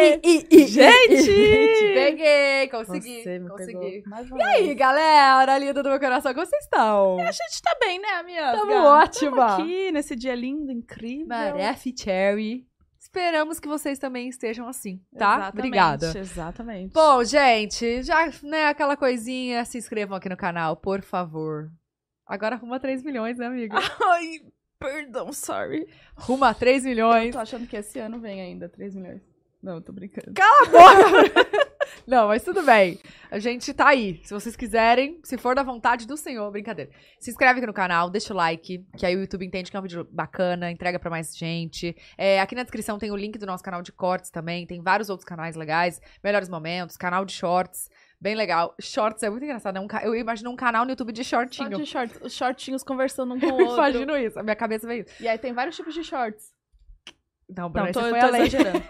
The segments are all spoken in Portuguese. Oi, gente! I, I, I, Gente! Te peguei, consegui, Você me consegui. pegou mais uma E aí, vez. galera, linda do meu coração, como vocês estão? A gente tá bem, né, minha? Tamo ótima. aqui nesse dia lindo, incrível. Maref Cherry. Esperamos que vocês também estejam assim, tá? Exatamente, Obrigada. Exatamente. Bom, gente, já, né, aquela coisinha, se inscrevam aqui no canal, por favor. Agora arruma 3 milhões, né, amigo? Ai, perdão, sorry. Arruma 3 Eu milhões. tô achando que esse ano vem ainda, 3 milhões. Não, eu tô brincando. Não, mas tudo bem. A gente tá aí. Se vocês quiserem, se for da vontade do Senhor, brincadeira. Se inscreve aqui no canal, deixa o like, que aí o YouTube entende que é um vídeo bacana, entrega pra mais gente. É, aqui na descrição tem o link do nosso canal de cortes também, tem vários outros canais legais, melhores momentos, canal de shorts, bem legal. Shorts é muito engraçado, né? Um ca- eu imagino um canal no YouTube de Só shortinho. de shorts, os shortinhos conversando um com o Eu outro. imagino isso, a minha cabeça veio isso. E aí tem vários tipos de shorts. Não, Bruna, Não, você tô, foi tô além. exagerando.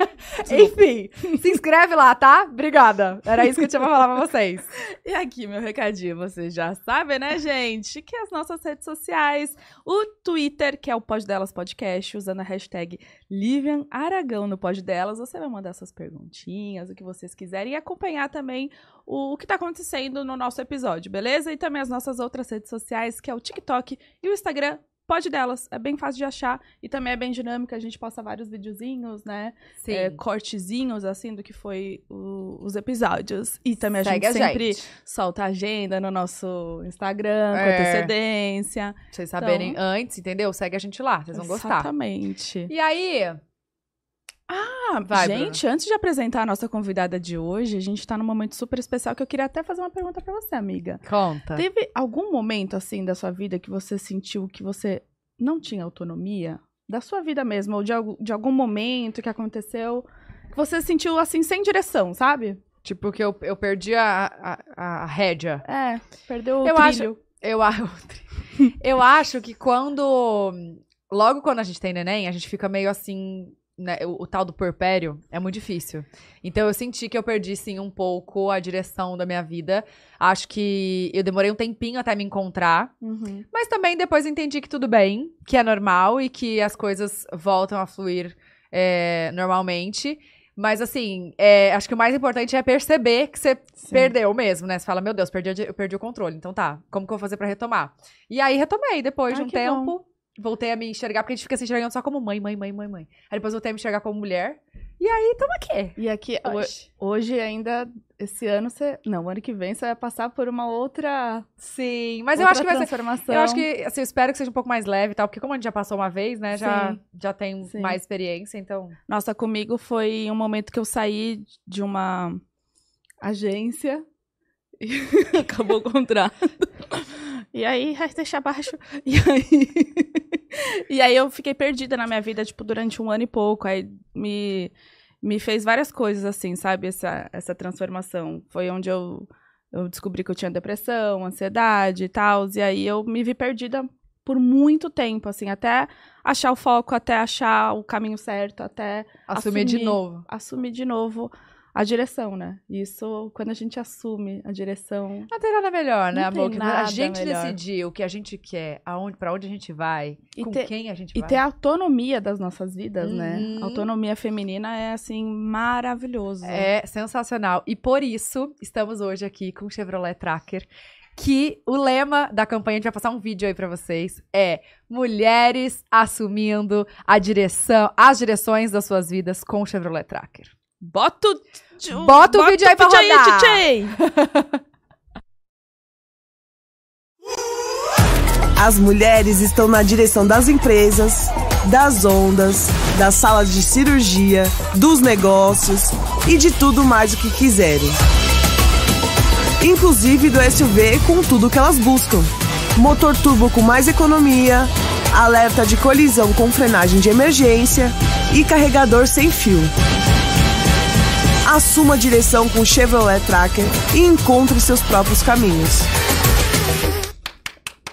Enfim, se inscreve lá, tá? Obrigada. Era isso que eu tinha pra falar pra vocês. E aqui, meu recadinho, vocês já sabem, né, gente? Que as nossas redes sociais, o Twitter, que é o Pod Delas Podcast, usando a hashtag Livian Aragão no Pod Delas, você vai mandar suas perguntinhas, o que vocês quiserem, e acompanhar também o, o que tá acontecendo no nosso episódio, beleza? E também as nossas outras redes sociais, que é o TikTok e o Instagram. Pod delas, é bem fácil de achar e também é bem dinâmica, a gente posta vários videozinhos, né? Sim. é, cortezinhos, assim, do que foi o- os episódios. E também a Segue gente sempre gente. solta a agenda no nosso Instagram, com É. antecedência. Pra vocês saberem antes, entendeu? Segue a gente lá, vocês vão gostar. Exatamente. E aí, Ah, Vai, gente, antes de apresentar a nossa convidada de hoje, a gente tá num momento super especial que eu queria até fazer uma pergunta pra você, amiga. conta. Teve algum momento, assim, da sua vida que você sentiu que você não tinha autonomia? Da sua vida mesmo, ou de, algu- de algum momento que aconteceu, que você se sentiu, assim, sem direção, sabe? Tipo, que eu, eu perdi a, a, a rédea. É, perdeu o Eu acho- trilho. Eu, a- eu acho que quando. Logo quando a gente tem neném, a gente fica meio assim. né, o, o tal do porpério é muito difícil. Então eu senti que eu perdi, sim, um pouco a direção da minha vida. Acho que eu demorei um tempinho até me encontrar. Uhum. Mas também depois entendi que tudo bem, que é normal e que as coisas voltam a fluir é, normalmente. Mas assim, é, acho que o mais importante é perceber que você perdeu mesmo, né? Você fala, meu Deus, perdi, a di- eu perdi o controle. Então tá, como que eu vou fazer pra retomar? E aí retomei depois de Ah, um que bom. tempo. Voltei a me enxergar, porque a gente fica se enxergando só como mãe, mãe, mãe, mãe, mãe. Aí depois voltei a me enxergar como mulher. E aí, tamo aqui. E aqui, ho- Hoje. hoje ainda, esse ano você. Não, ano que vem você vai passar por uma outra. Sim, mas eu outra acho que vai ser transformação. Eu acho que, assim, eu espero que seja um pouco mais leve e tal, porque como a gente já passou uma vez, né, já, Sim. já tem Sim. mais experiência, então... Nossa, comigo foi um momento que eu saí de uma agência. e Acabou o contrato. E aí, deixa abaixo. E aí. E aí eu fiquei perdida na minha vida, tipo, durante um ano e pouco. Aí me, me fez várias coisas, assim, sabe? Essa, essa transformação. Foi onde eu, eu descobri que eu tinha depressão, ansiedade e tal. E aí eu me vi perdida por muito tempo, assim, até achar o foco, até achar o caminho certo, até Assumir, de Assumir. novo. assumir de novo a direção, né? Isso quando a gente assume a direção. Não tem nada melhor, né, Não tem amor? Que a nada gente melhor. decidir o que a gente quer, aonde, pra onde a gente vai, E com ter- quem a gente E vai. ter a autonomia das nossas vidas, né? Uhum. A autonomia feminina é, assim, maravilhoso. É sensacional. E por isso, estamos hoje aqui com o Chevrolet Tracker, que o lema da campanha, a gente vai passar um vídeo aí pra vocês, é Mulheres assumindo a direção, as direções das suas vidas com o Chevrolet Tracker. Bota o, Bota o vídeo aí pra rodar. tchê. As mulheres estão na direção das empresas, das ondas, das salas de cirurgia, dos negócios e de tudo mais o que quiserem. Inclusive do SUV com tudo que elas buscam. Motor turbo com mais economia, alerta de colisão com frenagem de emergência e carregador sem fio. Assuma a direção com o Chevrolet Tracker e encontre seus próprios caminhos.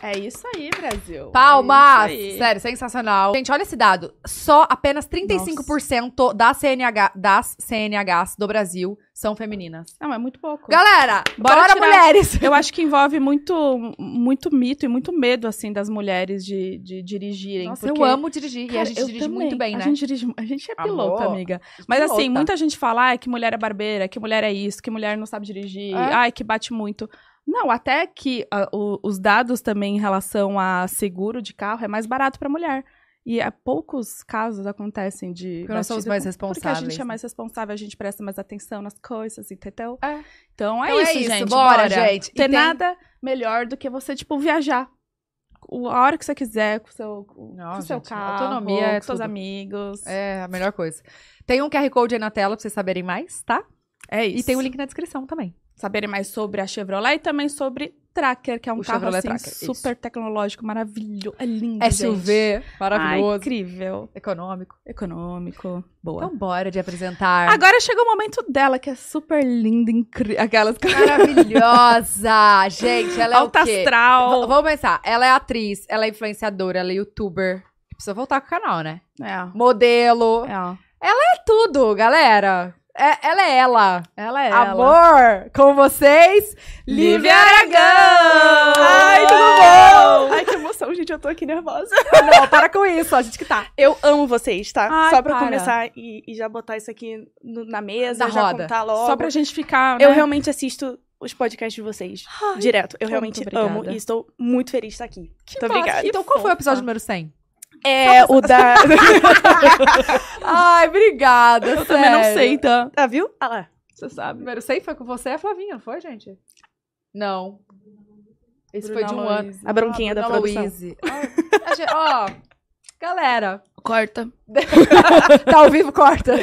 É isso aí, Brasil. Palmas! É isso aí. Sério, sensacional. Gente, olha esse dado. Só apenas 35% das, CNH, das CNHs do Brasil são femininas. Não, é muito pouco. Galera, bora, Bora tirar. mulheres! Eu acho que envolve muito, muito mito e muito medo, assim, das mulheres de, de dirigirem. Nossa, porque... eu amo dirigir. e a Cara, gente eu dirige também. muito bem, né? A gente, dirige- a gente é piloto, Amor, amiga. Mas assim, pilota. muita gente fala "Ai, que mulher é barbeira, que mulher é isso, que mulher não sabe dirigir, É. ai, que bate muito. Não, até que ah, o- os dados também em relação a seguro de carro é mais barato pra mulher. E há poucos casos acontecem de. Porque nós somos batida mais com- responsáveis. né? Porque a gente é mais responsável, a gente presta mais atenção nas coisas, entendeu? É. Então é, Então é isso, isso, gente. bora, Bora, gente. E Não tem- Tem, nada melhor do que você, tipo, viajar. O- a hora que você quiser, com o seu, com Não, o seu gente, carro, autonomia é com seus tudo. amigos. É a melhor coisa. Tem um QR Code aí na tela pra vocês saberem mais, tá? É isso. E tem o link na descrição também. Saberem mais sobre a Chevrolet e também sobre Tracker, que é um O carro Chevrolet assim, Tracker, isso. super tecnológico, maravilhoso. É lindo, gente. SUV, Ai, maravilhoso, incrível. econômico. Econômico. Boa. Então bora de apresentar. Agora chegou o momento dela, que é super linda, incrível. Aquelas que Maravilhosa! gente, ela é alta o quê? V- astral. Vamos pensar. Ela é atriz, ela é influenciadora, ela é youtuber. Precisa voltar com o canal, né? É. Modelo. É, ó. É tudo, galera. É- ela é ela. Ela é ela. Amor, com vocês, Lívia Aragão! Ai, tudo bom? Ai, que emoção, gente. Eu tô aqui nervosa. Ah, Não, para com isso, a gente que tá. Eu amo vocês, tá? Ai, Só pra para. começar e, e já botar isso aqui no- na mesa, Na já roda. contar logo. Só pra gente ficar. Eu né? realmente assisto os podcasts de vocês direto. Eu muito realmente obrigada. amo e estou muito feliz de estar aqui. Que Tô massa. obrigada. Então, qual foi o fofa. episódio número 100? É o da. Ai, obrigada, Eu também não sei, então. ah, viu? Ah lá. Você sabe. Número 100 foi com você e a Flavinha, não foi, gente? Não. Esse Bruna foi de um ano. Luiz. A bronquinha da Bruna produção. Luiz. Ó, a gente- Ó, galera, Corta. tá ao vivo, corta.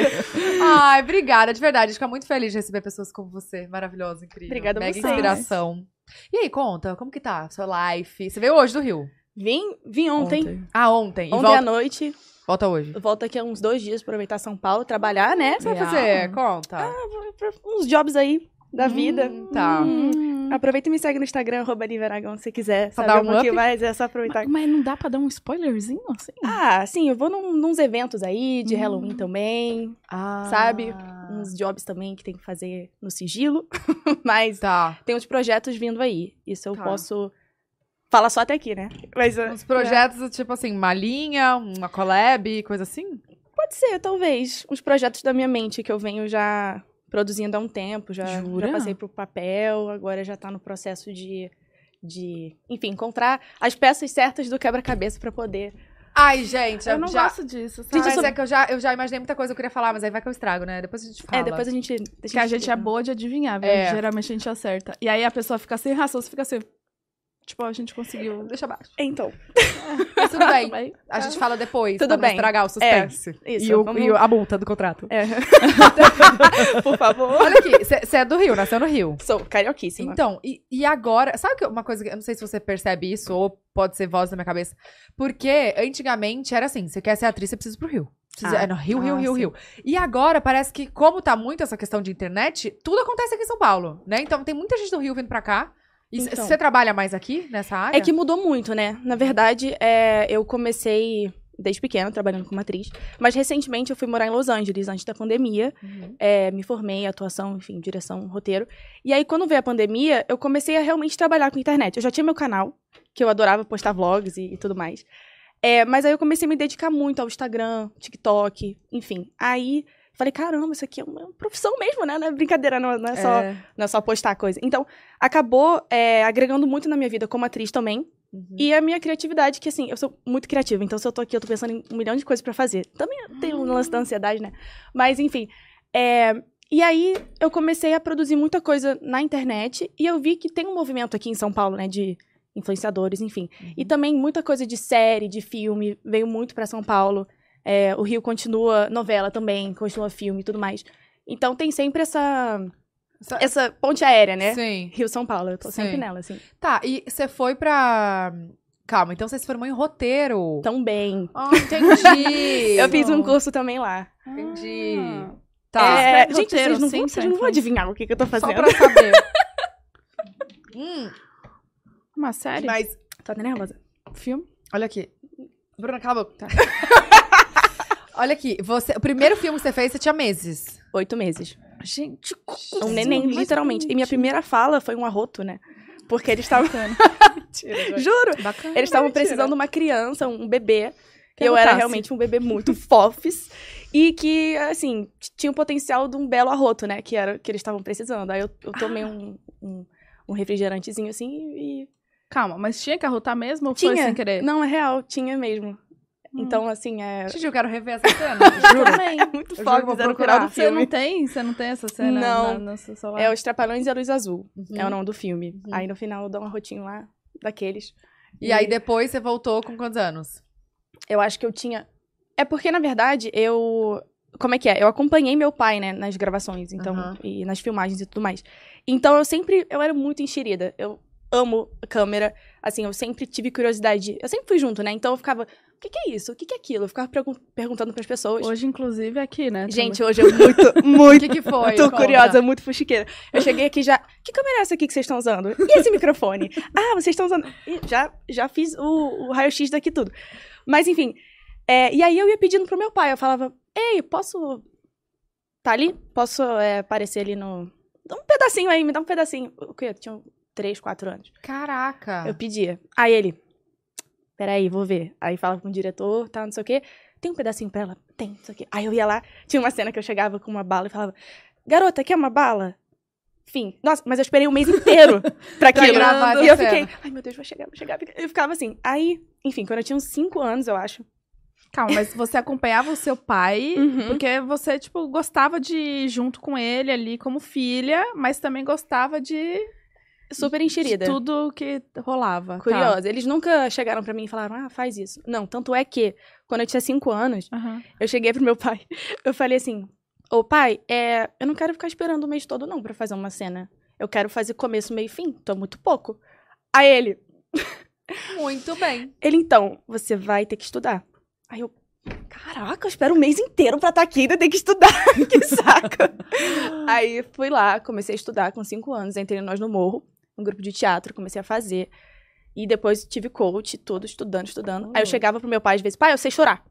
Ai, obrigada, de verdade. A gente fica muito feliz de receber pessoas como você. Maravilhosa, incrível. Obrigada a Mega vocês. inspiração. E aí, conta, como que tá? Seu life? Você veio hoje do Rio? Vim, vim ontem. Ontem, Ah, ontem. E à volta, noite. volta hoje. Volto aqui há uns dois dias, aproveitar São Paulo, trabalhar, né? O que você vai Real. fazer? Conta. Pra Uns jobs aí da vida. Hum, tá. Hum. Aproveita e me segue no Instagram, arroba Lívia Aragão, se quiser. Pra Sabe dar um um pouquinho up? mais, é só aproveitar. Mas não dá pra dar um spoilerzinho assim? Ah, sim, eu vou num, nos eventos aí, de Hum. Halloween também. Ah. Sabe? Uns jobs também que tem que fazer no sigilo. Mas Tá. tem uns projetos vindo aí. Isso eu Tá. posso falar só até aqui, né? Mas eh, Uns projetos, tipo assim, uma linha, uma collab, coisa assim? pode ser, talvez. Uns projetos da minha mente que eu venho já produzindo há um tempo. Já, Jura? já passei pro papel, agora já tá no processo de. De, enfim, encontrar as peças certas do quebra-cabeça pra poder. Ai, gente, Eu não gosto disso, sabe? Gente, Mas eu sou- é que eu já, eu já imaginei muita coisa que eu queria falar, mas aí vai que eu estrago, né? Depois a gente fala. É, depois a gente. deixa Porque a gente é explicar. boa de adivinhar, viu? É. Geralmente a gente acerta. E aí a pessoa fica sem ração, você fica assim. Tipo, a gente conseguiu. Deixa abaixo. Então, Mas tudo bem. Bem, A gente fala depois. Tudo pra não bem. estragar o suspense. isso. E, o, vamos- e o- a multa do contrato. É. Por favor. Olha aqui, você é do Rio, nasceu no Rio. Sou carioquíssima. Então, e, e agora, sabe que uma coisa que eu não sei se você percebe isso, ou pode ser voz da minha cabeça? Porque antigamente era assim: você quer ser atriz, você precisa ir pro Rio. Precisa, Ah. é, no Rio, Rio, Ah, Rio, sim. Rio. E agora parece que, como tá muito essa questão de internet, tudo acontece aqui em São Paulo, né? Então tem muita gente do Rio vindo pra cá. E você Então. trabalha mais aqui, nessa área? É que mudou muito, né? Na verdade, é, eu comecei desde pequena trabalhando como atriz, mas recentemente eu fui morar em Los Angeles antes da pandemia. Uhum. É, me formei em atuação, enfim, direção, roteiro. E aí, quando veio a pandemia, eu comecei a realmente trabalhar com internet. Eu já tinha meu canal, que eu adorava postar vlogs e, e tudo mais. É, mas aí eu comecei a me dedicar muito ao Instagram, TikTok, enfim. Aí falei, caramba, isso aqui é uma profissão mesmo, né? Não é brincadeira, não, não é só É. não é só postar coisa. Então, acabou é, agregando muito na minha vida como atriz também. Uhum. E a minha criatividade, que assim, eu sou muito criativa. Então, se eu tô aqui, eu tô pensando em um milhão de coisas pra fazer. Também tem um lance Ah. da ansiedade, né? Mas, enfim. é, E aí, eu comecei a produzir muita coisa na internet. E eu vi que tem um movimento aqui em São Paulo, né? De influenciadores, enfim. E Uhum. também muita coisa de série, de filme. Veio muito pra São Paulo. É, o Rio continua novela também, continua filme e tudo mais. Então, tem sempre essa, Essa- essa ponte aérea, né? Sim. Rio São Paulo, eu tô Sim. sempre nela, assim. Tá, e você foi pra. Calma, então você se formou em roteiro. Também. Ah, entendi. Então. Eu fiz um curso também lá. Entendi. Ah. Tá. É, Escreve gente, roteiro, vocês não, sim, vão, pra vocês não vão influenciar. adivinhar o que, que eu tô Só fazendo. pra saber. Hum, Uma série? mas, Tô até nervosa. Filme? olha aqui. Bruna, cala a boca. olha aqui, você, o primeiro filme que você fez, você tinha meses. Oito meses. Gente, É um neném, literalmente. E minha primeira fala foi um arroto, né? Porque eles estavam. Juro! Bacana. Eles estavam precisando de uma criança, um bebê. Que eu era anotasse. realmente um bebê muito fofes. E que, assim, t- tinha o potencial de um belo arroto, né? Que era o que eles estavam precisando. Aí eu, eu tomei um, um, um refrigerantezinho, assim, e... Calma, mas tinha que arrotar mesmo ou foi Tinha. sem querer? Não, é real. Tinha mesmo. Hum. Então, assim, é... Gente, eu quero rever essa cena. juro. Também. Muito juro que eu vou fofes, era o procurar. final do Você não filme. tem? Você não tem essa cena Não. na- no seu celular? É Os Trapalhões e a Luz Azul. É o Uhum. nome do filme. Aí, no final, eu dou um arrotinho lá, daqueles. E aí depois você voltou com quantos anos? Eu acho que eu tinha. É porque, na verdade, eu. Como é que é? Eu acompanhei meu pai, né, nas gravações, então, Aham. e nas filmagens e tudo mais. Então eu sempre. Eu era muito enxerida. Eu amo câmera. Assim, eu sempre tive curiosidade. de- Eu sempre fui junto, né? Então eu ficava. O que, que é isso? O que, que é aquilo? Eu ficava pergun- perguntando pras pessoas. Hoje, inclusive, aqui, né? Gente, hoje eu muito, O muito. que, que foi? Tô Conta. curiosa, muito fuxiqueira. Eu cheguei aqui já. Que câmera é essa aqui que vocês estão usando? E esse microfone? Ah, vocês estão usando. Ih, Já, já fiz o, o raio-x daqui tudo. Mas enfim. é, e aí eu ia pedindo pro meu pai. Eu falava: Ei, posso. Tá ali? Posso é, aparecer ali no. Dá um pedacinho aí, me dá um pedacinho. O quê? Eu tinha 3, 4 anos. Caraca. Eu pedia. Aí ele. Peraí, vou ver. Aí falava com o diretor, tá, não sei o quê. Tem um pedacinho pra ela? Tem, não sei o quê. Aí eu ia lá, tinha uma cena que eu chegava com uma bala e falava: Garota, quer uma bala? Fim. Nossa, mas eu esperei um mês inteiro pra aquilo. gravar e essa eu fiquei, ai meu Deus, vai chegar, vai chegar. Eu ficava assim. Aí, enfim, quando eu tinha uns 5 anos, eu acho. Calma, mas você acompanhava o seu pai Uhum. porque você, tipo, gostava de ir junto com ele ali como filha, mas também gostava de, Super de enxerida. tudo que rolava. tá? Curiosa. Eles nunca chegaram pra mim e falaram, ah, faz isso. Não, tanto é que, quando eu tinha 5 anos, Aham. Eu cheguei pro meu pai, eu falei assim: Ô pai, é, eu não quero ficar esperando o mês todo não pra fazer uma cena. Eu quero fazer começo, meio e fim, tô muito pouco. Aí ele, Muito bem. ele então, você vai ter que estudar. Aí eu, caraca, eu espero um mês inteiro pra estar aqui, ainda tem que estudar, que saco. Aí fui lá, comecei a estudar com cinco anos, entrei no Nós no Morro, um grupo de teatro, comecei a fazer. E depois tive coach, tudo, estudando, estudando. Aí eu chegava pro meu pai às vezes, pai, eu sei chorar.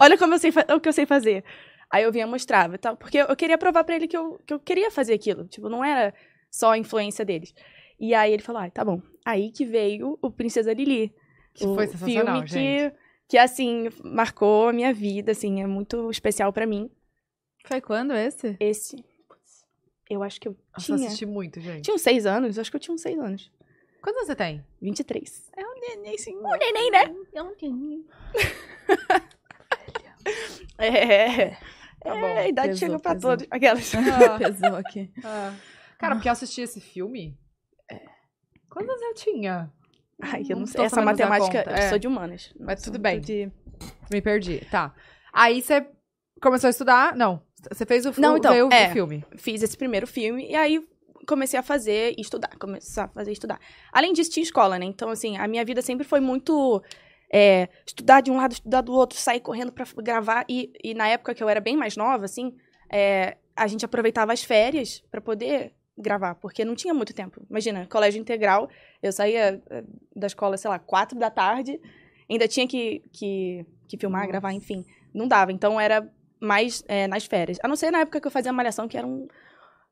Olha como eu sei fa- o que eu sei fazer. Aí eu vinha mostrava e tal, porque eu eu queria provar pra ele que eu, que eu queria fazer aquilo. Tipo, não era só a influência deles. E aí ele falou, ah, tá bom. Aí que veio o Princesa Lili. Que o foi sensacional, filme gente. Que, que, assim, marcou a minha vida, assim, é muito especial pra mim. Foi quando esse? Esse, putz, eu acho que eu Nossa, eu tinha... assisti muito, gente. Tinha uns seis anos, acho que eu tinha uns seis anos. Quantos anos você tem? 23. É um neném, sim. Um neném, né? É um neném. É, Tá É, bom, a idade pesou, chegou pra pesou. todos. Aquelas... Pesou aqui. ah. Cara, porque eu assisti esse filme. é, Quantos anos eu tinha? Ai, eu não, Não tô sei, essa sabendo dar matemática, conta, eu é. sou de humanas. Mas Não tudo sou bem. muito de- Me perdi. Tá. Aí você começou a estudar? Não. Você fez o, Não, o- então, veio o é. filme. fiz esse primeiro filme e aí comecei a fazer e estudar, começar a fazer e estudar. Além disso, tinha escola, né? Então, assim, a minha vida sempre foi muito é, estudar de um lado, estudar do outro, sair correndo pra gravar. E, e na época que eu era bem mais nova, assim, é, a gente aproveitava as férias pra poder gravar, porque não tinha muito tempo. Imagina, colégio integral, eu saía eh, da escola, sei lá, quatro da tarde, ainda tinha que, que, que filmar, Nossa. gravar, enfim. Não dava, então era mais eh, nas férias. A não ser na época que eu fazia Malhação, que era um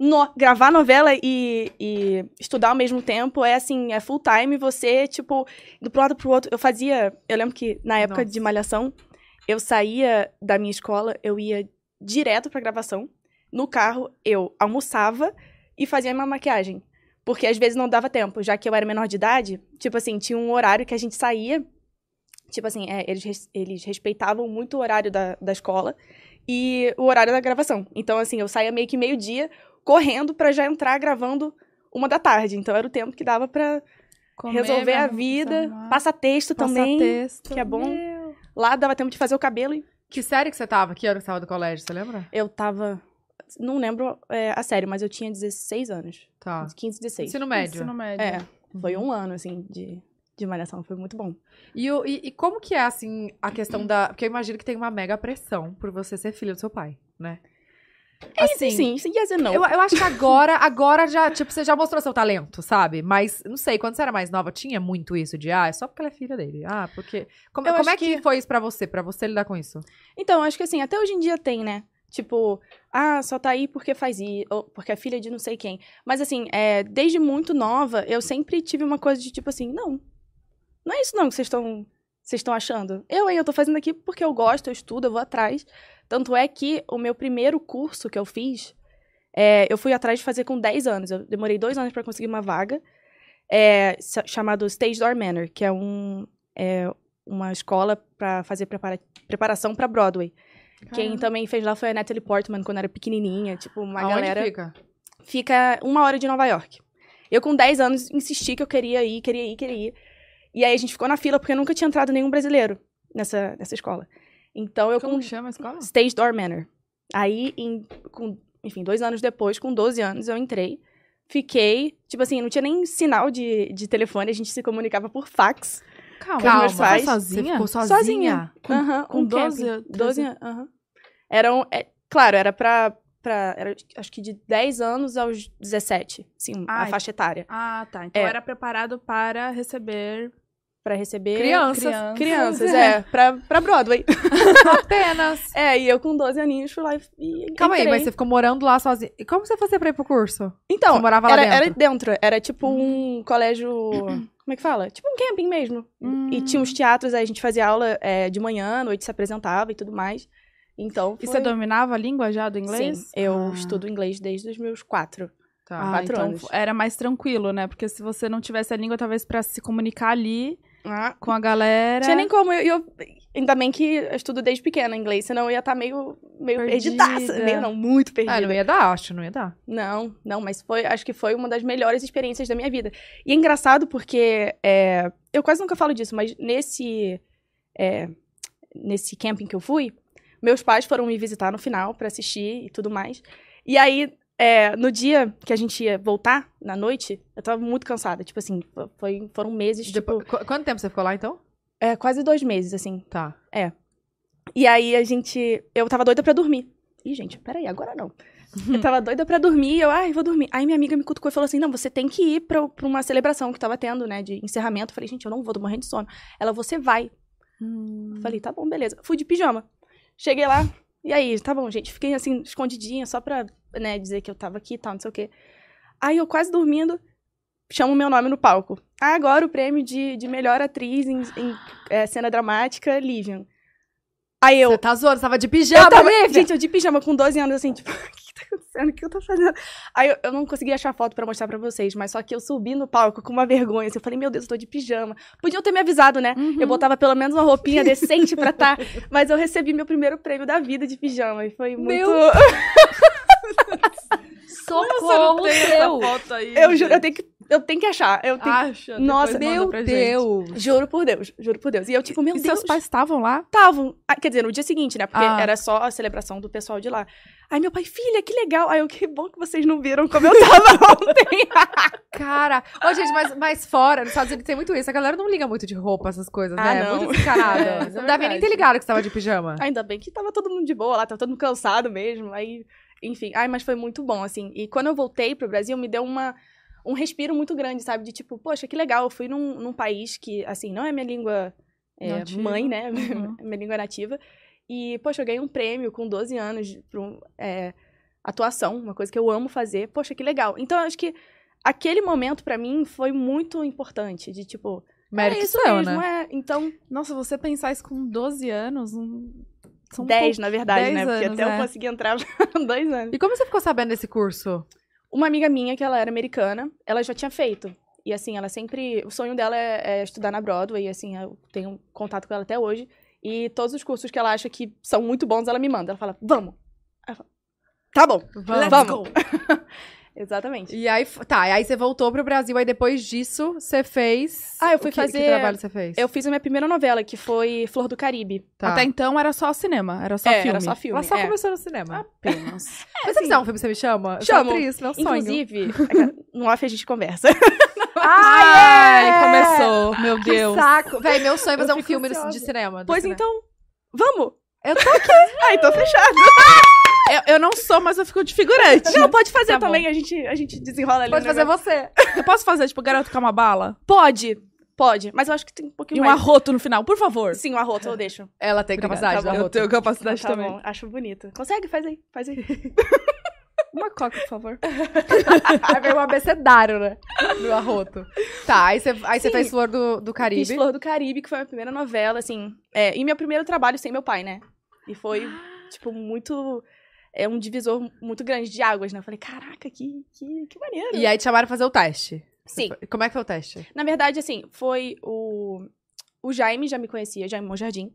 no- gravar novela e, e estudar ao mesmo tempo é assim, é full time, você, tipo, do pro lado pro outro. Eu fazia. Eu lembro que na época Nossa. de malhação, eu saía da minha escola, eu ia direto pra gravação. No carro, eu almoçava e fazia uma maquiagem. Porque às vezes não dava tempo, já que eu era menor de idade, tipo assim, tinha um horário que a gente saía. Tipo assim, é, eles, res- eles respeitavam muito o horário da, da escola e o horário da gravação. Então, assim, eu saía meio que meio-dia, correndo pra já entrar gravando uma da tarde. Então, era o tempo que dava pra Comer, né, resolver a me vida, arrumar, passa texto passar também. texto. que é bom. Meu. Lá dava tempo de fazer o cabelo e Que série que você tava? Que ano que você tava do colégio, você lembra? eu tava. Não lembro é, a série, mas eu tinha 16 anos. Tá. Uns 15, 16. Ensino médio. Ensino médio. É, foi um ano, assim, de, de malhação. Foi muito bom. E, o- e- e como que é, assim, a questão da... Porque eu imagino que tem uma mega pressão por você ser filha do seu pai, né? Assim, Sim, sim, sim yes and no. Eu, eu acho que agora, agora já, tipo, você já mostrou seu talento, sabe? Mas, não sei, quando você era mais nova, tinha muito isso de, ah, é só porque ela é filha dele. Ah, porque... Como, Eu como acho é que, foi isso pra você? Pra você lidar com isso? Então, acho que assim, até hoje em dia tem, né? Tipo, ah, só tá aí porque faz isso, ou porque é filha de não sei quem. Mas assim, é, desde muito nova, eu sempre tive uma coisa de tipo assim, não. Não é isso não que vocês estão vocês estão achando. Eu, hein, eu tô fazendo aqui porque eu gosto, eu estudo, eu vou atrás. Tanto é que o meu primeiro curso que eu fiz, é, eu fui atrás de fazer com 10 anos. Eu demorei dois anos para conseguir uma vaga, é, sa- chamado Stage Door Manor, que é, um, é uma escola para fazer prepara- preparação para Broadway. Quem também fez lá foi a Natalie Portman quando era pequenininha, tipo, uma Aonde galera fica? fica uma hora de Nova York. Eu, com 10 anos, insisti que eu queria ir, queria ir, queria ir. E aí a gente ficou na fila, porque nunca tinha entrado nenhum brasileiro nessa, nessa escola. Então eu Como com que chama a escola? Stage Door Manor. Aí, em- com- enfim, dois anos depois, com 12 anos, eu entrei. Fiquei, tipo assim, não tinha nem sinal de, de telefone, a gente se comunicava por fax. Calma, Calma, mas você você foi sozinha? Você ficou sozinha? Sozinha. Com, com 12, 12 anos. um aham. Eram, é, claro, era pra, pra era, acho que de 10 anos aos 17, sim, a Ai. faixa etária. Ah, tá. Então É. era preparado para receber Pra receber Crianças. crianças. crianças, é, pra, pra Broadway. Apenas. É, e eu com 12 aninhos fui lá e- e Calma aí, entrei. mas você ficou morando lá sozinha. E como você fazia pra ir pro curso? Então, você morava lá era, dentro? era dentro, era tipo um colégio, como é que fala? Tipo um camping mesmo. E tinha uns teatros, aí a gente fazia aula é, de manhã, à noite se apresentava e tudo mais. Então, E foi... você dominava a língua já do inglês? Sim, eu Ah. estudo inglês desde os meus quatro. Tá. Ah, Quatro então anos. era mais tranquilo, né? Porque se você não tivesse a língua, talvez pra se comunicar ali Ah, com a galera. Tinha nem como, eu, eu- ainda bem que eu estudo desde pequena inglês, senão eu ia estar meio, meio Perdida. perdidaça. Meio não, muito perdida. Ah, não ia dar, acho, não ia dar. Não, não, mas foi, acho que foi uma das melhores experiências da minha vida. E é engraçado porque é, eu quase nunca falo disso, mas nesse é, nesse camping que eu fui, meus pais foram me visitar no final pra assistir e tudo mais. E aí, é, no dia que a gente ia voltar na noite, eu tava muito cansada, tipo assim, fo- foi, foram meses, Depois- tipo, qu- quanto tempo você ficou lá, então? é, quase dois meses, assim. Tá. E aí a gente. Eu tava doida pra dormir. Ih, gente, peraí, agora não. Eu tava doida pra dormir, eu, ai, vou dormir. Aí minha amiga me cutucou e falou assim: não, você tem que ir pra, pra uma celebração que tava tendo, né, de encerramento. Eu falei, gente, eu não vou, tô morrendo de sono. Ela, você vai. Hum. Eu Falei, tá bom, beleza. Fui de pijama. Cheguei lá, e aí, tá bom, gente. Fiquei assim, escondidinha, só pra, né, dizer que eu tava aqui e tal, não sei o quê. Aí eu quase dormindo, chamo meu nome no palco. Ah, agora o prêmio de, de melhor atriz em, em, eh, cena dramática, Livian. Aí eu. Você tá zoando, você tava de pijama, Eu tava- Lívia? Gente, eu de pijama com 12 anos, assim, tipo, o que tá acontecendo? O que eu tô fazendo? Aí eu, eu não consegui achar foto pra mostrar pra vocês, mas só que eu subi no palco com uma vergonha. Assim, eu falei, meu Deus, eu tô de pijama. Podiam ter me avisado, né? Uhum. Eu botava pelo menos uma roupinha decente pra tá. Mas eu recebi meu primeiro prêmio da vida de pijama. E foi muito. Meu Socorro essa seu! foto aí. eu juro, eu tenho que, eu tenho que achar. Eu tenho... Acha, Nossa, depois manda Meu pra gente. Deus! Juro por Deus, juro por Deus. E eu, tipo, meu E Deus. seus pais estavam lá? estavam. Ah, quer dizer, no dia seguinte, né? Porque Ah. era só a celebração do pessoal de lá. Aí meu pai, filha, que legal. Aí eu, que bom que vocês não viram como eu tava ontem. Cara, ô gente, mas, mas fora, nos Estados Unidos tem muito isso. A galera não liga muito de roupa, essas coisas, Ah, né? É não. Muito desencarada. É, isso é não deve nem verdade. ter ligado que você tava de pijama. Ainda bem que tava todo mundo de boa lá, tava todo mundo cansado mesmo. Aí, enfim, ai, mas foi muito bom, assim. E quando eu voltei pro Brasil, me deu uma, um respiro muito grande, sabe? De tipo, poxa, que legal, eu fui num, num país que, assim, não é minha língua é, Nativa. mãe, né? Uhum. minha língua nativa. E, poxa, eu ganhei um prêmio com 12 anos pra um, é, atuação, uma coisa que eu amo fazer. Poxa, que legal. Então, eu acho que aquele momento pra mim foi muito importante, de tipo, Mérito é isso seu, mesmo, né? é. Então, Nossa, você pensar isso com 12 anos. um- São 10, pou- na verdade, 10 né? Porque anos, até é. eu consegui entrar com dois anos. E como você ficou sabendo desse curso? Uma amiga minha, que ela era americana, ela já tinha feito. E assim, ela sempre. O sonho dela é, é estudar na Broadway, e assim, eu tenho contato com ela até hoje. E todos os cursos que ela acha que são muito bons, ela me manda. Ela fala, vamos. Ela fala, tá bom, Vamos. vamos. Exatamente. E aí, f- tá, aí você voltou pro Brasil, aí depois disso, você fez... Ah, eu fui o que, Que fazer- trabalho você fez? Eu fiz a minha primeira novela, que foi Flor do Caribe. Tá. Até então era só cinema, era só É, filme. era só filme. Ela só é. começou no cinema. Apenas. Mas se você quiser um filme, você me chama? Eu sou Chamo. atriz, meu um sonho. Inclusive, no off a gente conversa. Ah, é! Ai, começou. Meu é, Que Deus. saco. Véi, meu sonho é fazer Eu um fico filme ansiosa. de cinema. do Pois cinema. então, vamos! Eu tô aqui! ah, então fechado. Eu, eu não sou, mas eu fico de figurante. Não, pode fazer Tá bom. também, a gente, a gente desenrola ali. Pode o fazer negócio. você. Eu posso fazer, tipo, garoto com uma bala? Pode! Pode, mas eu acho que tem um E pouquinho um mais. arroto no final, por favor. Sim, o arroto eu deixo. Ela tem Obrigada, capacidade tá da bom. rota. capacidade Tá bom, acho bonito. Consegue? Faz aí, faz aí. Uma coca, por favor. Aí veio um abecedário, né? Do arroto. Tá, aí você aí você Sim. fez Flor do, do Caribe. Fiz Flor do Caribe, que foi a minha primeira novela, assim. é, e meu primeiro trabalho sem meu pai, né? E foi, tipo, muito. É um divisor muito grande de águas, né? Eu falei, caraca, que, que, que maneiro. E é aí te chamaram pra fazer o teste. Você Sim. foi- Como é que foi o teste? Na verdade, assim, foi o. O Jaime já me conhecia, Jaime Monjardim.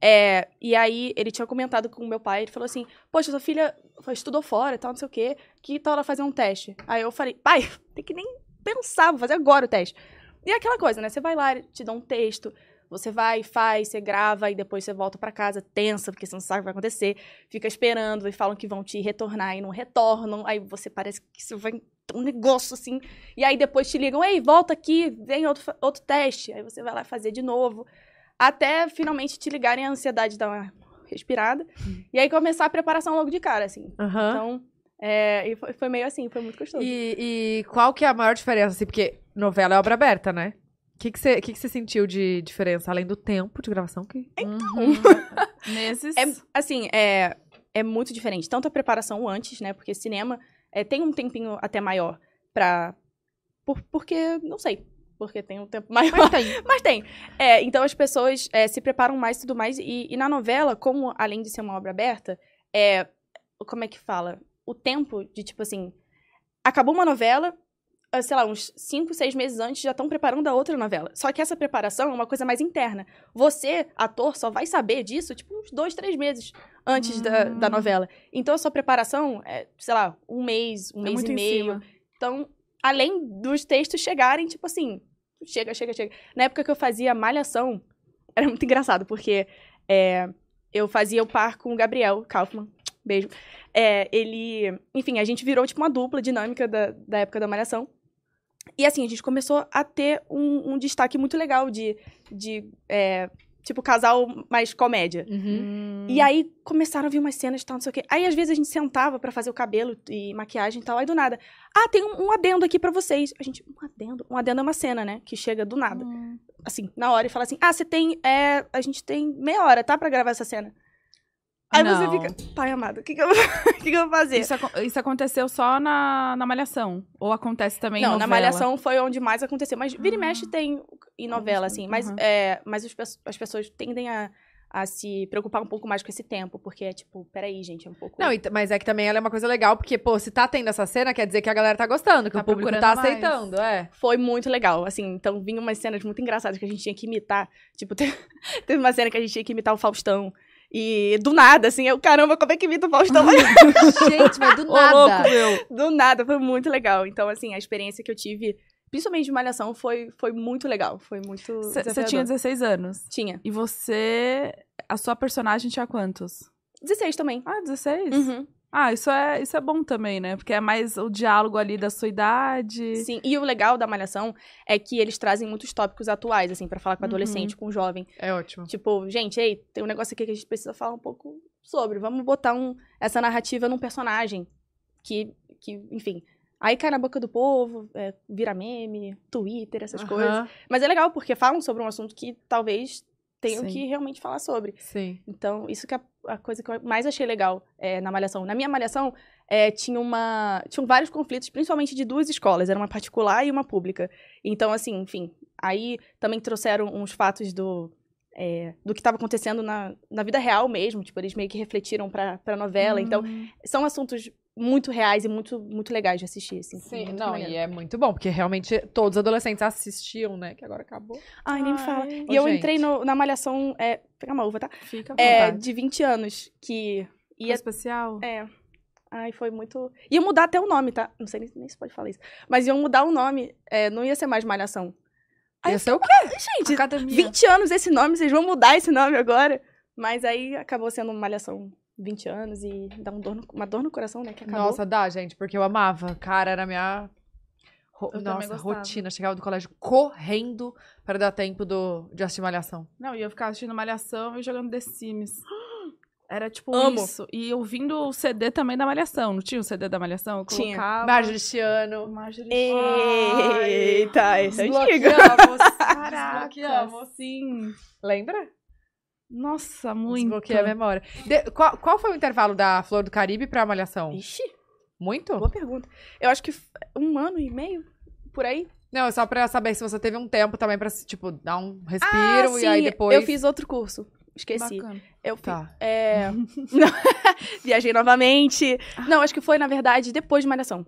É, e aí ele tinha comentado com o meu pai, ele falou assim: Poxa, sua filha estudou fora e tal, não sei o quê, que tal ela fazer um teste? Aí eu falei: Pai, tem que nem pensar, vou fazer agora o teste. E é aquela coisa, né? Você vai lá, te dá um texto, você vai, faz, você grava e depois você volta pra casa tensa, porque você não sabe o que vai acontecer, fica esperando e falam que vão te retornar e não retornam, aí você parece que você vai um negócio assim e aí depois te ligam, ei, volta aqui, vem outro, fa- outro teste. Aí você vai lá fazer de novo. Até finalmente te ligarem a ansiedade dar uma respirada. E aí começar a preparação logo de cara, assim. Aham. Então, é, e foi, foi meio assim, foi muito gostoso. E, e qual que é a maior diferença, assim? Porque novela é obra aberta, né? O que que você que que você sentiu de diferença, além do tempo de gravação? Que... Uhum. Meses. É, assim, é, é muito diferente. Tanto a preparação antes, né? Porque cinema é, tem um tempinho até maior pra... Por, porque, não sei, porque tem um tempo maior. Mas tem. Mas tem. É, então as pessoas é, se preparam mais e tudo mais. E, e na novela, como além de ser uma obra aberta, é, como é que fala? O tempo de tipo assim. Acabou uma novela, ah, sei lá, uns 5, 6 meses antes já estão preparando a outra novela. Só que essa preparação é uma coisa mais interna. Você, ator, só vai saber disso tipo uns dois, três meses antes da, Hum. da novela. Então a sua preparação é, sei lá, um mês, um É mês muito e em meio. cima. Então, além dos textos chegarem, tipo assim, chega, chega, chega. Na época que eu fazia Malhação, era muito engraçado, porque é, eu fazia o par com o Gabriel Kaufman. Beijo. É, ele. Enfim, a gente virou tipo uma dupla dinâmica da, da época da Malhação. E assim, a gente começou a ter um, um destaque muito legal de. de é, tipo, casal mais comédia. Uhum. Hum. E aí começaram a vir umas cenas e tal, não sei o quê. Aí às vezes a gente sentava pra fazer o cabelo e maquiagem e tal, aí do nada. Ah, tem um, um adendo aqui pra vocês. A gente, um adendo? Um adendo é uma cena, né? Que chega do nada. Hum. Assim, na hora e fala assim: ah, você tem. é, a gente tem meia hora, tá? Pra gravar essa cena. Aí Não. você fica, pai amado, o que, que, eu, o que, que eu vou fazer? Isso, aco- isso aconteceu só na, na Malhação? Ou acontece também em não, novela? na Malhação foi onde mais aconteceu. Mas vira e Ah. mexe tem em novela, assim. Mas, Aham. é, mas os pe- as pessoas tendem a, a se preocupar um pouco mais com esse tempo, porque é tipo, peraí, gente, é um pouco. Não, e t- mas é que também ela é uma coisa legal, porque, pô, se tá tendo essa cena, quer dizer que a galera tá gostando, que Tá o público tá procurando mais. aceitando, é. foi muito legal, assim, então vinham umas cenas muito engraçadas que a gente tinha que imitar, tipo, te- teve uma cena que a gente tinha que imitar o Faustão, e do nada, assim, eu, caramba, como é que imita o Faustão? Gente, mas do Ô, louco, nada. meu. do nada, foi muito legal, então, assim, a experiência que eu tive, principalmente de Malhação, foi, foi muito legal, foi muito Você desafiador. tinha 16 anos. Tinha. E você... A sua personagem tinha quantos? 16 também. Ah, 16? Uhum. Ah, isso é, isso é bom também, né? Porque é mais o diálogo ali da sua idade. Sim, e o legal da Malhação é que eles trazem muitos tópicos atuais, assim, pra falar com o Uhum. adolescente, com o jovem. É ótimo. Tipo, gente, ei, tem um negócio aqui que a gente precisa falar um pouco sobre. Vamos botar um, essa narrativa num personagem que, que, enfim. Aí cai na boca do povo, é, vira meme, Twitter, essas Aham, coisas. Mas é legal, porque falam sobre um assunto que talvez tenham Sim. que realmente falar sobre. Sim. Então, isso que é a coisa que eu mais achei legal é, na Malhação. Na minha Malhação, é, tinha uma, tinham vários conflitos, principalmente de duas escolas, era uma particular e uma pública. Então, assim, enfim, aí também trouxeram uns fatos do, é, do que estava acontecendo na, na vida real mesmo, tipo, eles meio que refletiram pra, pra novela. Então, Uhum. Hum. são assuntos muito reais e muito, muito legais de assistir, assim. muito não, maneiro. e é muito bom, porque realmente todos os adolescentes assistiam, né? Que agora acabou. Ai, nem me fala. Ai. E eu gente. entrei no- na Malhação, é, pega uma uva, tá? Fica à É, vontade. de 20 anos, que Foi ia especial? É. Ai, foi muito. Ia mudar até o nome, tá? Não sei nem, nem se pode falar isso. Mas iam mudar o nome. é, não ia ser mais Malhação. Aí Ia eu ser o quê? Gente, Academia. 20 anos esse nome, vocês vão mudar esse nome agora. Mas aí acabou sendo um Malhação 20 anos e dá um dor no- uma dor no coração, né? Que acabou. Nossa, dá, gente, porque eu amava. Cara, era a minha. ro- Eu também Nossa, gostava. rotina. Chegava do colégio correndo para dar tempo do... de assistir malhação. Não, e eu ficava assistindo Malhação e jogando The Sims. Era tipo Amo. isso. E ouvindo o CD também da Malhação. Não tinha o CD da Malhação? Eu Tinha. colocava. Marjorie Chiano. Marjorie. Eita, esse é antigo. Desbloqueamos. Caraca, Desbloqueamos. sim. Lembra? Nossa, muito. Desbloqueei a memória. De- qual, qual foi o intervalo da Flor do Caribe pra Malhação? Ixi, Muito? boa pergunta. Eu acho que f- um ano e meio, por aí. Não, é só pra saber se você teve um tempo também pra, tipo, dar um respiro Ah, e aí sim, depois... Eu fiz outro curso. Esqueci. Bacana. Eu fi- Tá. é, não, Viajei novamente. Não, acho que foi, na verdade, depois de Malhação.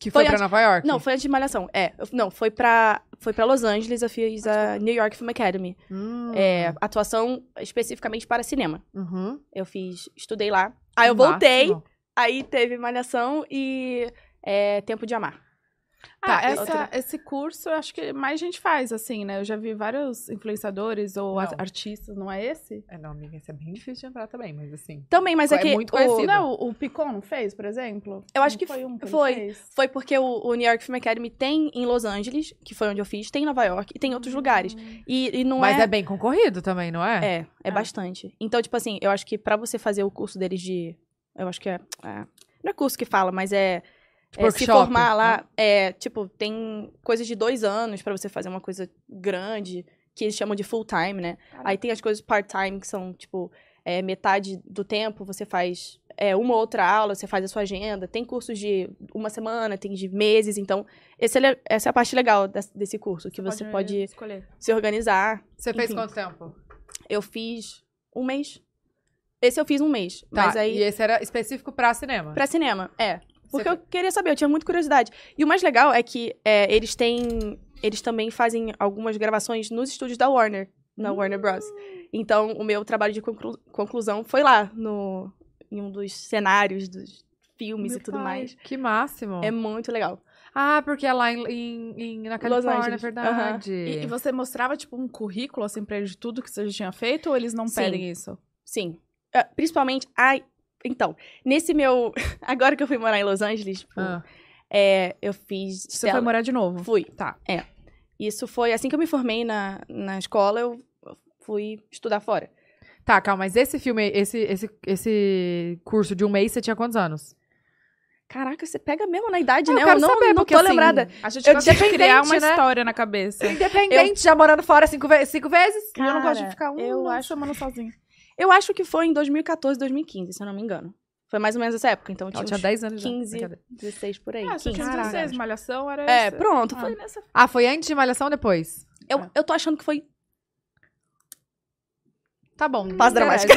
Que foi, Foi pra antes- Nova York? Não, foi antes de Malhação. É, eu- não, foi pra, foi pra Los Angeles, eu fiz a New York Film Academy. Hum, É, atuação especificamente para cinema. uhum. Eu fiz, estudei lá. Aí Ah, eu Máximo. voltei, aí teve Malhação e é, Tempo de Amar. Ah, Tá, essa- outra. esse curso eu acho que mais gente faz, assim, né? Eu já vi vários influenciadores ou a- Não. artistas, não é esse? É, não, amiga, isso é bem difícil de entrar também, mas assim... Também, mas é É que muito o- conhecido. Não, o Picon não fez, por exemplo? Eu acho Não que foi um que ele foi. fez? foi porque o, o New York Film Academy tem em Los Angeles, que foi onde eu fiz, tem em Nova York e tem em outros lugares. E, e não Hum. mas é... bem concorrido também, não é? É, é Ah. bastante. Então, tipo assim, eu acho que pra você fazer o curso deles de. Eu acho que é. é- não é curso que fala, mas é. Tipo, é, se workshop, formar né? lá, é, tipo, tem coisas de dois anos pra você fazer uma coisa grande, que eles chamam de full time, né? Caraca. Aí tem as coisas part-time, que são, tipo, é, metade do tempo você faz é, uma ou outra aula, você faz a sua agenda. Tem cursos de uma semana, tem de meses. Então, esse é- essa é a parte legal des- desse curso, que você pode escolher. se organizar. Você fez Enfim. quanto tempo? Eu fiz um mês. Esse eu fiz um mês. Tá, mas aí. e esse era específico pra cinema? Pra cinema, é. Você- Porque eu queria saber, eu tinha muita curiosidade. E o mais legal é que é, eles têm. Eles também fazem algumas gravações nos estúdios da Warner, na Hum. Warner Bros. Então, o meu trabalho de conclu- conclusão foi lá, no, em um dos cenários dos filmes Meu e tudo pai. mais. Que máximo. É muito legal. Ah, porque é lá em, em- em- na Los Califórnia, é Angeles. verdade. E, e você mostrava, tipo, um currículo, assim, pra eles de tudo que você já tinha feito ou eles não Sim. pedem isso? Sim. É, principalmente. Ai. Então, nesse meu. Agora que eu fui morar em Los Angeles, tipo, Ah, é, eu fiz. Você foi tela- morar de novo? Fui. Tá. É. Isso foi assim que eu me formei na, na escola, eu fui estudar fora. Tá, calma, mas esse filme, esse, esse, esse curso de um mês, você tinha quantos anos? Ah, Caraca, você pega mesmo na idade, Ah, né? eu quero não, saber, não porque, tô assim, lembrada. A gente Eu consegue criar uma dependente, né? história na cabeça. Independente, já morando fora cinco, ve- cinco vezes? E eu não gosto de ficar um eu acho- semana sozinha. Eu acho que foi em 2014, 2015, se eu não me engano. Foi mais ou menos essa época, então eu Ela tinha, tinha uns 10 anos já. 15, Brincadeira. 16 por aí. Ah, você 15, tinha mais ou 16, menos. malhação era É, essa. pronto, Ah. foi nessa. Ah, foi antes de Malhação ou depois? Eu, eu tô achando que É, foi. Tá bom. não Pausa interessa.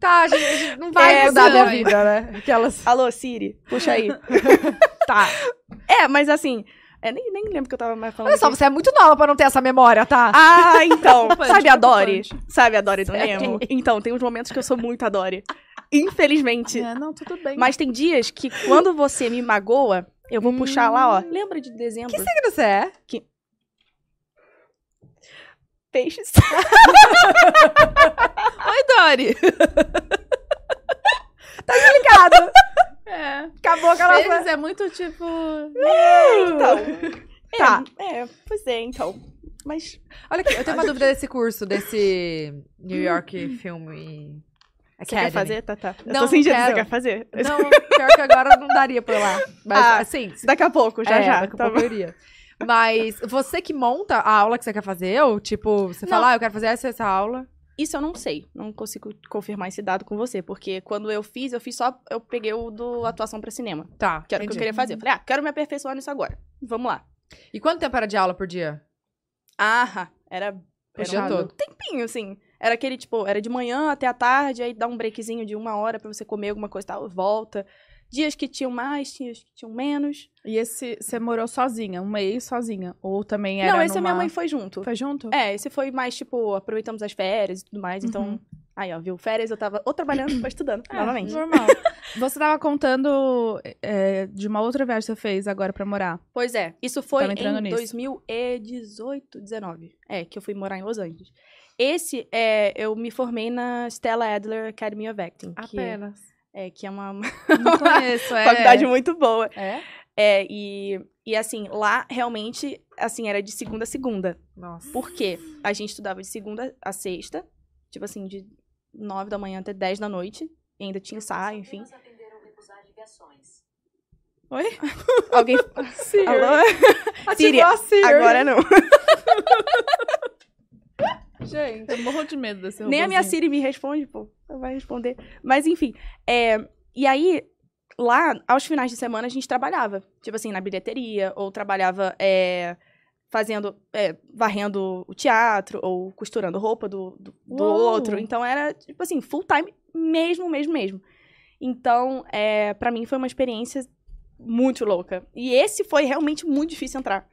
Tá, a gente, a gente não vai É, mudar a minha Guilherme. vida, né? Aquelas... Alô, Siri, puxa aí. Tá. é, mas assim, é, nem, nem lembro que eu tava mais falando. Olha só, aqui. você é muito nova pra não ter essa memória, tá? Ah, então. Preocupante, sabe a Dory? preocupante. Sabe a Dory do Sei. Nemo? Então, tem uns momentos que eu sou muito a Dory. Infelizmente. É, não, tudo bem. Mas tem dias que quando você me magoa, eu vou puxar lá, ó. Hum, Lembra de dezembro? O que você é? Peixes. Oi, Dori! Obrigada. É. Acabou aquela... Eles é muito tipo. então. Tá. É, é, pois é, então. Mas. Olha aqui, eu tenho uma dúvida desse curso, desse New York Film Academy. Você quer fazer, Tata? Eu Não, tô sentindo não que você quero. quer fazer. Não, pior que agora não daria pra ir lá. Mas Ah, assim, Daqui a pouco, já é, já. daqui a tá pouco eu iria. Mas você que monta a aula que você quer fazer, ou tipo, você Não. fala, ah, eu quero fazer essa, essa aula. Isso eu não sei. Não consigo confirmar esse dado com você, porque quando eu fiz, eu fiz só. Eu peguei o do atuação pra cinema, Tá, que era o que eu entendi. queria fazer. Eu falei, ah, quero me aperfeiçoar nisso agora. Vamos lá. E quanto tempo era de aula por dia? Ah, era. O era dia um todo. tempinho, assim. Era aquele, tipo, era de manhã até a tarde, aí dá um breakzinho de uma hora pra você comer alguma coisa e tal, volta. Dias que tinham mais, dias que tinham menos. E esse. Você morou sozinha, um mês sozinha. Ou também era. Não, esse a numa... minha mãe foi junto. Foi junto? É, esse foi mais, tipo, aproveitamos as férias e tudo mais, então... Uhum. Aí, ó, viu? Férias eu tava ou trabalhando ou estudando, É, novamente. Normal. Você tava contando é, de uma outra viagem que você fez agora pra morar. Pois é, isso foi Tava entrando em nisso. 2018, 19. É, que eu fui morar em Los Angeles. Esse, é, eu me formei na Stella Adler Academy of Acting. Que, é, que é uma Não conheço, Ah, é. faculdade muito boa. É? É, e, e assim, lá realmente, assim, era de segunda a segunda. Nossa. Por quê? A gente estudava de segunda a sexta, tipo assim, de 9 da manhã até 10 da noite. E ainda tinha ensaio, enfim. Oi? Alguém. Siri. Alô? Siri, Ativou a Siri. Agora não. Gente, eu morro de medo desse Nem a minha robozinho. Siri me responde, pô. Ela vai responder. Mas, enfim. é, e aí, lá, aos finais de semana, a gente trabalhava. Tipo assim, na bilheteria, ou trabalhava é, fazendo... é, varrendo o teatro, ou costurando roupa do, do, do Uou! outro. Então, era, tipo assim, full time mesmo, mesmo, mesmo. Então, é, para mim, foi uma experiência muito louca. E esse foi realmente muito difícil entrar.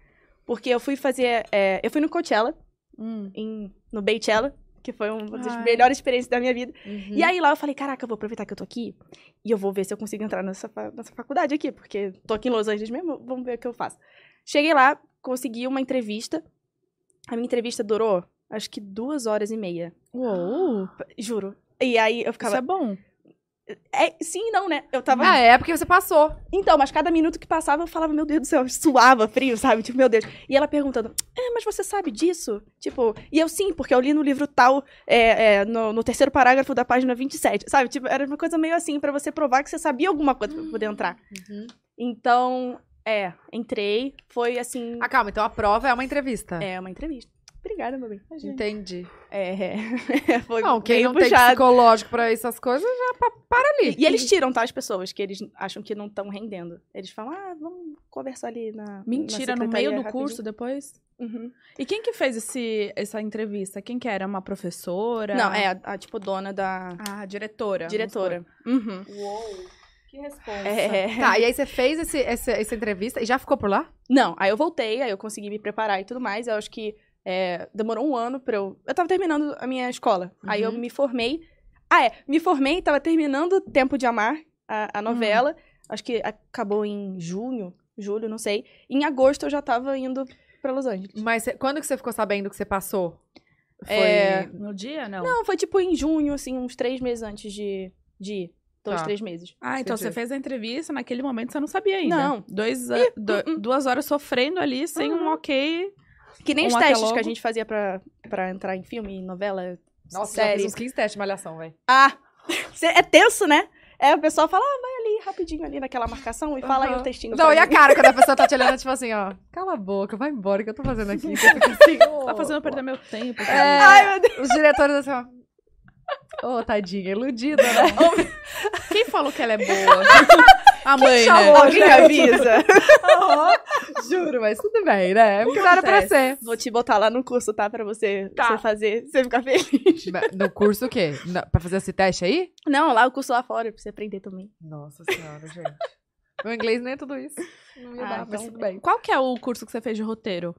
Porque eu fui fazer... é, eu fui no Coachella, Hum. em- no Beychella, que foi uma das Ai. melhores experiências da minha vida. Uhum. E aí lá eu falei, caraca, eu vou aproveitar que eu tô aqui e eu vou ver se eu consigo entrar nessa, fa- nessa faculdade aqui, porque tô aqui em Los Angeles mesmo, vamos ver o que eu faço. Cheguei lá, consegui uma entrevista. A minha entrevista durou, acho que duas horas e meia, Uou, juro. E aí eu isso ficava, é bom. é, sim e não, né? Eu tava, Ah, é porque você passou. então, mas cada minuto que passava eu falava, meu Deus do céu, eu suava frio, sabe? Tipo, meu Deus. E ela perguntando, é, mas você sabe disso? Tipo, e eu sim, porque eu li no livro tal, é, é, no, no terceiro parágrafo da página 27, sabe? Tipo, era uma coisa meio assim, pra você provar que você sabia alguma coisa pra poder entrar. Uhum. Então, é, entrei, foi assim, Ah, calma, então a prova é uma entrevista. é uma entrevista. Obrigada, meu bem. Entendi. É, foi Não, quem meio não tem puxado. psicológico pra essas coisas, já pa- para ali. E, e eles tiram, tá? As pessoas que eles acham que não estão rendendo. Eles falam, ah, vamos conversar ali na. na Mentira, no secretaria é meio do rapidinho." curso depois? Uhum. E quem que fez esse, essa entrevista? Quem que era? Uma professora? Não, é a, a, tipo dona da Ah, diretora. diretora. Uhum. Uou, que resposta. É. Tá, e aí você fez esse, esse- essa entrevista e já ficou por lá? Não, aí eu voltei, aí eu consegui me preparar e tudo mais. Eu acho que é, demorou um ano pra eu. Eu tava terminando a minha escola. Aí eu Uhum. me formei. Ah, é. Me formei, tava terminando Tempo de Amar, a, a novela. Uhum. Acho que acabou em junho, julho, não sei. Em agosto eu já tava indo pra Los Angeles. Mas você- quando que você ficou sabendo que você passou? Foi... É, No dia, não? Não, foi tipo em junho, assim, uns três meses antes de, de ir. Dois, Tá. três meses. Ah, então Entendi. você fez a entrevista, naquele momento você não sabia ainda. Não. uh, Dois, a- do- Duas horas sofrendo ali, sem Uhum. um ok. Que nem Um os até testes logo. que a gente fazia pra, pra entrar em filme, em novela, Nossa, já série. fiz uns 15 testes de malhação, velho. Ah! cê- É tenso, né? É, o pessoal fala, ah, vai ali rapidinho ali naquela marcação e fala aí Aham. um textinho. Não, pra e a mim." cara quando a pessoa tá te olhando, tipo assim, ó. Cala a boca, vai embora, o que eu tô fazendo aqui? Você fica assim, ô, Tá fazendo eu perder meu tempo. É, cara. Os diretores assim, ó. Ô, tadinha, iludida, né? Quem falou que ela é boa? a mãe, chamou? né? Alguém avisa. Juro, mas tudo bem, né? É porque não era pra ser. Vou te botar lá no curso, tá? Pra você, Tá. você fazer, você ficar feliz. No curso o quê? Na- Pra fazer esse teste aí? Não, lá o curso lá fora, pra você aprender também. Nossa senhora, gente. Meu inglês nem é tudo isso. Não ia Ah, dar, mas então- tudo bem. Qual que é o curso que você fez de roteiro?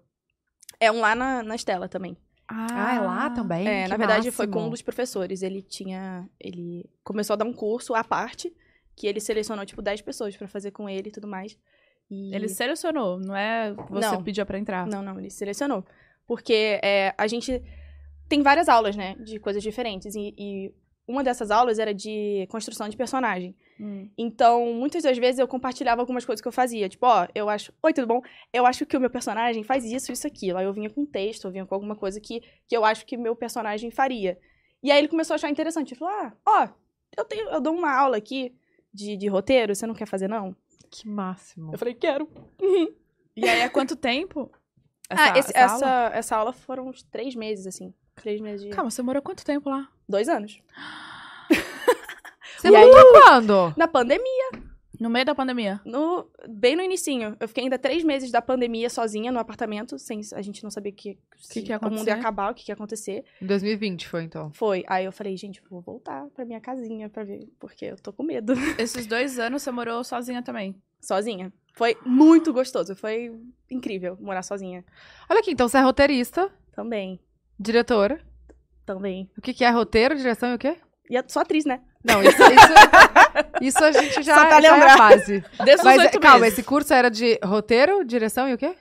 É um lá na, na Estela também. Ah, é lá também? É, Que na verdade, foi máximo. com um dos professores. Ele tinha. Ele começou a dar um curso à parte, que ele selecionou, tipo, 10 pessoas pra fazer com ele e tudo mais. E... Ele selecionou, não é você Não. pedia pra entrar. Não, não, ele selecionou. Porque é, a gente tem várias aulas, né? De coisas diferentes. E, e uma dessas aulas era de construção de personagem. Hum. Então, muitas das vezes eu compartilhava algumas coisas que eu fazia. Tipo, ó, eu acho. Oi, tudo bom? Eu acho que o meu personagem faz isso, isso, aquilo. Aí eu vinha com um texto, eu vinha com alguma coisa que, que eu acho que meu personagem faria. E aí ele começou a achar interessante. Ele falou: ah, ó, eu, tenho, eu dou uma aula aqui de, de roteiro, você não quer fazer, não? Que máximo. Eu falei, quero. E aí, há quanto tempo? ah, esse- essa, aula? aula? essa aula foram uns três meses, assim. Três meses de. Calma, você morou quanto tempo lá? Dois anos. Você E aí- voltou quando? Na pandemia, No meio da pandemia? no, bem no inicinho. Eu fiquei ainda três meses da pandemia sozinha no apartamento, sem a gente não sabia que, se que ia o mundo ia acontecer? acabar, o que que ia acontecer. Em 2020 foi, então. Foi. Aí eu falei, gente, vou voltar pra minha casinha pra ver, porque eu tô com medo. Esses dois anos você morou sozinha também. Sozinha. Foi muito gostoso. Foi incrível morar sozinha. Olha aqui, então você é roteirista, Também. diretora. Também. O que, que é roteiro, direção e o quê? E eu sou atriz, né? Não, isso, isso- isso a gente já, Só pra já é a lembrar. base. Desde os Mas, oito calma, meses. esse curso era de roteiro, direção e o quê?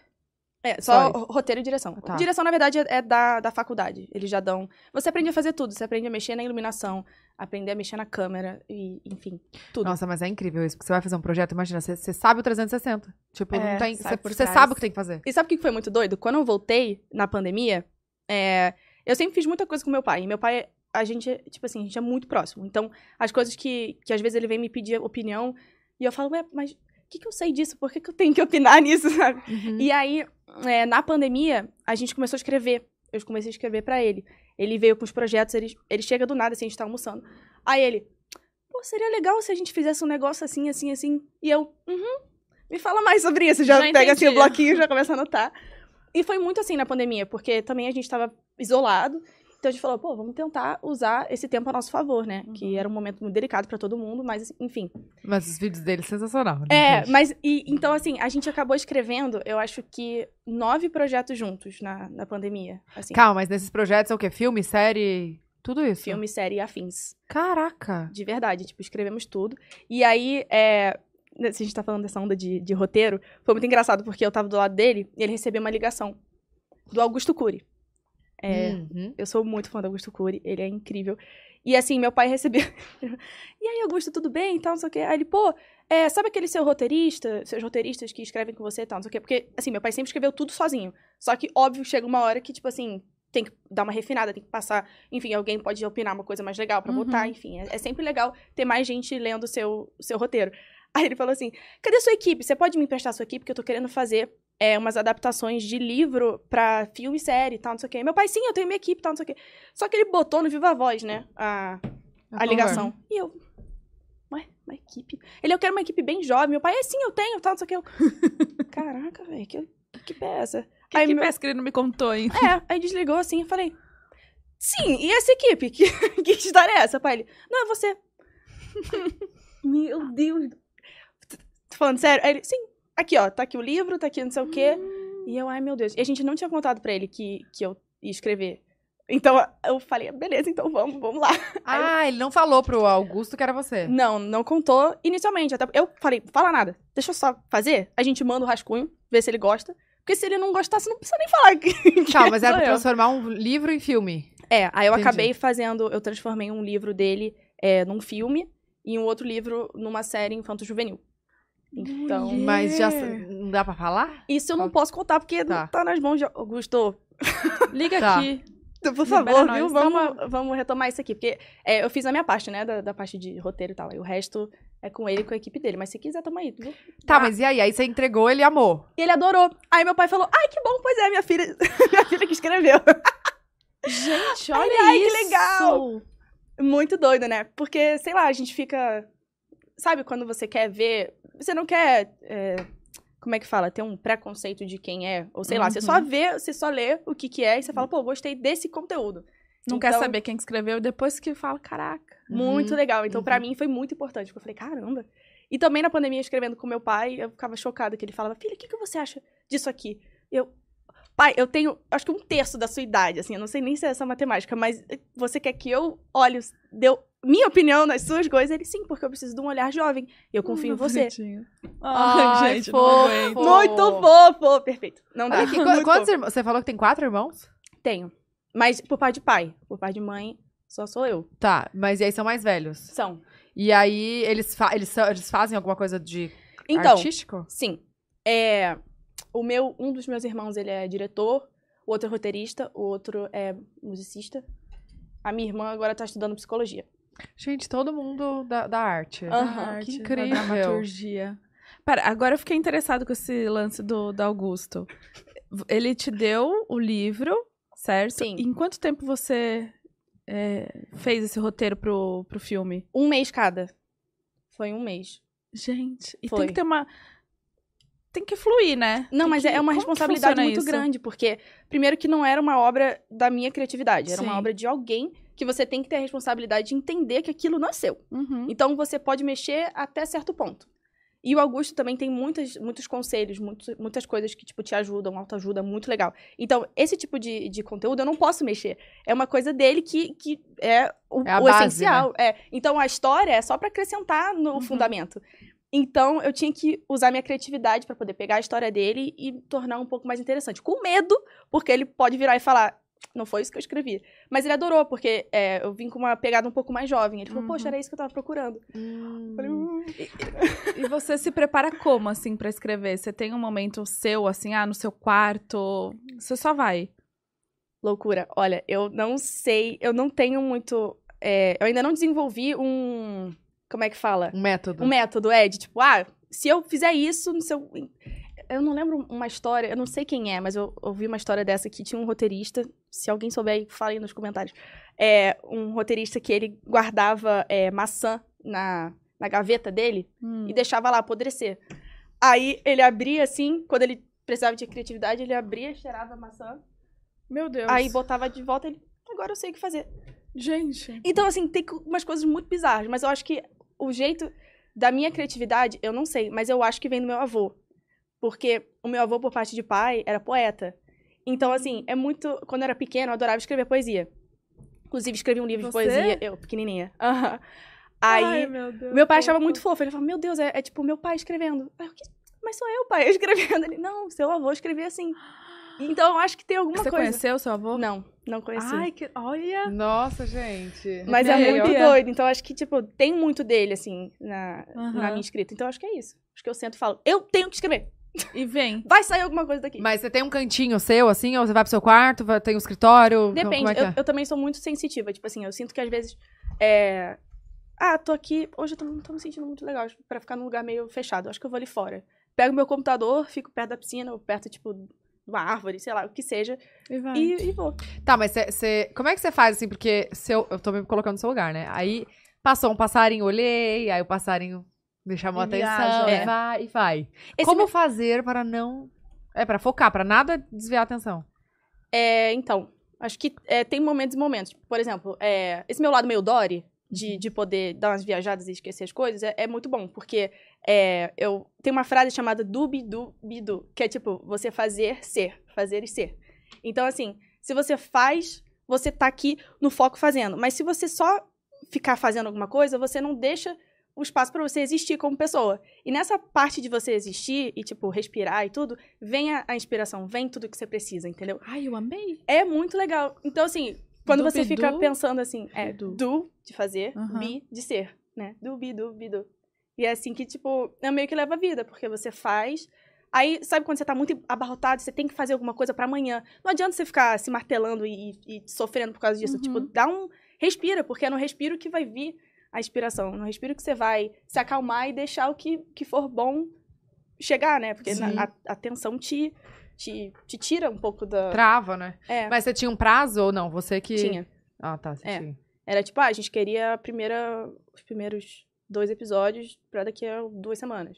É, Só só ro- roteiro e direção. Tá. Direção, na verdade, é- é da, da faculdade. Eles já dão. Você aprende a fazer tudo. Você aprende a mexer na iluminação, aprender a mexer na câmera, e, enfim. Tudo. Nossa, mas é incrível isso, porque você vai fazer um projeto, imagina, você, você sabe o 360. Tipo, É, não tem, sai você, por você trás. sabe o que tem que fazer. E sabe o que foi muito doido? Quando eu voltei na pandemia, é, eu sempre fiz muita coisa com meu pai. E meu pai a gente, é, tipo assim, a gente é muito próximo. Então, as coisas que, que às vezes ele vem me pedir opinião, e eu falo, ué, mas o que, que eu sei disso? Por que, que eu tenho que opinar nisso, sabe? Uhum. E aí, é, na pandemia, a gente começou a escrever. Eu comecei a escrever pra ele. Ele veio com os projetos, ele, ele chega do nada, assim, a gente tá almoçando. Aí ele, pô, seria legal se a gente fizesse um negócio assim, assim, assim. E eu, uhum, me fala mais sobre isso. Já, Já pega assim entendi. o é. bloquinho, já começa a anotar. E foi muito assim na pandemia, porque também a gente tava isolado. Então a gente falou, pô, vamos tentar usar esse tempo a nosso favor, né? Uhum. Que era um momento muito delicado pra todo mundo, mas enfim. Mas os vídeos dele, sensacional. né, É, gente? mas e, então assim, a gente acabou escrevendo, eu acho que nove projetos juntos na, na pandemia. Assim, Calma, mas nesses projetos é o quê? Filme, série? Tudo isso? filme, série e afins. Caraca. De verdade, tipo, escrevemos tudo. E aí, é, né, se a gente tá falando dessa onda de, de roteiro, foi muito engraçado porque eu tava do lado dele e ele recebeu uma ligação do Augusto Cury. É, Uhum. Eu sou muito fã do Augusto Cury, ele é incrível. E assim, meu pai recebeu. e aí, Augusto, tudo bem? E tal, não sei o quê. Aí ele, pô, é, sabe aquele seu roteirista, seus roteiristas que escrevem com você e tal, não sei o quê? Porque, assim, meu pai sempre escreveu tudo sozinho. Só que, óbvio, chega uma hora que, tipo assim, tem que dar uma refinada, tem que passar. Enfim, alguém pode opinar uma coisa mais legal pra Uhum. botar, enfim. É, é sempre legal ter mais gente lendo o seu, seu roteiro. Aí ele falou assim: cadê sua equipe? Você pode me emprestar sua equipe? Porque eu tô querendo fazer é, umas adaptações de livro pra filme, série e tal, não sei o quê. Meu pai, sim, eu tenho minha equipe e tal, não sei o quê. Só que ele botou no Viva Voz, né? A, a ligação. E eu. Ué, uma equipe. Ele, eu quero uma equipe bem jovem. Meu pai, é sim, eu tenho, tal, não sei o que. Eu, Caraca, velho, que, que peça. Que, é Aí que meu- peça que ele não me contou, hein? É, aí desligou assim, eu falei, sim, e essa equipe? Que, que história é essa, pai? Ele, não, é você. Meu Deus. Tô falando sério? Aí ele, sim, aqui ó, tá aqui o livro, tá aqui não sei o quê. E eu, ai meu Deus. E a gente não tinha contado pra ele que, que eu ia escrever. Então eu falei, beleza, então vamos, vamos lá. Ah, ele não falou pro Augusto que era você. Não, não contou inicialmente. Até eu falei, fala nada, deixa eu só fazer. A gente manda o rascunho, vê se ele gosta. Porque se ele não gostar, você não precisa nem falar. que- que Calma, mas era sou pra eu. transformar um livro em filme. É, aí eu Entendi. acabei fazendo, eu transformei um livro dele é, num filme e um outro livro numa série infanto-juvenil. Então, Mulher. Mas já É. s- não dá pra falar? isso eu não posso contar porque Tá. não tá nas mãos de Augusto. Liga Tá. aqui. Então, Por Libera favor, nós, viu? Vamos, vamos retomar isso aqui. Porque é, eu fiz a minha parte, né? Da, da parte de roteiro e tal. E o resto é com ele e com a equipe dele. Mas se quiser, tamo aí, viu? Tá, mas e aí? Aí você entregou, ele amou. E ele adorou. Aí meu pai falou: Ai, que bom, pois é, minha filha, minha filha que escreveu. Gente, olha ai, que isso. legal. Muito doido, né? Porque, sei lá, a gente fica. Sabe quando você quer ver. Você não quer. é, como é que fala? Ter um preconceito de quem é. Ou sei lá, você Uhum. só vê, você só lê o que, que é e você fala, pô, gostei desse conteúdo. Não quer Então- saber quem que escreveu, depois que fala, caraca. Uhum, Muito legal. Então, pra uhum. mim, foi muito importante. Porque eu falei, caramba. E também na pandemia, escrevendo com meu pai, eu ficava chocada que ele falava, filha, o que, que você acha disso aqui? Eu, pai, eu tenho, acho que um terço da sua idade, assim, eu não sei nem se é essa matemática, mas eh, você quer que eu olhe, os- deu minha opinião nas suas coisas? Ele, sim, porque eu preciso de um olhar jovem. Eu confio em você. Ai, gente, não aguento. fofo. Muito fofo! Perfeito. Não dá. Olha aqui, qu- Muito quantos fofo. irmãos? Você falou que tem quatro irmãos? Tenho. Mas por pai de pai, por pai de mãe, só sou eu. Tá, mas e aí são mais velhos. São. E aí eles, fa- eles, são- eles fazem alguma coisa de Então, artístico? Sim. É, o meu, um dos meus irmãos, ele é diretor, o outro é roteirista, o outro é musicista. A minha irmã agora tá estudando psicologia. Gente, todo mundo da, da arte. Da Aham, que arte, da incrível. dramaturgia. Pera, agora eu fiquei interessado com esse lance do, do Augusto. Ele te deu o livro, certo? Sim. Em quanto tempo você é, fez esse roteiro pro, pro filme? Um mês cada. Foi um mês. Gente, e Foi. tem que ter uma. Tem que fluir, né? Não, Tem mas que- é como uma que responsabilidade funciona muito isso? grande, porque, primeiro, que não era uma obra da minha criatividade, era Sim. uma obra de alguém que você tem que ter a responsabilidade de entender que aquilo não é seu. Uhum. Então você pode mexer até certo ponto. E o Augusto também tem muitas, muitos conselhos, muitos, muitas coisas que, tipo, te ajudam, autoajuda, muito legal. Então, esse tipo de, de conteúdo eu não posso mexer. É uma coisa dele que, que é o, É a o base, essencial. É. Então, a história é só pra acrescentar no Uhum. fundamento. Então, eu tinha que usar minha criatividade pra poder pegar a história dele e tornar um pouco mais interessante. Com medo, porque ele pode virar e falar, não foi isso que eu escrevi. Mas ele adorou, porque é, eu vim com uma pegada um pouco mais jovem. Ele falou, Uhum. poxa, era isso que eu tava procurando. Hum. Falei, "Hum." E você se prepara como, assim, pra escrever? Você tem um momento seu, assim, ah, no seu quarto? Você só vai. Loucura. Olha, eu não sei, eu não tenho muito. é, eu ainda não desenvolvi um. Como é que fala? Um método. Um método, é, de tipo, ah, se eu fizer isso, se eu. Eu não lembro uma história, eu não sei quem é, mas eu ouvi uma história dessa que tinha um roteirista. Se alguém souber aí, fala aí nos comentários. É, um roteirista que ele guardava é, maçã na, na gaveta dele Hum. e deixava lá apodrecer. Aí ele abria assim, quando ele precisava de criatividade, ele abria, cheirava a maçã, Meu Deus. aí botava de volta ele. Agora eu sei o que fazer. Gente. Então, assim, tem co- umas coisas muito bizarras, mas eu acho que o jeito da minha criatividade, eu não sei, mas eu acho que vem do meu avô. Porque o meu avô, por parte de pai, era poeta. Então, Uhum. assim, é muito. Quando eu era pequena, eu adorava escrever poesia. Inclusive, escrevi um livro Você? de poesia, eu, pequenininha. Aham. Aí. Ai, meu Deus. Meu pai achava muito fofo. Ele falava, meu Deus, é, é tipo meu pai escrevendo. Aí eu, "Que- Mas sou eu, pai, escrevendo. Ele, não, seu avô escrevia assim. Então, eu acho que tem alguma Você coisa. conheceu seu avô? Não, não conheci. Ai, que. Olha. Nossa, gente. Mas é Olha. muito doido. Então, eu acho que, tipo, tem muito dele, assim, na, na Aham. minha escrita. Então, eu acho que é isso. Acho que eu sento e falo, eu tenho que escrever. E vem. Vai sair alguma coisa daqui. Mas você tem um cantinho seu, assim? Ou você vai pro seu quarto? vai- Tem um escritório? Depende. Como é que eu, é? eu também sou muito sensitiva. Tipo assim, eu sinto que às vezes. é, Ah, tô aqui. Hoje eu tô, não tô me sentindo muito legal acho, pra ficar num lugar meio fechado. Acho que eu vou ali fora. Pego meu computador, fico perto da piscina, ou perto, tipo, de uma árvore, sei lá, o que seja. E vai. E, e vou. Tá, mas cê, cê- como é que você faz assim? Porque se eu, eu tô me colocando no seu lugar, né? Aí passou um passarinho, olhei, aí o passarinho me chamou a E atenção, viaja, e né? vai e vai. Esse como meu- fazer para não. É, pra focar, pra nada desviar a atenção. É, então, acho que é, tem momentos e momentos. Tipo, Por exemplo, é, esse meu lado meio Dory, de, de poder dar umas viajadas e esquecer as coisas, é, é muito bom, porque é, eu tem uma frase chamada dubidu-bidu, que é tipo, você fazer ser, fazer e ser. Então, assim, se você faz, você tá aqui no foco fazendo. Mas se você só ficar fazendo alguma coisa, você não deixa o espaço para você existir como pessoa. E nessa parte de você existir e, tipo, respirar e tudo, vem a, a inspiração, vem tudo que você precisa, entendeu? Ai, eu amei. É muito legal. Então, assim, quando Dubi, você fica du, pensando assim, é du. do, de fazer, Aham. bi de ser, né? Do, bi, do, bi, do. E é assim que, tipo, eu meio que leva a vida, porque você faz. Aí, sabe quando você tá muito abarrotado, você tem que fazer alguma coisa pra amanhã. Não adianta você ficar se martelando e, e sofrendo por causa disso. Uhum. Tipo, dá um. Respira, porque é no respiro que vai vir a inspiração. No respiro que você vai se acalmar e deixar o que, que for bom chegar, né? Porque na- Sim. a, a tensão te, te, te tira um pouco da. Trava, né? É, Mas você tinha um prazo ou não? Você que. tinha. Ah, tá, você É. tinha. Era tipo, ah, a gente queria a primeira, os primeiros dois episódios pra daqui a duas semanas.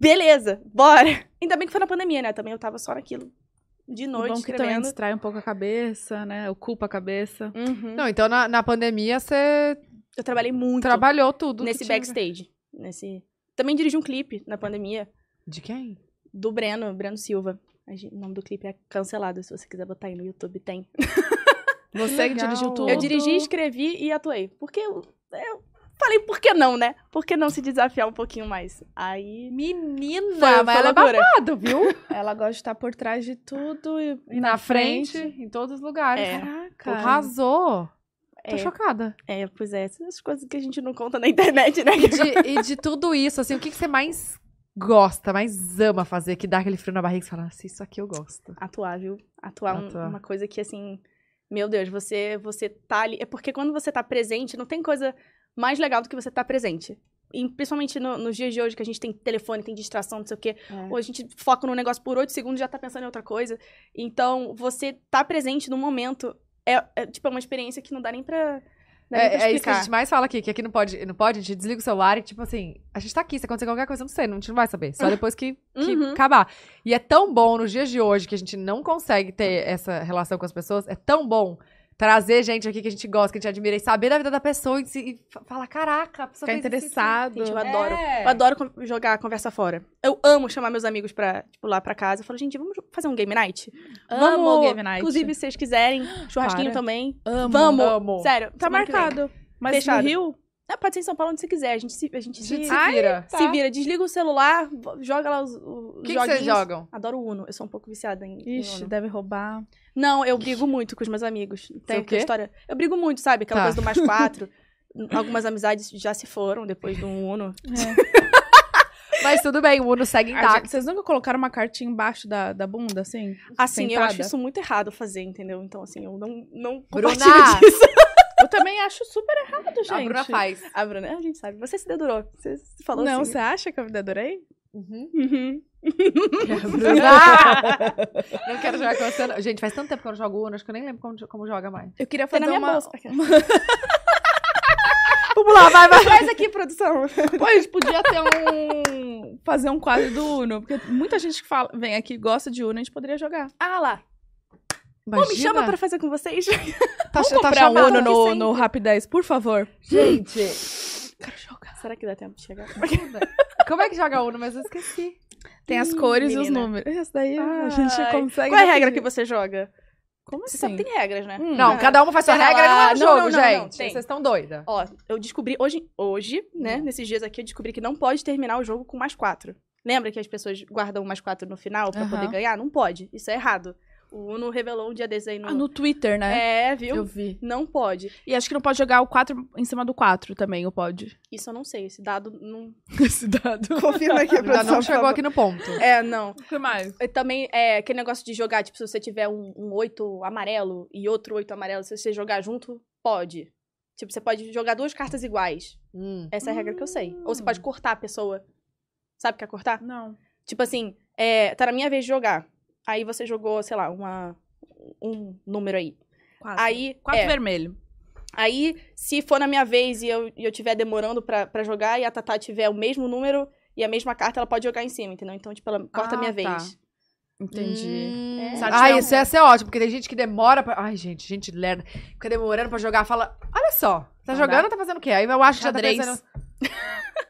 Beleza, bora! Ainda bem que foi na pandemia, né? Também eu tava só naquilo de E noite bom que também escrevendo. distrai um pouco a cabeça, né? Ocupa a cabeça. Uhum. Não, então na, na pandemia você Eu trabalhei muito trabalhou tudo. que nesse né? tinha. backstage. Nesse... Também dirigi um clipe na pandemia De quem? do Breno, Breno Silva. A gente- O nome do clipe é cancelado, se você quiser botar aí no YouTube, tem. Você que Legal. dirigiu tudo. Eu dirigi, escrevi e atuei. Porque eu, eu falei, por que não, né? Por que não se desafiar um pouquinho mais? Aí Menina, Foi- mas foi ela é loucura. babado, viu? Ela gosta de estar por trás de tudo e, E na frente, em todos os lugares. É. Caraca. Porra, Arrasou. Tô É. chocada. É, pois é, essas coisas que a gente não conta na internet, né? E de, e de tudo isso, assim, o que, que você mais gosta, mais ama fazer, que dá aquele frio na barriga e você fala, assim, isso aqui eu gosto. Atuar, viu? Atuar, um- Atuar. uma coisa que, assim, meu Deus, você, você tá ali. É porque quando você tá presente, não tem coisa mais legal do que você tá presente. E principalmente no- nos dias de hoje, que a gente tem telefone, tem distração, não sei o quê. É. Ou a gente foca num negócio por oito segundos e já tá pensando em outra coisa. Então, você tá presente no momento. É, é, tipo, é uma experiência que não dá nem pra, não dá nem pra É, é isso que explicar. a gente mais fala aqui, que aqui não pode, não pode, a gente desliga o celular e, tipo assim, a gente tá aqui, se acontecer qualquer coisa, eu não sei, não- a gente não vai saber. Só depois que, que Uhum. acabar. E é tão bom nos dias de hoje que a gente não consegue ter essa relação com as pessoas, é tão bom trazer gente aqui que a gente gosta, que a gente admira, e saber da vida da pessoa e, se- e fa- falar, caraca, a pessoa Ficar fez isso, isso, isso." interessado. Gente, eu adoro. É. Eu adoro con- jogar a conversa fora. Eu amo chamar meus amigos pra, tipo, lá pra casa. Eu falo, gente, vamos fazer um game night? Amo vamos, Game Night. Inclusive, se vocês quiserem, churrasquinho Para. também. Amo. vamos! amo. Sério, Tá semana que vem. marcado. Mas Fechado. no Rio? Ah, pode ser em São Paulo, onde você quiser. A gente se, a gente A se, gente se se vira. tá. vira. Desliga o celular, vo- joga lá os, os O que que joguinhos. vocês jogam? Adoro o Uno. Eu sou um pouco viciada em, em Ixi, Uno. deve roubar. Não, eu brigo muito com os meus amigos. Tem o aquela quê? história. Eu brigo muito, sabe? Aquela Tá. coisa do mais quatro. Algumas amizades já se foram depois do Uno. Mas tudo bem, o Uno segue A Ah, gente- intacto. Vocês nunca colocaram uma cartinha embaixo da, da bunda, assim? Assim, eu Sentada? acho isso muito errado fazer, entendeu? Então, assim, eu não, não Bruna! compartilho disso. Eu também acho super errado, gente. A Bruna faz. A Bruna, né? a gente sabe. Você se dedurou. Você falou Não, assim. você acha que é eu me dedurei? Uhum. É, Uhum. Bruna! não quero jogar com você. não. Gente, faz tanto tempo que eu não jogo Uno, acho que eu nem lembro como, como joga mais. Eu queria Tem fazer na minha uma... bolsa. Vamos lá, vai, vai. Faz aqui, produção. Pô, a gente podia ter um... Fazer um quadro do Uno. Porque muita gente que fala, vem aqui e gosta de Uno, a gente poderia jogar. Ah lá. Pô, Imagina. me chama pra fazer com vocês. Vamos tá comprar um chamando Uno aqui no, sempre. no Rap 10, por favor. Gente! Será que dá tempo de chegar? Como é que joga Uno? Mas eu esqueci. Tem as Ih, cores e os menina. números. Esse daí a gente Ai. consegue... Qual é a regra que decidir. você joga? Como Você assim? sabe que tem regras, né? Hum. Não, cada uma faz sua Pera regra, não é lá. um Não, jogo, não, não, não, gente. tem. Vocês estão doida. Ó, eu descobri hoje, hoje, né? Nesses dias aqui, eu descobri que não pode terminar o jogo com mais quatro. Lembra que as pessoas guardam mais quatro no final pra poder Aham. ganhar? Não pode. Isso é errado. O Uno revelou um dia desses aí no... Ah, no Twitter, né? É, viu? Eu vi. Não pode. E acho que não pode jogar o 4 em cima do 4 também, ou pode? Isso eu não sei. Esse dado não. Esse dado. Confirma aqui, Ainda não chegou aqui no ponto. É, não. O que mais? E também é aquele negócio de jogar, tipo, se você tiver um, um oito amarelo e outro oito amarelo, se você jogar junto, pode. Tipo, você pode jogar duas cartas iguais. Hum. Essa é a regra que eu sei. Ou você Hum. pode cortar a pessoa. Sabe o que é cortar? Não. Tipo assim, é, tá na minha vez de jogar. Aí você jogou, sei lá, uma, um número aí. Quatro. Aí. Ah, Quatro é, vermelho. Aí, se for na minha vez e eu, e eu tiver demorando pra, pra jogar e a Tatá tiver o mesmo número e a mesma carta, ela pode jogar em cima, entendeu? Então, tipo, ela corta Ah, a minha tá. vez. Entendi. Hum. Se ela Ai, tiver isso ia ser ótimo, porque tem gente que demora pra. Ai, gente, gente lerda. Fica demorando pra jogar, fala. Olha só, tá Não jogando dá. ou tá fazendo o quê? Aí eu acho que já tá Xadrez. pensando.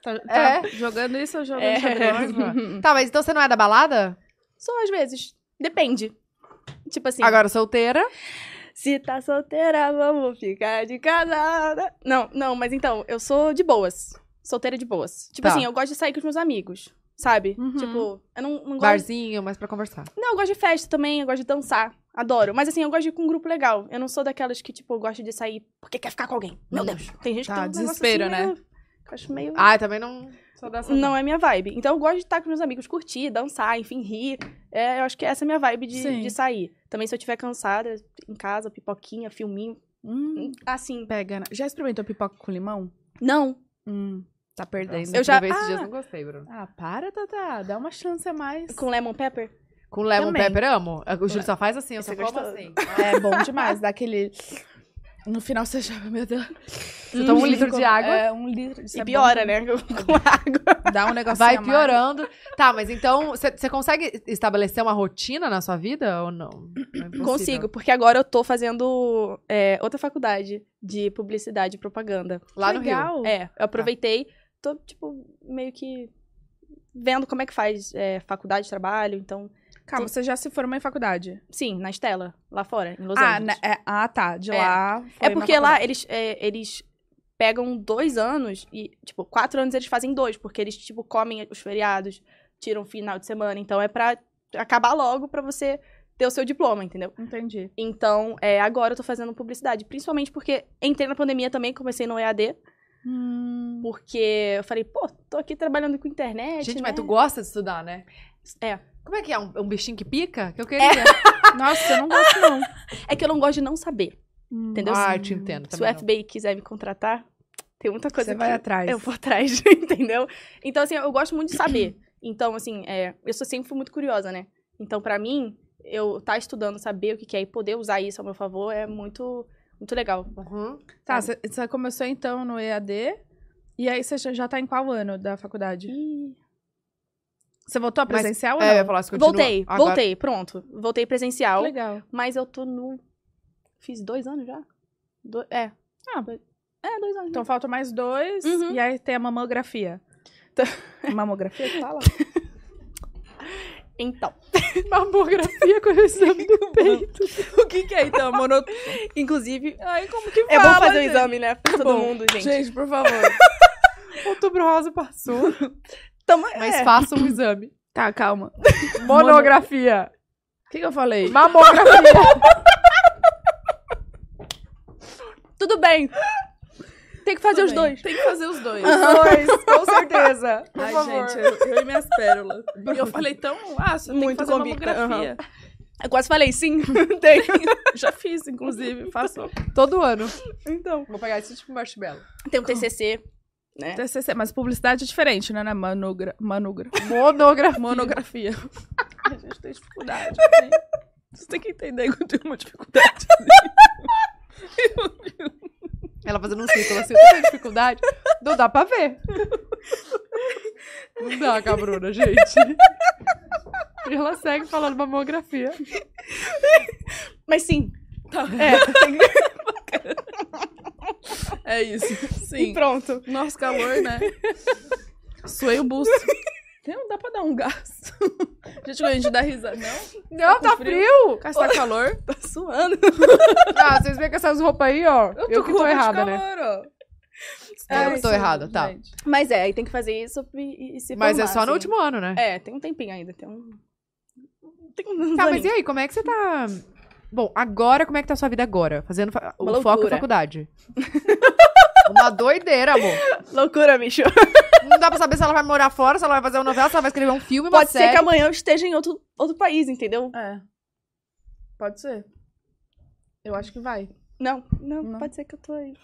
Tá, É. tá jogando isso ou jogando É. xadrez? Tá, mas então você não é da balada? Só às vezes. Depende. Tipo assim, Agora solteira. se tá solteira, vamos ficar de casada. Não, não, mas então, eu sou de boas. Solteira de boas. Tipo Tá. assim, eu gosto de sair com os meus amigos, sabe? Uhum. Tipo, eu não, não gosto. Barzinho, mas pra conversar. Não, eu gosto de festa também, eu gosto de dançar. Adoro. Mas assim, eu gosto de ir com um grupo legal. Eu não sou daquelas que, tipo, gosta de sair porque quer ficar com alguém. Meu Hum. Deus. Tem gente Tá, que tem um negócio desespero, assim, né? meio- que Eu acho meio. Ah, eu também não sou dessa. não é minha vibe. Então eu gosto de estar com meus amigos, curtir, dançar, enfim, rir. É, eu acho que essa é a minha vibe de, Sim. de sair. Também se eu estiver cansada, em casa, pipoquinha, filminho. Hum, Assim, pega. né? Já experimentou pipoca com limão? não. Hum, tá perdendo. Eu Eu já. já- Esses Ah! dias não gostei, Bruno. Ah, para, Tata. Dá uma chance a mais. Com lemon pepper? Com lemon Também. pepper, amo. O Júlio só faz assim, eu só Esse é como gostoso. assim. É bom demais. Dá aquele... No final você já... Meu Deus. Você toma um litro de água. É, um litro. Isso e é bom piora, né? Com água. demais. Dá um negócio Vai piorando. Tá, mas então, você consegue estabelecer uma rotina na sua vida ou não? É impossível. Consigo, porque agora eu tô fazendo é, outra faculdade de publicidade e propaganda. Lá no Rio. Legal. É, eu aproveitei, tô, tipo, meio que vendo como é que faz é, faculdade, trabalho, então, Calma, você já se formou em faculdade? sim, na Estela, lá fora, em Los Ah, Angeles. né, é- ah, tá. De É. lá. É foi na porque lá faculdade. eles, é, eles pegam dois anos e, tipo, quatro anos eles fazem dois, porque eles, tipo, comem os feriados, tiram final de semana, então é pra acabar logo pra você ter o seu diploma, entendeu? Entendi. Então, é, agora eu tô fazendo publicidade. Principalmente porque entrei na pandemia também, comecei no EAD. Hum, Porque eu falei, pô, tô aqui trabalhando com internet. Gente, né? mas tu gosta de estudar, né? É. Como é que é? Um, um bichinho que pica? Que eu queria. Nossa, eu não gosto, não. É que eu não gosto de não saber. Hum. Entendeu? Ah, eu te entendo Se o também. não. FBI quiser me contratar, tem muita coisa Você que vai atrás. eu vou atrás, entendeu? Então, assim, eu gosto muito de saber. Então, assim, é, eu sou- sempre fui muito curiosa, né? Então, pra mim, eu tá estudando, saber o que que é e poder usar isso ao meu favor é muito, muito legal. Uhum. Tá, você- você começou então no EAD. E aí você já já tá em qual ano da faculdade? Ih, Você voltou a Mas- presencial É, eu ia ou não? falar, se continua. Voltei, Agora- voltei, pronto. Voltei presencial. Legal. Mas eu tô no. Fiz dois anos já? Do- É. Ah, Dois- É, dois anos. Então falta mais dois. Uhum. E aí tem a mamografia. Tá. Mamografia que fala? Então. Mamografia com o exame do peito. o que, que é então? Mono... Inclusive. Ai, como que fala? É bom fazer o gente? exame, né? Pra todo bom. mundo, gente. Gente, por favor. Outubro rosa passou. Tamo- Mas é. faça um exame. Tá, calma. Monografia. O que, que eu falei? Mamografia. Tudo bem. Tem que fazer os Também. dois. Tem que fazer os dois. Dois, com certeza. Por Ai, favor. gente, eu, eu e minhas pérolas. E eu falei, então, ah, você tem Muito que fazer convicta, mamografia. Eu quase falei, sim, tem. Já fiz, inclusive, faço Todo ano. Então. Vou pegar esse tipo marshmallow. Tem um o TCC, né? TCC. Mas publicidade é diferente, né? né? Manugra... Manugra... Monografia. Monografia. A gente tem dificuldade. né? Você tem que entender que eu tenho uma dificuldade. Ela fazendo um círculo assim, tanta dificuldade. Não dá pra ver. Não dá com a Bruna, gente. E ela segue falando mamografia. Mas sim, É isso. Sim. e pronto. Nosso calor, né? Suei o busto. Tem, dá pra dar um gás. Gente, quando a gente dá risada. Não, Não, com tá frio. caçar calor. Tá suando. Ah, vocês veem com essas roupas aí, ó. Eu, que tô errada, né? É, Eu que tô errada, tá. Mas é, aí tem que fazer isso e, e se Mas é formar, só no assim. último ano, né? É, tem um tempinho ainda, tem um... Tem um Tá, mas e aí, como é que você tá... Bom, agora, como é que tá a sua vida agora? Fazendo fa- o Uma foco loucura. na faculdade. Uma doideira, amor. Loucura, bicho. Tá Não dá pra saber se ela vai morar fora, se ela vai fazer uma novela, se ela vai escrever um filme, uma Pode ser série. que amanhã eu esteja em outro, outro país, entendeu? É. Pode ser. Eu acho que vai. Não, não, Não. pode ser que eu tô aí.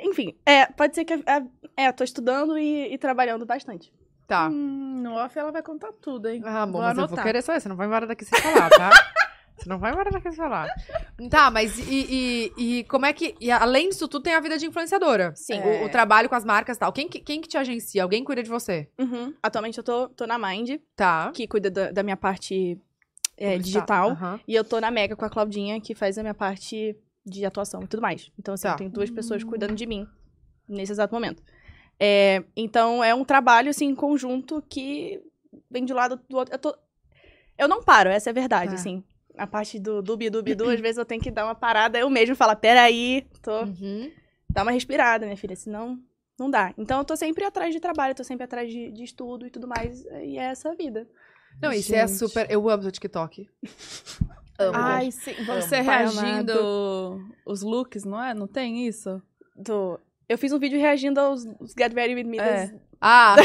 Enfim, é, pode ser que... É, é, tô estudando e, e trabalhando bastante. Tá. Hum, no off ela vai contar tudo, hein? Ah, amor, Vou mas eu vou anotar. querer só isso. Você não vai embora daqui sem falar, tá? Você não vai embora daqui sem falar. Tá, mas e, e, e como é que... E além disso tudo, tem a vida de influenciadora. Sim. É. O, o trabalho com as marcas e tal. Quem, que- quem que te agencia? Alguém cuida de você? Uhum. Atualmente eu tô, tô na Mind, Tá. que cuida da, da minha parte Publicitar. é, né? digital. Aham. E eu tô na Mega com a Claudinha, que faz a minha parte de atuação e tudo mais. Então, assim, Tá. eu tenho duas pessoas cuidando de mim nesse exato momento. É, então, é um trabalho, assim, em conjunto que vem de um lado do outro. Eu, tô- eu não paro, essa é a verdade, Tá. assim. A parte do dubi dubi du, às vezes eu tenho que dar uma parada, eu mesmo falar, peraí, tô... Uhum. dá uma respirada, minha filha, senão não dá. Então, eu tô sempre atrás de trabalho, tô sempre atrás de, de estudo e tudo mais, e é essa a vida. Não, isso é Gente. super... Eu amo seu TikTok. Amo. Ai, sim. Você Amo. reagindo os looks, não é? Não tem isso? Tô- Eu fiz um vídeo reagindo aos aos Get Ready With Me das- É. Ah,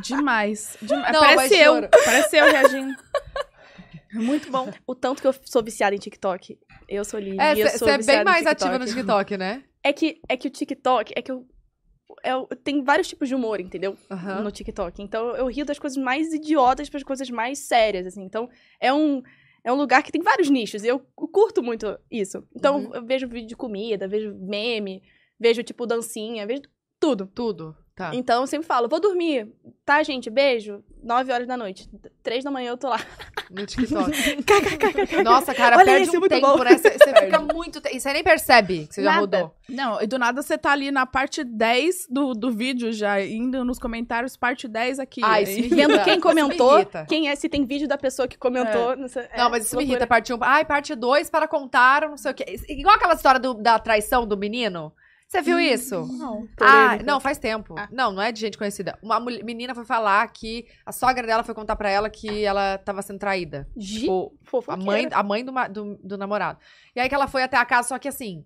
Demais. Demais. Não, parece mas eu. juro. Parece eu reagindo. Muito bom. O tanto que eu sou viciada em TikTok. Eu sou Lívia, é, eu você sou é viciada bem em mais TikTok. ativa no TikTok, né? É que, é que o TikTok, é que eu... é o- tem vários tipos de humor, entendeu? Aham. No TikTok. Então, eu rio das coisas mais idiotas para coisas mais sérias, assim. Então, é um, é um lugar que tem vários nichos. E eu curto muito isso. Então, Uhum. eu vejo vídeo de comida, vejo meme, vejo, tipo, dancinha, vejo tudo. Tudo. Tá. Então, eu sempre falo, vou dormir. Tá, gente? Beijo. Nove horas da noite. Três da manhã eu tô lá. No TikTok. Nossa, cara, Olha perde esse, um muito tempo, bom. né? Você fica muito tempo. E você nem percebe que você já Nada. rodou. Não, e do nada você tá ali na parte 10 do, do vídeo já, indo nos comentários, parte 10 aqui. Ai, Aí- sim. Vendo Isso me quem comentou, irrita. quem é, se tem vídeo da pessoa que comentou. Não, sei- é, Não, mas isso me loucura. irrita. Parte 1. Um, ai, parte 2 para contar, não sei o quê. Igual aquela história do- da traição do menino. Você viu isso? Não. Ah, não, faz tempo. Hum, Ah. Não, não é de gente conhecida. Uma mulher- menina foi falar que a sogra dela foi contar pra ela que ela tava sendo traída. Gi, Tipo, a fofoqueira. mãe, a mãe do, ma- do, do namorado. E aí que ela foi até a casa, só que assim.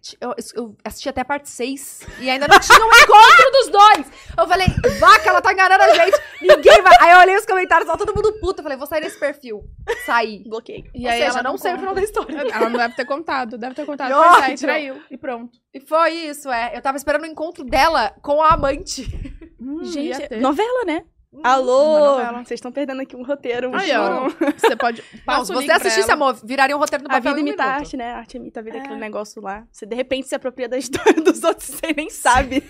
ti- Eu, eu assisti até a parte 6 e ainda não tinha um encontro dos dois. Eu falei, vaca, ela tá enganando a gente. Ninguém vai. Aí eu olhei os comentários, só todo mundo puto. Eu falei, vou sair desse perfil. Saí. Bloqueei. E Ou aí seja, ela não, não sei o conta. final da história. Ela não deve ter contado, deve ter contado. Nossa, Pois é, e traiu. E pronto. E foi isso, é. Eu tava esperando o encontro dela com a amante. Gente, Hum, ia ter. novela, né? Hum, uma Alô! novela. Vocês estão perdendo aqui um roteiro. Um Aí, ó. Você pode. Não, Passa se o você link pra assistisse, ela. amor, viraria um roteiro no A papel vida em um imita a minuto. arte, né? A arte imita a É. vida, aquele negócio lá. Você, de repente, se apropria da história dos outros, você nem sabe.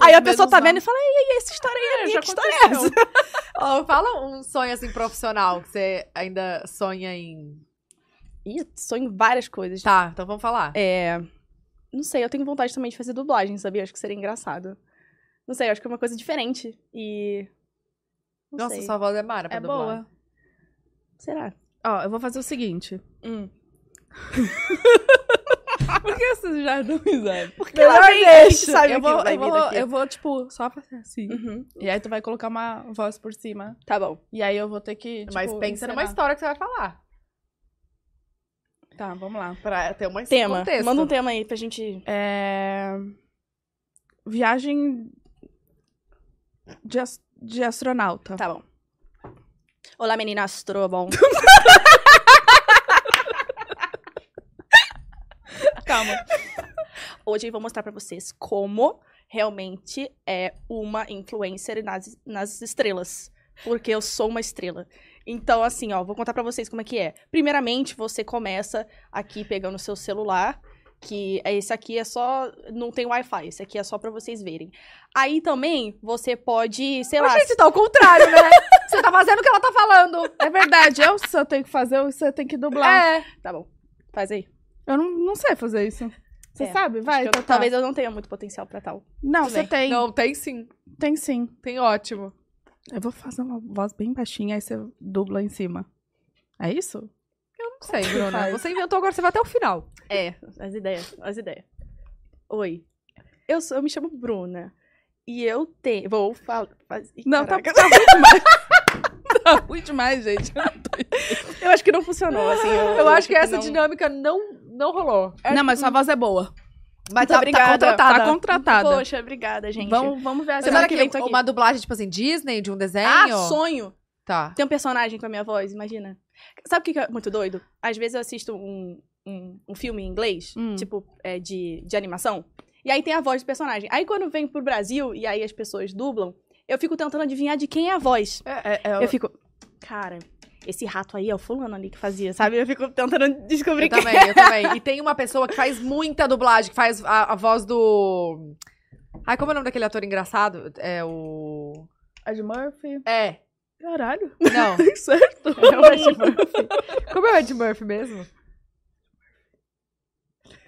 Aí a pessoa tá vendo e fala, ei, ei, essa história aí é, minha, que história é essa? Ó, fala um sonho assim profissional que você ainda sonha em. Ih, eu sonho em várias coisas. Tá, então vamos falar. É... Não sei, eu tenho vontade também de fazer dublagem, sabia? Acho que seria engraçado. Não sei, acho que é uma coisa diferente. E... Não Nossa, sei. sua voz é mara pra É dublar. boa. Será? Ó, eu vou fazer o seguinte. Por que vocês já dão risada? Porque lá vem a gente sabe eu que vou, vai eu vir vou, daqui. eu vou, tipo, só fazer assim. Uhum. E aí tu vai colocar uma voz por cima. Tá bom. E aí eu vou ter que. Tipo, Mas pensa numa encenar. história que você vai falar. Tá, vamos lá. Pra ter uma Tema. contexto. Manda um tema aí pra gente. É... Viagem de, as- de astronauta. Tá bom. Olá, meninas, tudo bom? Calma. Hoje eu vou mostrar pra vocês como realmente é uma influencer nas, nas estrelas. Porque eu sou uma estrela. Então, assim, ó, vou contar pra vocês como é que é. Primeiramente, você começa aqui pegando o seu celular, que é- esse aqui é só. Não tem Wi-Fi, esse aqui é só pra vocês verem. Aí também, você pode, sei lá. Mas, gente, tá ao contrário, né? Você tá fazendo o que ela tá falando. É verdade, eu só tenho que fazer, você tem que dublar. É. Tá bom, faz aí. Eu não, não sei fazer isso. Você É, sabe? Vai, então tá. Eu- Tatá. Talvez eu não tenha muito potencial pra tal. Não, tudo você bem. tem. Não, tem sim. Tem sim. Tem ótimo. Eu vou fazer uma voz bem baixinha, aí você dubla em cima. É isso? Eu não sei, que Bruna. faz? Você inventou agora, você vai até o final. É, as ideias, as ideias. Oi, eu, sou, eu me chamo Bruna. E eu tenho. Vou falar. Não, tá, tá ruim demais. tá ruim demais, gente. Eu acho que não funcionou, assim. Eu, Eu acho que tipo, essa não- dinâmica não, não rolou. Não, mas sua voz é boa. Mas Muito tá, tá obrigada. contratada. Tá contratada. Poxa, obrigada, gente. Vamos, vamos ver a Mas Semana olha que que vem eu tô aqui. uma dublagem, tipo assim, Disney, de um desenho. Ah, sonho! Tá. Tem um personagem com a minha voz, imagina. Sabe o que que é muito doido? Às vezes eu assisto um, um, um filme em inglês, Hum. tipo, é, de, de animação, e aí tem a voz do personagem. Aí quando vem pro Brasil e aí as pessoas dublam, eu fico tentando adivinhar de quem é a voz. eu... fico, cara, esse rato aí é o fulano ali que fazia, sabe? Eu fico tentando descobrir Eu quem também, eu também. E tem uma pessoa que faz muita dublagem, que faz a, a voz do. Ai, como é o nome daquele ator engraçado? É o. Ed Murphy. É. Caralho, Não. tem certo. É o Ed Murphy. Como é o Ed Murphy mesmo?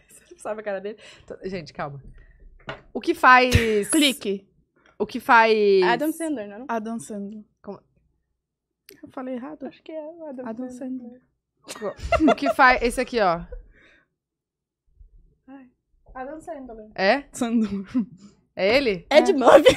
Você não sabe a cara dele? Tô- Gente, calma. O que faz. Clique. O que faz. Adam Sandler, não é? não? Adam Sandler. Como- é? Eu falei errado? Acho que é o Adam, Sandler. O que faz. Esse aqui, ó. Adam Sandler. É? Sandler. É ele? Ed Murphy.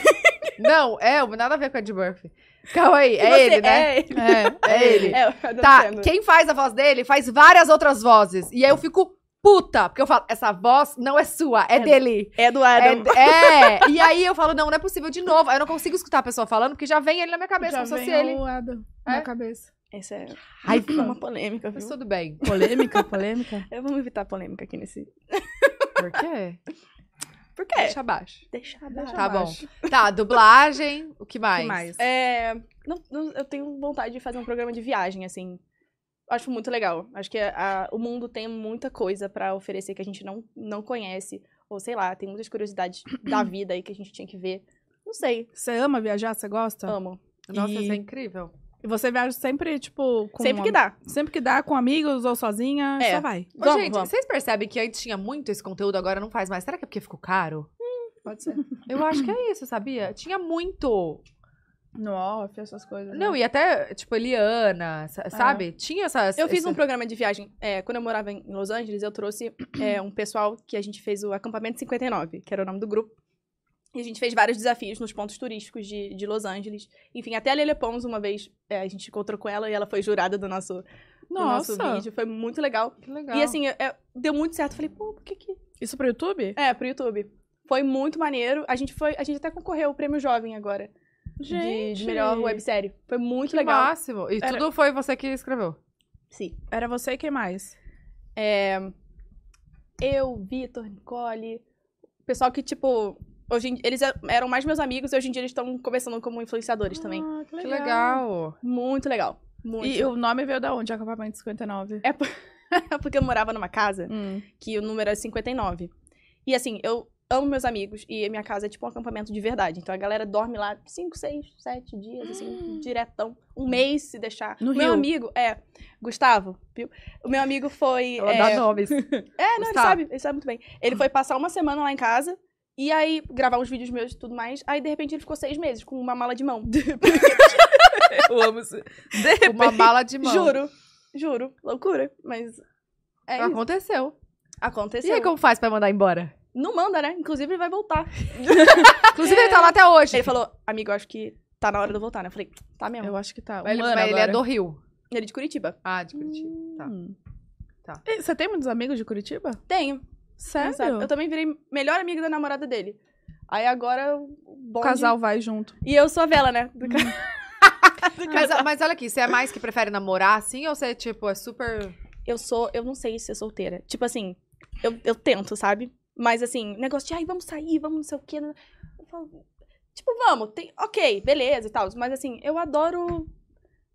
Não, é, nada a ver com o Ed Murphy. Calma aí, é Você- ele, né? É ele. É, é ele. É, o Adam Tá, Sandler. quem faz a voz dele faz várias outras vozes. E aí eu fico puta, porque eu falo, essa voz não é sua, é, É dele. É do É, Adam. é. e aí eu falo, não, não é possível de novo. Aí Eu não consigo escutar a pessoa falando, porque já vem ele na minha cabeça, Já como se fosse vem ele. o Adam É? na cabeça. Essa é Aí uma polêmica, Mas viu? tudo bem. Polêmica, polêmica. Eu vou evitar polêmica aqui nesse. Por quê? Por quê? Deixa abaixo. Deixa, deixa. Tá bom. Tá, dublagem, o que mais? mais? É, não- não- eu tenho vontade de fazer um programa de viagem, assim. Acho muito legal. Acho que a- o mundo tem muita coisa pra oferecer que a gente não, não conhece. Ou sei lá, tem muitas curiosidades da vida aí que a gente tinha que ver. Não sei. Você ama viajar? Você gosta? Amo. Nossa, E- isso é incrível. E você viaja sempre, tipo, com. Sempre que dá. Sempre que dá, com amigos ou sozinha, É. só vai. Ô, Vamos, gente, vamos. vocês percebem que antes tinha muito esse conteúdo, agora não faz mais. Será que é porque ficou caro? Pode ser. Eu acho que é isso, sabia? Tinha muito. No off, essas coisas. Não, e até, tipo, Eliana, sa- sabe? Tinha essa. É. Eu fiz um essa- programa de viagem. é, quando eu morava em Los Angeles, eu trouxe é, um pessoal que a gente fez o Acampamento 59, que era o nome do grupo. E a gente fez vários desafios nos pontos turísticos de, de Los Angeles. Enfim, até a Lele Pons, uma vez, é, a gente encontrou com ela e ela foi jurada do nosso, do Nossa. nosso vídeo. Foi muito legal. Que legal. E assim, é- é, deu muito certo. Falei, pô, por que que... Isso pro YouTube? É, pro YouTube. Foi muito maneiro. A gente foi, a gente até concorreu ao Prêmio Jovem agora. de- De, Gente. melhor websérie. Foi muito que legal. máximo. E Era- tudo foi você que escreveu. Sim. Era você e quem mais? eu, Vitor, Nicole, o pessoal que, tipo, hoje em- eles er- eram mais meus amigos e hoje em dia eles estão conversando como influenciadores também. Ah, Que legal. Muito legal. Muito. E o nome veio da onde? Acampamento 59. É por- porque eu morava numa casa Hum. que o número é 59. E assim, eu amo meus amigos e a minha casa é tipo um acampamento de verdade. Então a galera dorme lá 5, 6, 7 dias, assim, diretão. Um mês se deixar. Ah. No o meu Rio. amigo, é, Gustavo, viu? O meu amigo foi. Ela é, dá nomes. É, não, ele Gustavo. sabe, ele sabe muito bem. Ele foi passar uma semana lá em casa e aí gravar uns vídeos meus e tudo mais. Aí, de repente, ele ficou seis meses com uma mala de mão. Eu amo isso. Uma bala de mão. Juro, juro. Loucura, mas. É isso. Aconteceu. E Aconteceu. aí, como faz pra mandar embora? Não manda, né? Inclusive, ele vai voltar. Inclusive, ele tá lá até hoje. É. Ele falou, amigo, eu acho que tá na hora de eu voltar, né? Eu falei, tá mesmo. Eu acho que tá. Mas ele, um ano mas ele é agora. do Rio. Ele é de Curitiba. Ah, de Curitiba. Tá. Hum. Tá. E Você tem muitos amigos de Curitiba? Tenho. né? Sério? sabe? Eu também virei melhor amiga da namorada dele. Aí agora o O bonde... casal vai junto. E eu sou a vela, né? Do ca- Mas, mas olha aqui, você é mais que prefere namorar assim ou você, tipo, é super. Eu sou... Eu não sei ser solteira. Tipo assim, eu, eu tento, sabe? Mas assim, negócio de, ai, vamos sair, vamos não sei o quê. né? Eu falo, tipo, vamos. Tem... Ok, beleza e tal. Mas assim, eu adoro...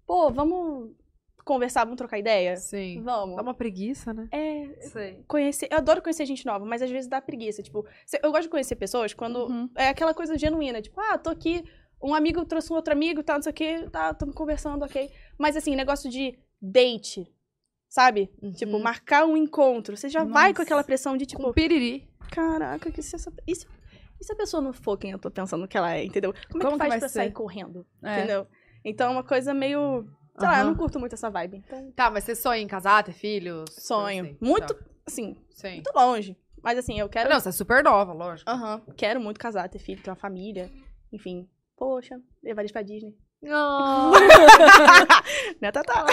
Pô, vamos conversar, vamos trocar ideia? Sim. É. Vamos. Dá uma preguiça, né? É, Sei. conhecer. Eu adoro conhecer gente nova, mas às vezes dá preguiça. Tipo, se- eu gosto de conhecer pessoas quando Uhum. é aquela coisa genuína. Tipo, ah, tô aqui, um amigo trouxe um outro amigo, tá, não sei o quê, tá, tamo conversando, ok. Mas assim, negócio de date, sabe? Uhum. Tipo, marcar um encontro. Você já vai com Nossa. aquela pressão de tipo, Com Um piriri. caraca, que se essa. E se, e se a pessoa não for quem eu tô pensando que ela é, entendeu? Como, é Como que que faz vai pra ser? sair correndo? É. Entendeu? Então é uma coisa meio. Sei lá, eu não Aham. curto muito essa vibe. Então, Tá, mas você sonha em casar, ter filhos? Sonho. Assim, Muito- tá. assim, Sim. muito longe. Mas assim, eu quero. Não, você é super nova, lógico. Aham. Quero muito casar, ter filho, ter uma família. Enfim. Poxa, levar eles pra Disney. Ah, Né, Tatá?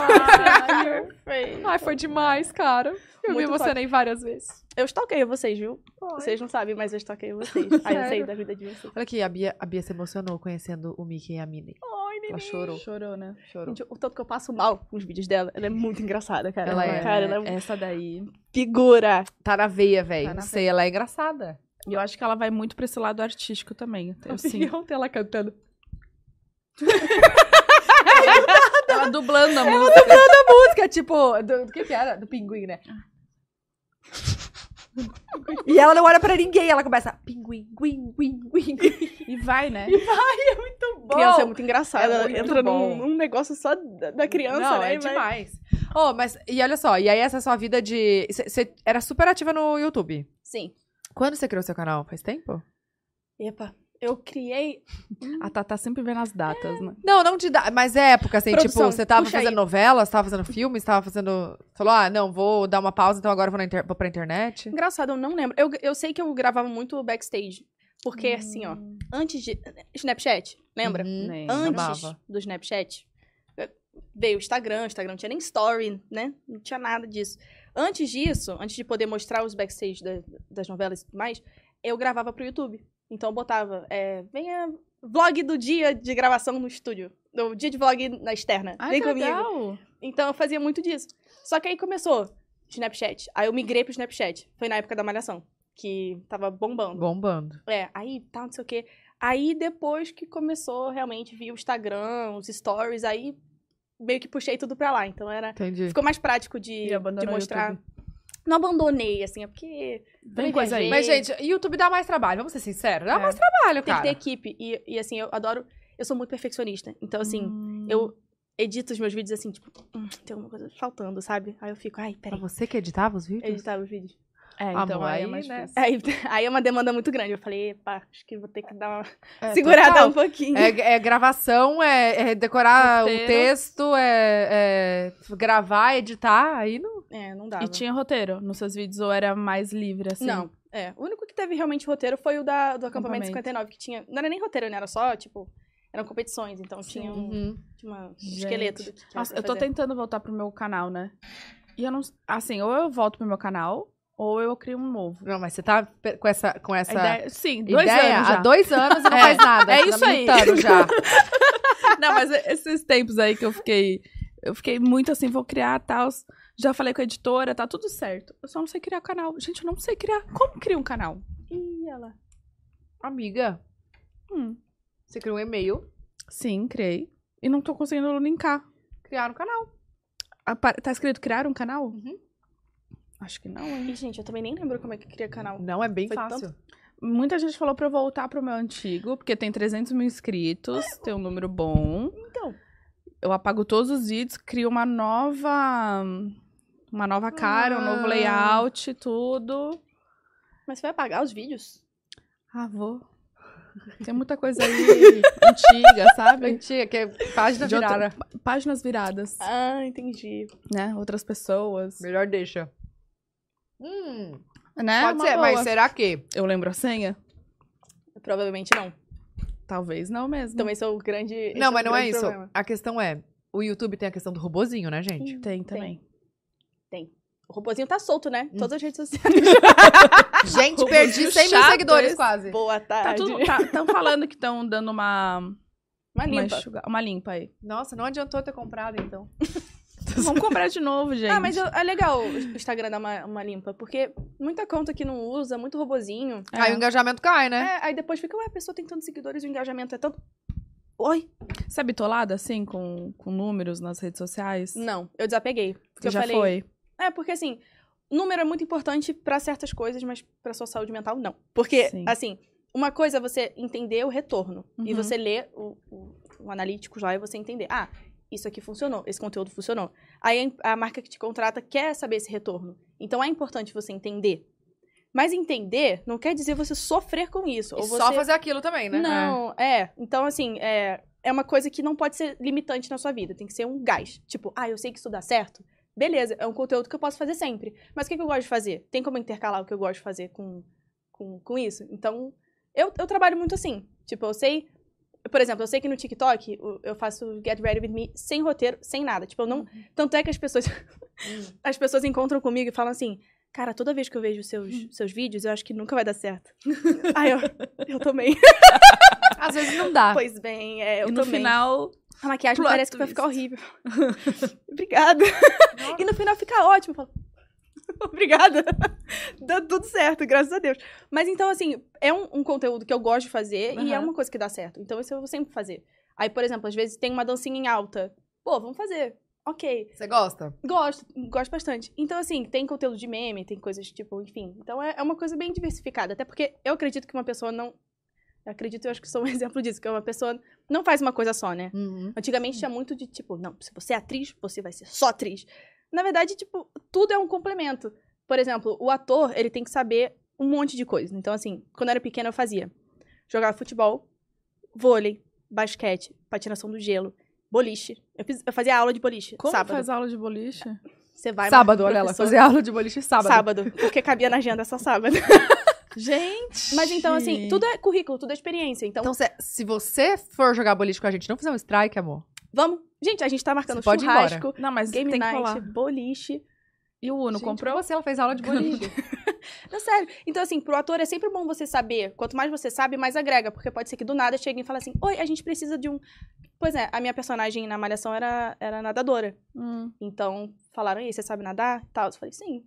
Ai, foi demais, cara. Eu Muito vi você fácil. nem várias vezes. Eu stalkeio vocês, viu? Vocês não sabem, mas eu stalkeio vocês. Aí eu sei da vida de vocês. Olha aqui, a Bia, a Bia se emocionou conhecendo o Mickey e a Minnie. Ai, Ela chorou, Chorou, né? chorou. Gente, o tanto que eu passo mal com os vídeos dela, ela é muito engraçada, cara. Ela é, Cara, ela é Essa daí. figura. Tá na veia, velho. Tá na Não sei, ela é engraçada. E eu acho que ela vai muito pra esse lado artístico também. Eu sim. um E ontem ela cantando. Ela tá dublando a música. Música, tipo, do, do que que era? Do pinguim, né? E ela não olha pra ninguém, ela começa pinguim, guim, guim, guim. E vai, né? Criança é muito engraçada. É Ela muito entra bom. num, num negócio só da, da criança, não, né? é e vai- demais. Oh, mas, e olha só, e aí essa sua vida de... Você era super ativa no YouTube. Sim. Quando você criou seu canal? Faz tempo? Epa, eu criei. A Tatá sempre vê nas datas, né? Não, não de da... mas é época, assim, Produção, tipo, você tava puxa fazendo aí. novela, você tava fazendo filme, você tava fazendo... Falou, ah, não, vou dar uma pausa, então agora eu vou, na inter... vou pra internet. Engraçado, eu não lembro. Eu, eu sei que eu gravava muito backstage. Porque, assim, ó, Hum. antes de. Snapchat, lembra? Uhum. Nem. antes Babava. do Snapchat, eh, veio o Instagram, o Instagram não tinha nem story, né? Não tinha nada disso. Antes disso, antes de poder mostrar os backstage da- das novelas e tudo mais, eu gravava pro YouTube. Então eu botava, eh, venha vlog do dia de gravação no estúdio. Do dia de vlog na externa. Ai, Vem que comigo. legal. Então eu fazia muito disso. Só que aí começou Snapchat. Aí eu migrei pro Snapchat. Foi na época da Malhação, que tava bombando. Bombando. É, aí tá, não sei o quê. Aí depois que começou realmente vi o Instagram, os stories, aí meio que puxei tudo pra lá. Então era. Entendi. Ficou mais prático de, E abandonou de o mostrar. Não abandonei, assim, é porque Vem coisa aí. Mas, gente, YouTube dá mais trabalho, vamos ser sinceros. Dá É. mais trabalho, tem cara. que ter equipe. E, e assim, eu adoro. Eu sou muito perfeccionista. Então, assim, Hum. eu edito os meus vídeos assim, tipo, "Hum, tem alguma coisa faltando, sabe? Aí eu fico, ai, Era peraí, você que editava os vídeos? editar os vídeos. É, Ah, então bom, aí é aí, mais né? difícil. Aí, aí é uma demanda muito grande. Eu falei, epa, acho que vou ter que dar uma É, segurada total. um pouquinho. É, é gravação, é, é decorar o Roteiro. texto, é, é gravar, editar, aí não... É, não dá. E tinha roteiro nos seus vídeos ou era mais livre, assim? Não, é. O único que teve realmente roteiro foi o da, do Acampamento. acampamento 59, que tinha. Não era nem roteiro, né? Era só, tipo. Eram competições, então tinha um, tinha uma- um Uhum. Gente. esqueleto do que que Nossa, era eu tô pra fazer. tentando voltar pro meu canal, né? E eu não. Assim, ou eu volto pro meu canal, ou eu crio um novo. Não, mas você tá pe- com essa, com essa A ideia, ideia- sim, dois anos já. há dois anos e não É, faz nada. é Você isso tá aí. militando já. Não, mas esses tempos aí que eu fiquei. Eu fiquei muito assim, vou criar tal. Já falei com a editora, tá tudo certo. Eu só não sei criar canal. Gente, eu não sei criar. Como cria um canal? Ih, olha lá. Amiga, Hum. você criou um e-mail, Sim, criei. E não tô conseguindo linkar. criar um canal. Apa- Tá escrito criar um canal? Acho que não, hein? Ih, gente, eu também nem lembro como é que cria canal. Não, é bem Foi fácil. Muita gente falou pra eu voltar pro meu antigo, porque tem 300 mil inscritos, tem um número bom. Então. Eu apago todos os vídeos, crio uma nova. Uma nova cara, um novo Ah. layout, tudo. Mas você vai apagar os vídeos? Ah, vou. Tem muita coisa aí antiga, sabe? Mentira, que é página De outra- virada. pá- Páginas viradas, Ah, entendi. né? Outras pessoas. Melhor deixa. Hum, Né? pode Uma ser, mas boa. será que? é- Eu lembro a senha? Provavelmente não. Talvez não mesmo. Também sou o grande. esse não, o mas não é grande isso. problema. A questão é, o YouTube tem a questão do robozinho, né, gente? Tem também. O robozinho tá solto, né? Todas as redes sociais. Gente, perdi 100 mil chato seguidores esse. né, quase. Boa Tá tarde. tudo. Estão falando que estão dando uma. Uma Uma limpa. enxuga- uma limpa aí. Nossa, não adiantou ter comprado, então. Vamos comprar de novo, gente. Ah, mas eu- é legal o Instagram dar uma, uma limpa, porque muita conta que não usa, muito robozinho. É. Aí o engajamento cai, né? É, aí depois fica, ué, a pessoa tem tantos seguidores e o engajamento é tanto. Oi? Você é bitolada, assim, com, com números nas redes sociais? Não, eu desapeguei. Porque Você eu já falei. foi? É, porque assim, número é muito importante pra certas coisas, mas pra sua saúde mental, não. Porque, Sim. assim, uma coisa é você entender o retorno. E Uhum. você ler o, o, o analítico lá e você entender. Ah, isso aqui funcionou, esse conteúdo funcionou. Aí a em- a marca que te contrata quer saber esse retorno. Então é importante você entender. Mas entender não quer dizer você sofrer com isso. E ou você... só fazer aquilo também, né? Não, é. Então, assim, é, é uma coisa que não pode ser limitante na sua vida. Tem que ser um gás. Tipo, ah, eu sei que isso dá certo. Beleza, é um conteúdo que eu posso fazer sempre. Mas o que, que eu gosto de fazer? Tem como intercalar o que eu gosto de fazer com, com, com isso? Então, eu, eu trabalho muito assim. Tipo, eu sei. Por exemplo, eu sei que no TikTok o- eu faço Get Ready With Me sem roteiro, sem nada. Tipo, eu não. Uhum. Tanto é que as pessoas. Hum. as pessoas encontram comigo e falam assim. Cara, toda vez que eu vejo Hum. seus, seus vídeos, eu acho que nunca vai dar certo. Aí eu, eu também. Às vezes não dá. Pois bem, é, eu Ah, e no também. final, a maquiagem plot parece que vai twist. ficar horrível. Obrigada. E no final fica ótimo. Eu falo, Obrigada. Dá tudo certo, graças a Deus. Mas então, assim, é um, um conteúdo que eu gosto de fazer e é Aham. uma coisa que dá certo. Então, isso eu vou sempre fazer. Aí, por exemplo, às vezes tem uma dancinha em alta. Pô, vamos fazer. Ok. Você gosta? Gosto, gosto bastante. Então, assim, tem conteúdo de meme, tem coisas tipo, enfim. Então é, é uma coisa bem diversificada. Até porque eu acredito que uma pessoa não. Eu acredito, eu acho que sou um exemplo disso, que uma pessoa não faz uma coisa só, né? Uhum. Antigamente tinha muito de tipo, não, se você é atriz, você vai ser só atriz. Na verdade, tipo, tudo é um complemento. Por exemplo, o ator, ele tem que saber um monte de coisa. Então, assim, quando eu era pequena, eu fazia. Jogava futebol, vôlei, basquete, patinação do gelo, boliche. Eu, fiz- eu fazia aula de boliche, como sábado. faz aula de boliche? Você vai sábado, marcar olha ela. professor. Fazer aula de boliche sábado. Sábado, porque cabia na agenda só sábado. Gente! Mas então, assim, tudo é currículo, tudo é experiência. Então, Então, se, se você for jogar boliche com a gente, não fizer um strike, amor. vamos. Gente, a gente tá marcando Você pode ir embora. churrasco, Não, mas game tem que night, colar. boliche. E o Uno Gente, comprou? como Você, ela fez aula de boliche. Não, sério. Então, assim, pro ator é sempre bom você saber. Quanto mais você sabe, mais agrega. Porque pode ser que do nada chegue e fale assim, oi, a gente precisa de um... Pois é, a minha personagem na Malhação era, era nadadora. Hum. Então, falaram, e aí, você sabe nadar? Tal. Eu falei, sim.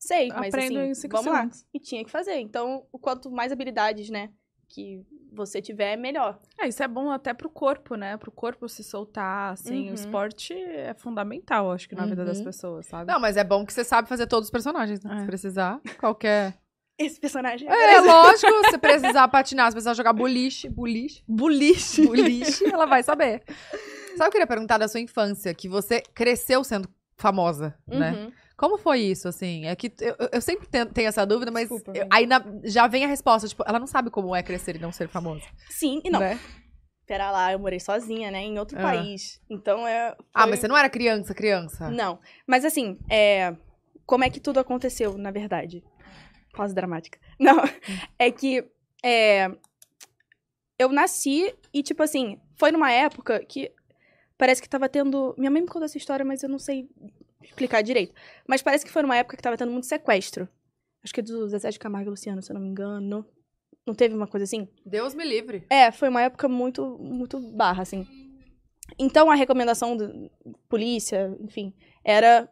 Sei, mas Aprendo assim, em cinco vamos lá. segundos. E tinha que fazer. Então, o quanto mais habilidades, né, que você tiver, melhor. É, isso é bom até pro corpo, né? Pro corpo se soltar, assim. Uhum. O esporte é fundamental, acho que, na vida das Uhum. pessoas, sabe? Não, mas é bom que você sabe fazer todos os personagens, né? Se É. precisar, qualquer... Esse personagem É, lógico, se precisar patinar, se precisar jogar boliche, boliche, Boliche! boliche, ela vai saber. Sabe o que eu queria perguntar da sua infância? Que você cresceu sendo famosa, Uhum. né? Como foi isso, assim? É que eu, eu- eu sempre ten- tenho essa dúvida, mas Desculpa, eu- né? amiga. aí na- já vem a resposta, tipo, ela não sabe como é crescer e não ser famosa. Sim e não. né? Pera lá, eu morei sozinha, né? Em outro Ah. país. Então é. Ah, foi- mas você não era criança, criança? Não. Mas assim, é, como é que tudo aconteceu, na verdade? Quase dramática. Não. É que. é, Eu nasci e, tipo assim, foi numa época que parece que tava tendo. Minha mãe me contou essa história, mas eu não sei explicar direito. Mas parece que foi numa época que tava tendo muito sequestro. Acho que é do Zezé de Camargo e Luciano, se eu não me engano. Não teve uma coisa assim? Deus me livre. É, foi uma época muito, muito barra, assim. Então a recomendação da polícia, enfim, era.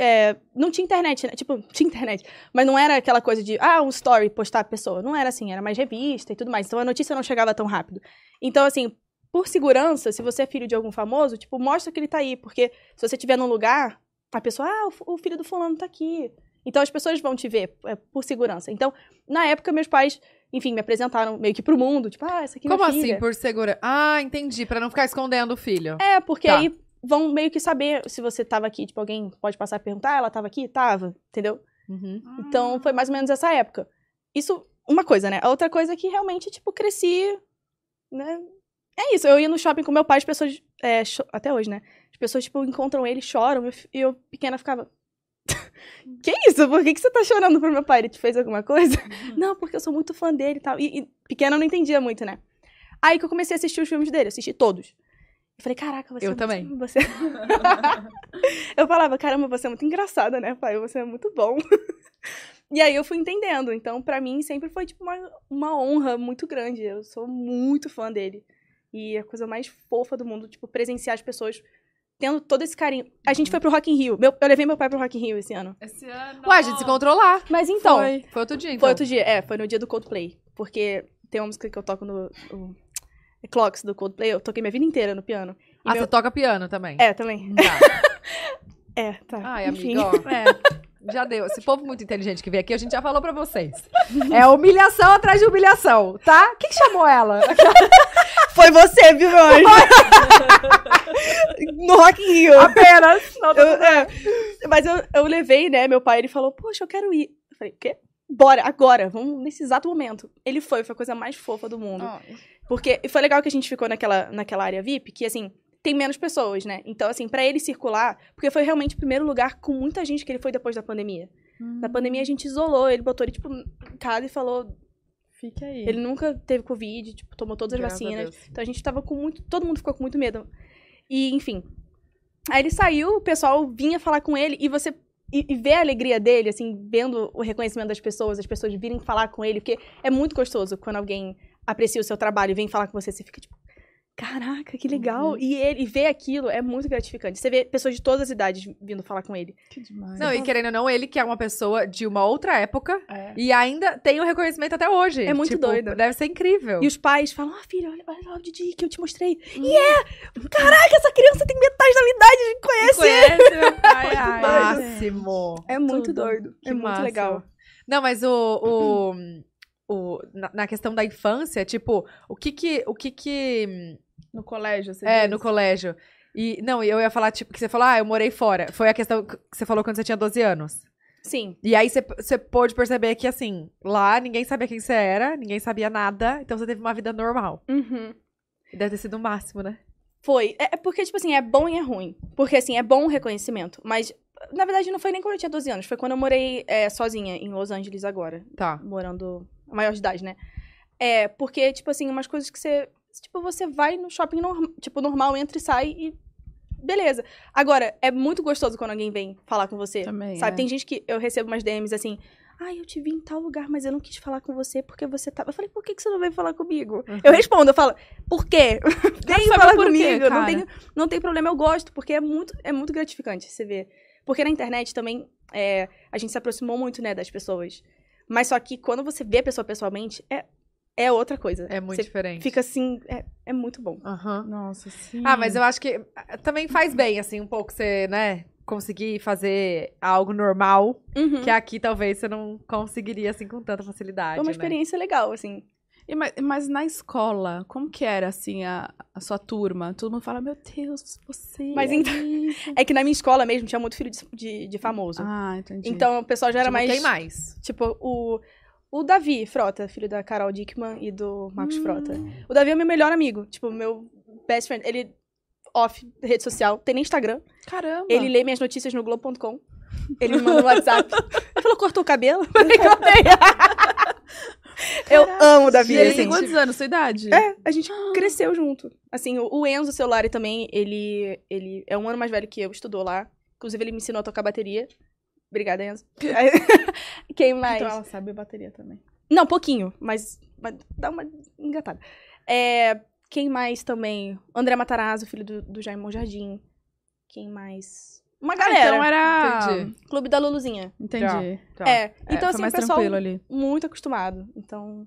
é, não tinha internet, né? Tipo, tinha internet. Mas não era aquela coisa de, ah, um story, postar a pessoa. Não era assim, era mais revista e tudo mais. Então a notícia não chegava tão rápido. Então, assim, por segurança, se você é filho de algum famoso, tipo, mostra que ele tá aí. Porque se você estiver num lugar, a pessoa, ah, o fu- o filho do fulano tá aqui. Então as pessoas vão te ver, é, por segurança. Então, na época, meus pais, enfim, me apresentaram meio que pro mundo. Tipo, ah, essa aqui é minha Como assim, filha. por segurança? Ah, entendi, pra não ficar escondendo o filho. É, porque Tá. aí vão meio que saber se você tava aqui. Tipo, alguém pode passar e perguntar, ah, ela tava aqui? Tava, entendeu? Uhum. Então, foi mais ou menos essa época. Isso, uma coisa, né? A outra coisa é que realmente, tipo, cresci, né? É isso, eu ia no shopping com meu pai, as pessoas, é, cho- até hoje, né? As pessoas, tipo, encontram ele, choram, e eu fi- e eu, pequena, ficava... que isso? Por que, que você tá chorando pro meu pai? Ele te fez alguma coisa? Uhum. Não, porque eu sou muito fã dele e tal. E, e pequena eu não entendia muito, né? Aí que eu comecei a assistir os filmes dele, assisti todos. E Eu falei, caraca, você Eu é também. Muito, você... eu falava, caramba, você é muito engraçada, né, pai? Você é muito bom. e aí eu fui entendendo. Então, pra mim, sempre foi, tipo, uma, uma honra muito grande. Eu sou muito fã dele. E a coisa mais fofa do mundo, tipo, presenciar as pessoas tendo todo esse carinho. A Uhum. gente foi pro Rock in Rio. Meu, eu levei meu pai pro Rock in Rio esse ano. Esse ano. Ué, a gente se encontrou lá. Mas É, então, foi, Foi outro dia, então. outro dia. É, foi no dia do Coldplay. Porque tem uma música que eu toco no... o- é Clocks do Coldplay. Eu toquei minha vida inteira no piano. E Ah, meu- você toca piano também. É, também. Tá. É, tá. Ai, Enfim. amiga, ó. É. Já deu. Esse povo muito inteligente que veio aqui, a gente já falou pra vocês. É humilhação atrás de humilhação, tá? O que, que chamou ela? Foi você, viu, meu anjo? no Rock in Rio. Apenas. Eu- é. Mas eu, eu levei, né, meu pai, ele falou, poxa, eu quero ir. Eu falei, o quê? Bora, agora, vamos nesse exato momento. Ele foi, foi a coisa mais fofa do mundo. Porque e foi legal que a gente ficou naquela, naquela área VIP, que assim, tem menos pessoas, né? Então, assim, pra ele circular, porque foi realmente o primeiro lugar com muita gente que ele foi depois da pandemia. Na pandemia a gente isolou, ele botou ele, tipo, em casa e falou. Fica aí. Ele nunca teve Covid, tipo, tomou todas as assim, né? vacinas. Então a gente tava com muito. Todo mundo ficou com muito medo. E, enfim. Aí ele saiu, o pessoal vinha falar com ele e você. E, e ver a alegria dele, assim, vendo o reconhecimento das pessoas, as pessoas virem falar com ele, porque é muito gostoso quando alguém aprecia o seu trabalho e vem falar com você, você fica tipo, caraca, que legal. Uhum. E ele e ver aquilo é muito gratificante. Você vê pessoas de todas as idades vindo falar com ele. Que demais. Não, e querendo ou não, ele que é uma pessoa de uma outra época É. e ainda tem o reconhecimento até hoje. É muito Tipo, doido. Deve ser incrível. E os pais falam, ah, filho, olha, olha lá o Didi que eu te mostrei. Uhum. E é! Caraca, essa criança tem metade da minha idade, conhece? conhece meu pai. Ah, é. Ai, Máximo. É muito doido. Que é muito massa. legal. Não, mas o. o, o- na, na questão da infância, tipo, o que que. O que, que No colégio, você é, diz? no colégio. E, não, e eu ia falar, tipo, que você falou, ah, eu morei fora. Foi a questão que você falou quando você tinha 12 anos. Sim. E aí você, você pôde perceber que, assim, lá ninguém sabia quem você era, ninguém sabia nada, então você teve uma vida normal. E Deve ter sido o máximo, né? Foi. É é porque, tipo assim, é bom e é ruim. Porque, assim, é bom o reconhecimento. Mas, na verdade, não foi nem quando eu tinha 12 anos. Foi quando eu morei é, sozinha em Los Angeles agora. Tá. Morando a maior de idade, né? É, porque, tipo assim, umas coisas que você... Tipo, você vai no shopping, norm- tipo, normal, entra e sai e... Beleza. Agora, é muito gostoso quando alguém vem falar com você. Também, Sabe, é. tem gente que eu recebo umas DMs assim... Ai, eu te vi em tal lugar, mas eu não quis falar com você porque você tava... Eu falei, por que, que você não veio falar comigo? Eu respondo, eu falo, por quê? Vem saber falar por quê, comigo. não, cara. tem, não tem problema, eu gosto, porque é muito, é muito gratificante você ver. Porque na internet também é, a gente se aproximou muito, né, das pessoas. Mas só que quando você vê a pessoa pessoalmente, é, é outra coisa. É muito você diferente. Fica assim, é, é muito bom. Aham. Nossa, sim. Ah, mas eu acho que ah, também faz bem, assim, um pouco você, né, conseguir fazer algo normal, que aqui talvez você não conseguiria, assim, com tanta facilidade, Uhum. Foi uma né? experiência legal, assim. E ma- mas, na escola, como que era, assim, a, a sua turma? Todo mundo fala, meu Deus, você... Mas é então- isso." É que na minha escola mesmo tinha muito filho de, de- de famoso. Ah, entendi. então o pessoal já era Tipo, mais. Quem mais? Tipo, o, o Davi Frota, filho da Carol Dickman e do Marcos Frota. O Davi é meu melhor amigo, tipo, meu best friend. Ele off rede social, tem nem Instagram. Caramba. Ele lê minhas notícias no Globo.com. Ele me manda um WhatsApp. Ele falou, cortou o cabelo? Eu falei, "Cortei." Eu amo o Davi, E ele tem assim. quantos anos? Sua idade? Então É, a gente cresceu junto. Assim, o- o Enzo Celulari também, ele, ele é um ano mais velho que eu, estudou lá. Inclusive, ele me ensinou a tocar bateria. Obrigada, Enzo. Quem mais? Então ela sabe a bateria também. Não, pouquinho, mas, mas dá uma engatada. É, quem mais também? André Matarazzo, filho do, do Jaime Jardim. Quem mais? Uma galera. é Então era... Entendi. Clube da Luluzinha. Entendi. Tá. É. É, Então, assim, foi o mais pessoal tranquilo ali. Hum. muito acostumado. Então.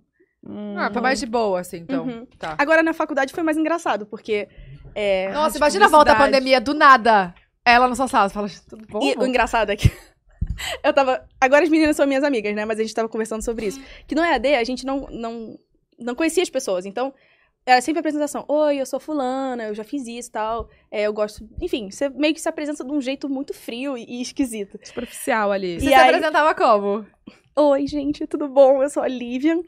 Ah, foi mais de boa, assim, então. Uhum. Tá. Agora na faculdade foi mais engraçado, porque. é, Nossa, de imagina a volta da publicidade. pandemia do nada. Ela na sua sala, você fala, tudo bom? E o engraçado é que eu tava. Agora as meninas são minhas amigas, né? Mas a gente tava conversando sobre isso. Que no EAD a gente não, não, não conhecia as pessoas. Então, era sempre a apresentação. Oi, eu sou fulana, eu já fiz isso e tal. É, eu gosto. Enfim, você meio que se apresenta de um jeito muito frio e, e esquisito. Superficial ali. Você e se aí- apresentava como? Oi, gente, tudo bom? Eu sou a Livian.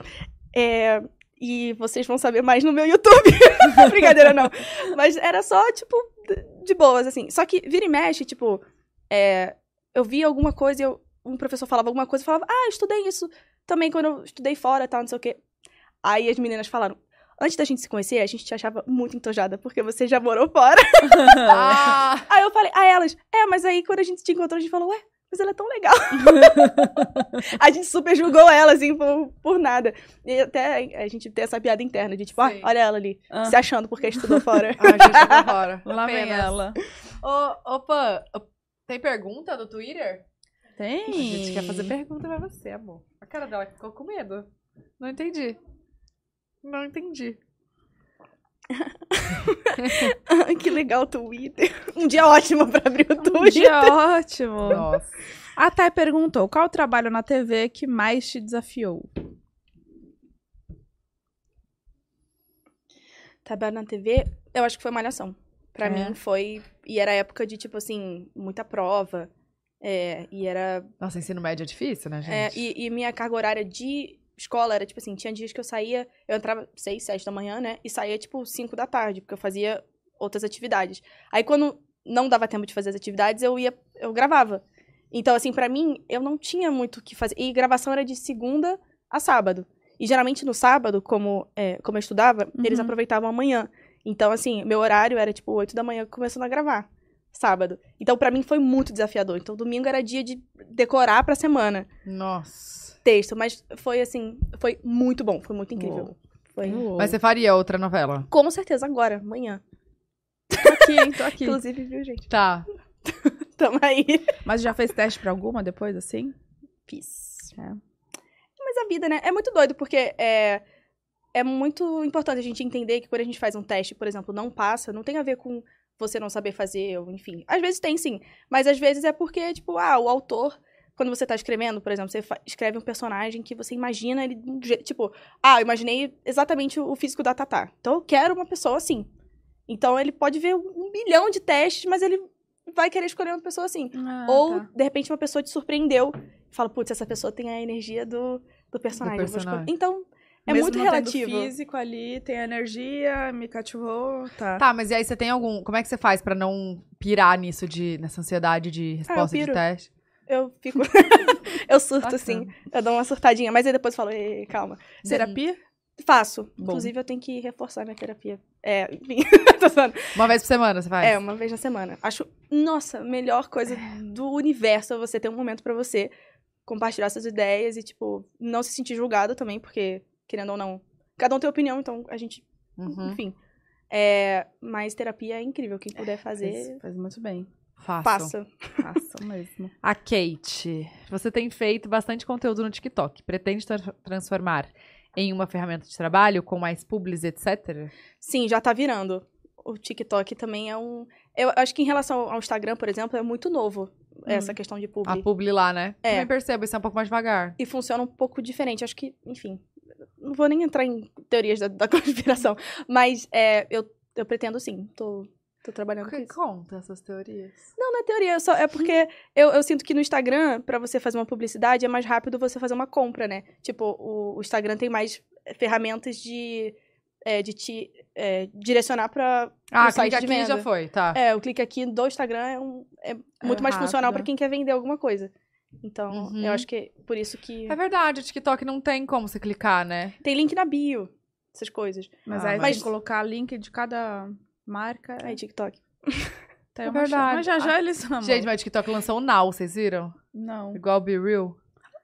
É, e vocês vão saber mais no meu YouTube. Brincadeira, não. Mas era só, tipo, de- de boas, assim. Só que vira e mexe, tipo, é, eu vi alguma coisa e eu- um professor falava alguma coisa e falava, ah, eu estudei isso também quando eu estudei fora, tal, não sei o quê. Aí as meninas falaram, Antes da gente se conhecer, a gente te achava muito entojada, porque você já morou fora. Ah, Aí eu falei, a elas, é, mas aí quando a gente te encontrou, a gente falou, ué, mas ela é tão legal. a gente super julgou ela, assim, por, por nada. E até a gente tem essa piada interna de tipo, ah, Sim. olha ela ali, Ah. se achando porque estudou fora. a gente tá fora. Lá vem Apenas. ela. Ô, opa, tem pergunta do Twitter? Tem. A gente quer fazer pergunta pra você, amor. A cara dela ficou com medo. Não entendi. Não entendi. Ai, que legal o Twitter. Um dia ótimo pra abrir o Um Twitter. dia ótimo. Nossa. A Thay perguntou: qual o trabalho na TV que mais te desafiou? Trabalho na TV, eu acho que foi Malhação. Pra É. mim foi. E era época de, tipo assim, muita prova. É, e era. Nossa, ensino médio é difícil, né, é, gente? e, e minha carga horária de escola era, tipo assim, tinha dias que eu saía, eu entrava seis, sete da manhã, né? E saía, tipo, cinco da tarde, porque eu fazia outras atividades. Aí quando não dava tempo de fazer as atividades, eu ia, eu gravava. Então, assim, pra mim, eu não tinha muito o que fazer. E gravação era de segunda a sábado. E geralmente no sábado, como, é, como eu estudava, eles Uhum. aproveitavam a manhã. Então, assim, meu horário era tipo 8 da manhã começando a gravar, sábado. Então, pra mim foi muito desafiador. Então, domingo era dia de decorar pra semana Nossa. texto, mas foi assim, foi muito bom, foi muito incrível. Foi. Mas você faria outra novela? Com certeza agora, amanhã. Tô aqui, hein? Tô aqui. Inclusive, viu, gente? Tá. Tamo aí. Mas já fez teste pra alguma depois, assim? Fiz. É. Mas a vida, né? É muito doido, porque é, é muito importante a gente entender que quando a gente faz um teste, por exemplo, não passa, não tem a ver com você não saber fazer, ou enfim. Às vezes tem sim, mas às vezes é porque, tipo, ah, o autor. Quando você tá escrevendo, por exemplo, você fa- escreve um personagem que você imagina ele de um jeito. Tipo, ah, eu imaginei exatamente o físico da Tatá. Então eu quero uma pessoa assim. Então ele pode ver um bilhão de testes, mas ele vai querer escolher uma pessoa assim. Ah, tá. Ah, Ou, tá. de repente, uma pessoa te surpreendeu. Fala, putz, essa pessoa tem a energia do, do personagem. eu vou personagem. escolher." Então, é Mesmo muito não tendo relativo. físico ali, tem a energia, me cativou, tá. Tá, mas e aí você tem algum. Como é que você faz pra não pirar nisso de. nessa ansiedade de resposta de Ah, piro. teste? Eu fico. eu surto, Bacana. assim. Eu dou uma surtadinha, mas aí depois eu falo, "Ei, calma. Terapia? Faço. Inclusive, eu tenho que reforçar minha terapia. É, enfim, tô zoando. Uma vez por semana você faz? É, uma vez na semana. Acho, nossa, a melhor coisa do universo é você ter um momento pra você compartilhar suas ideias e, tipo, não se sentir julgada também, porque, querendo ou não, cada um tem opinião, então a gente Uhum. Enfim. É, mas terapia é incrível. Quem puder fazer, Faz, faz muito bem. Faço. faça. Faça mesmo. A Kate, você tem feito bastante conteúdo no TikTok. Pretende tra- transformar em uma ferramenta de trabalho com mais publis, etc? Sim, já tá virando. O TikTok também é um. Eu acho que em relação ao Instagram, por exemplo, é muito novo essa questão de A publi. publi lá, né? É. Também percebo, isso é um pouco mais devagar. E funciona um pouco diferente. Acho que, enfim, não vou nem entrar em teorias da, da conspiração. Mas é, eu, eu pretendo sim. Tô, tô trabalhando é, com isso. conta essas teorias? Ah, Não, não é teoria, eu só, é porque eu, eu sinto que no Instagram, pra você fazer uma publicidade, é mais rápido você fazer uma compra, né? Tipo, o, o Instagram tem mais eh, ferramentas de, é, de te é, direcionar pra. Ah, No é um site clica de aqui venda. já foi, tá. É, o clique aqui do Instagram é, um- é muito mais funcional pra rápido. quem quer vender alguma coisa. Então, Uhum. eu acho que por isso que. É verdade, o TikTok não tem como você clicar, né? Tem link na bio, essas coisas. Mas Ah, aí mas- tem que colocar link de cada marca. é Aí, TikTok. Tem é uma chance. verdade. Mas já já eles amam. Gente, mas o TikTok lançou o Now, vocês viram? Não, Igual o Be Real.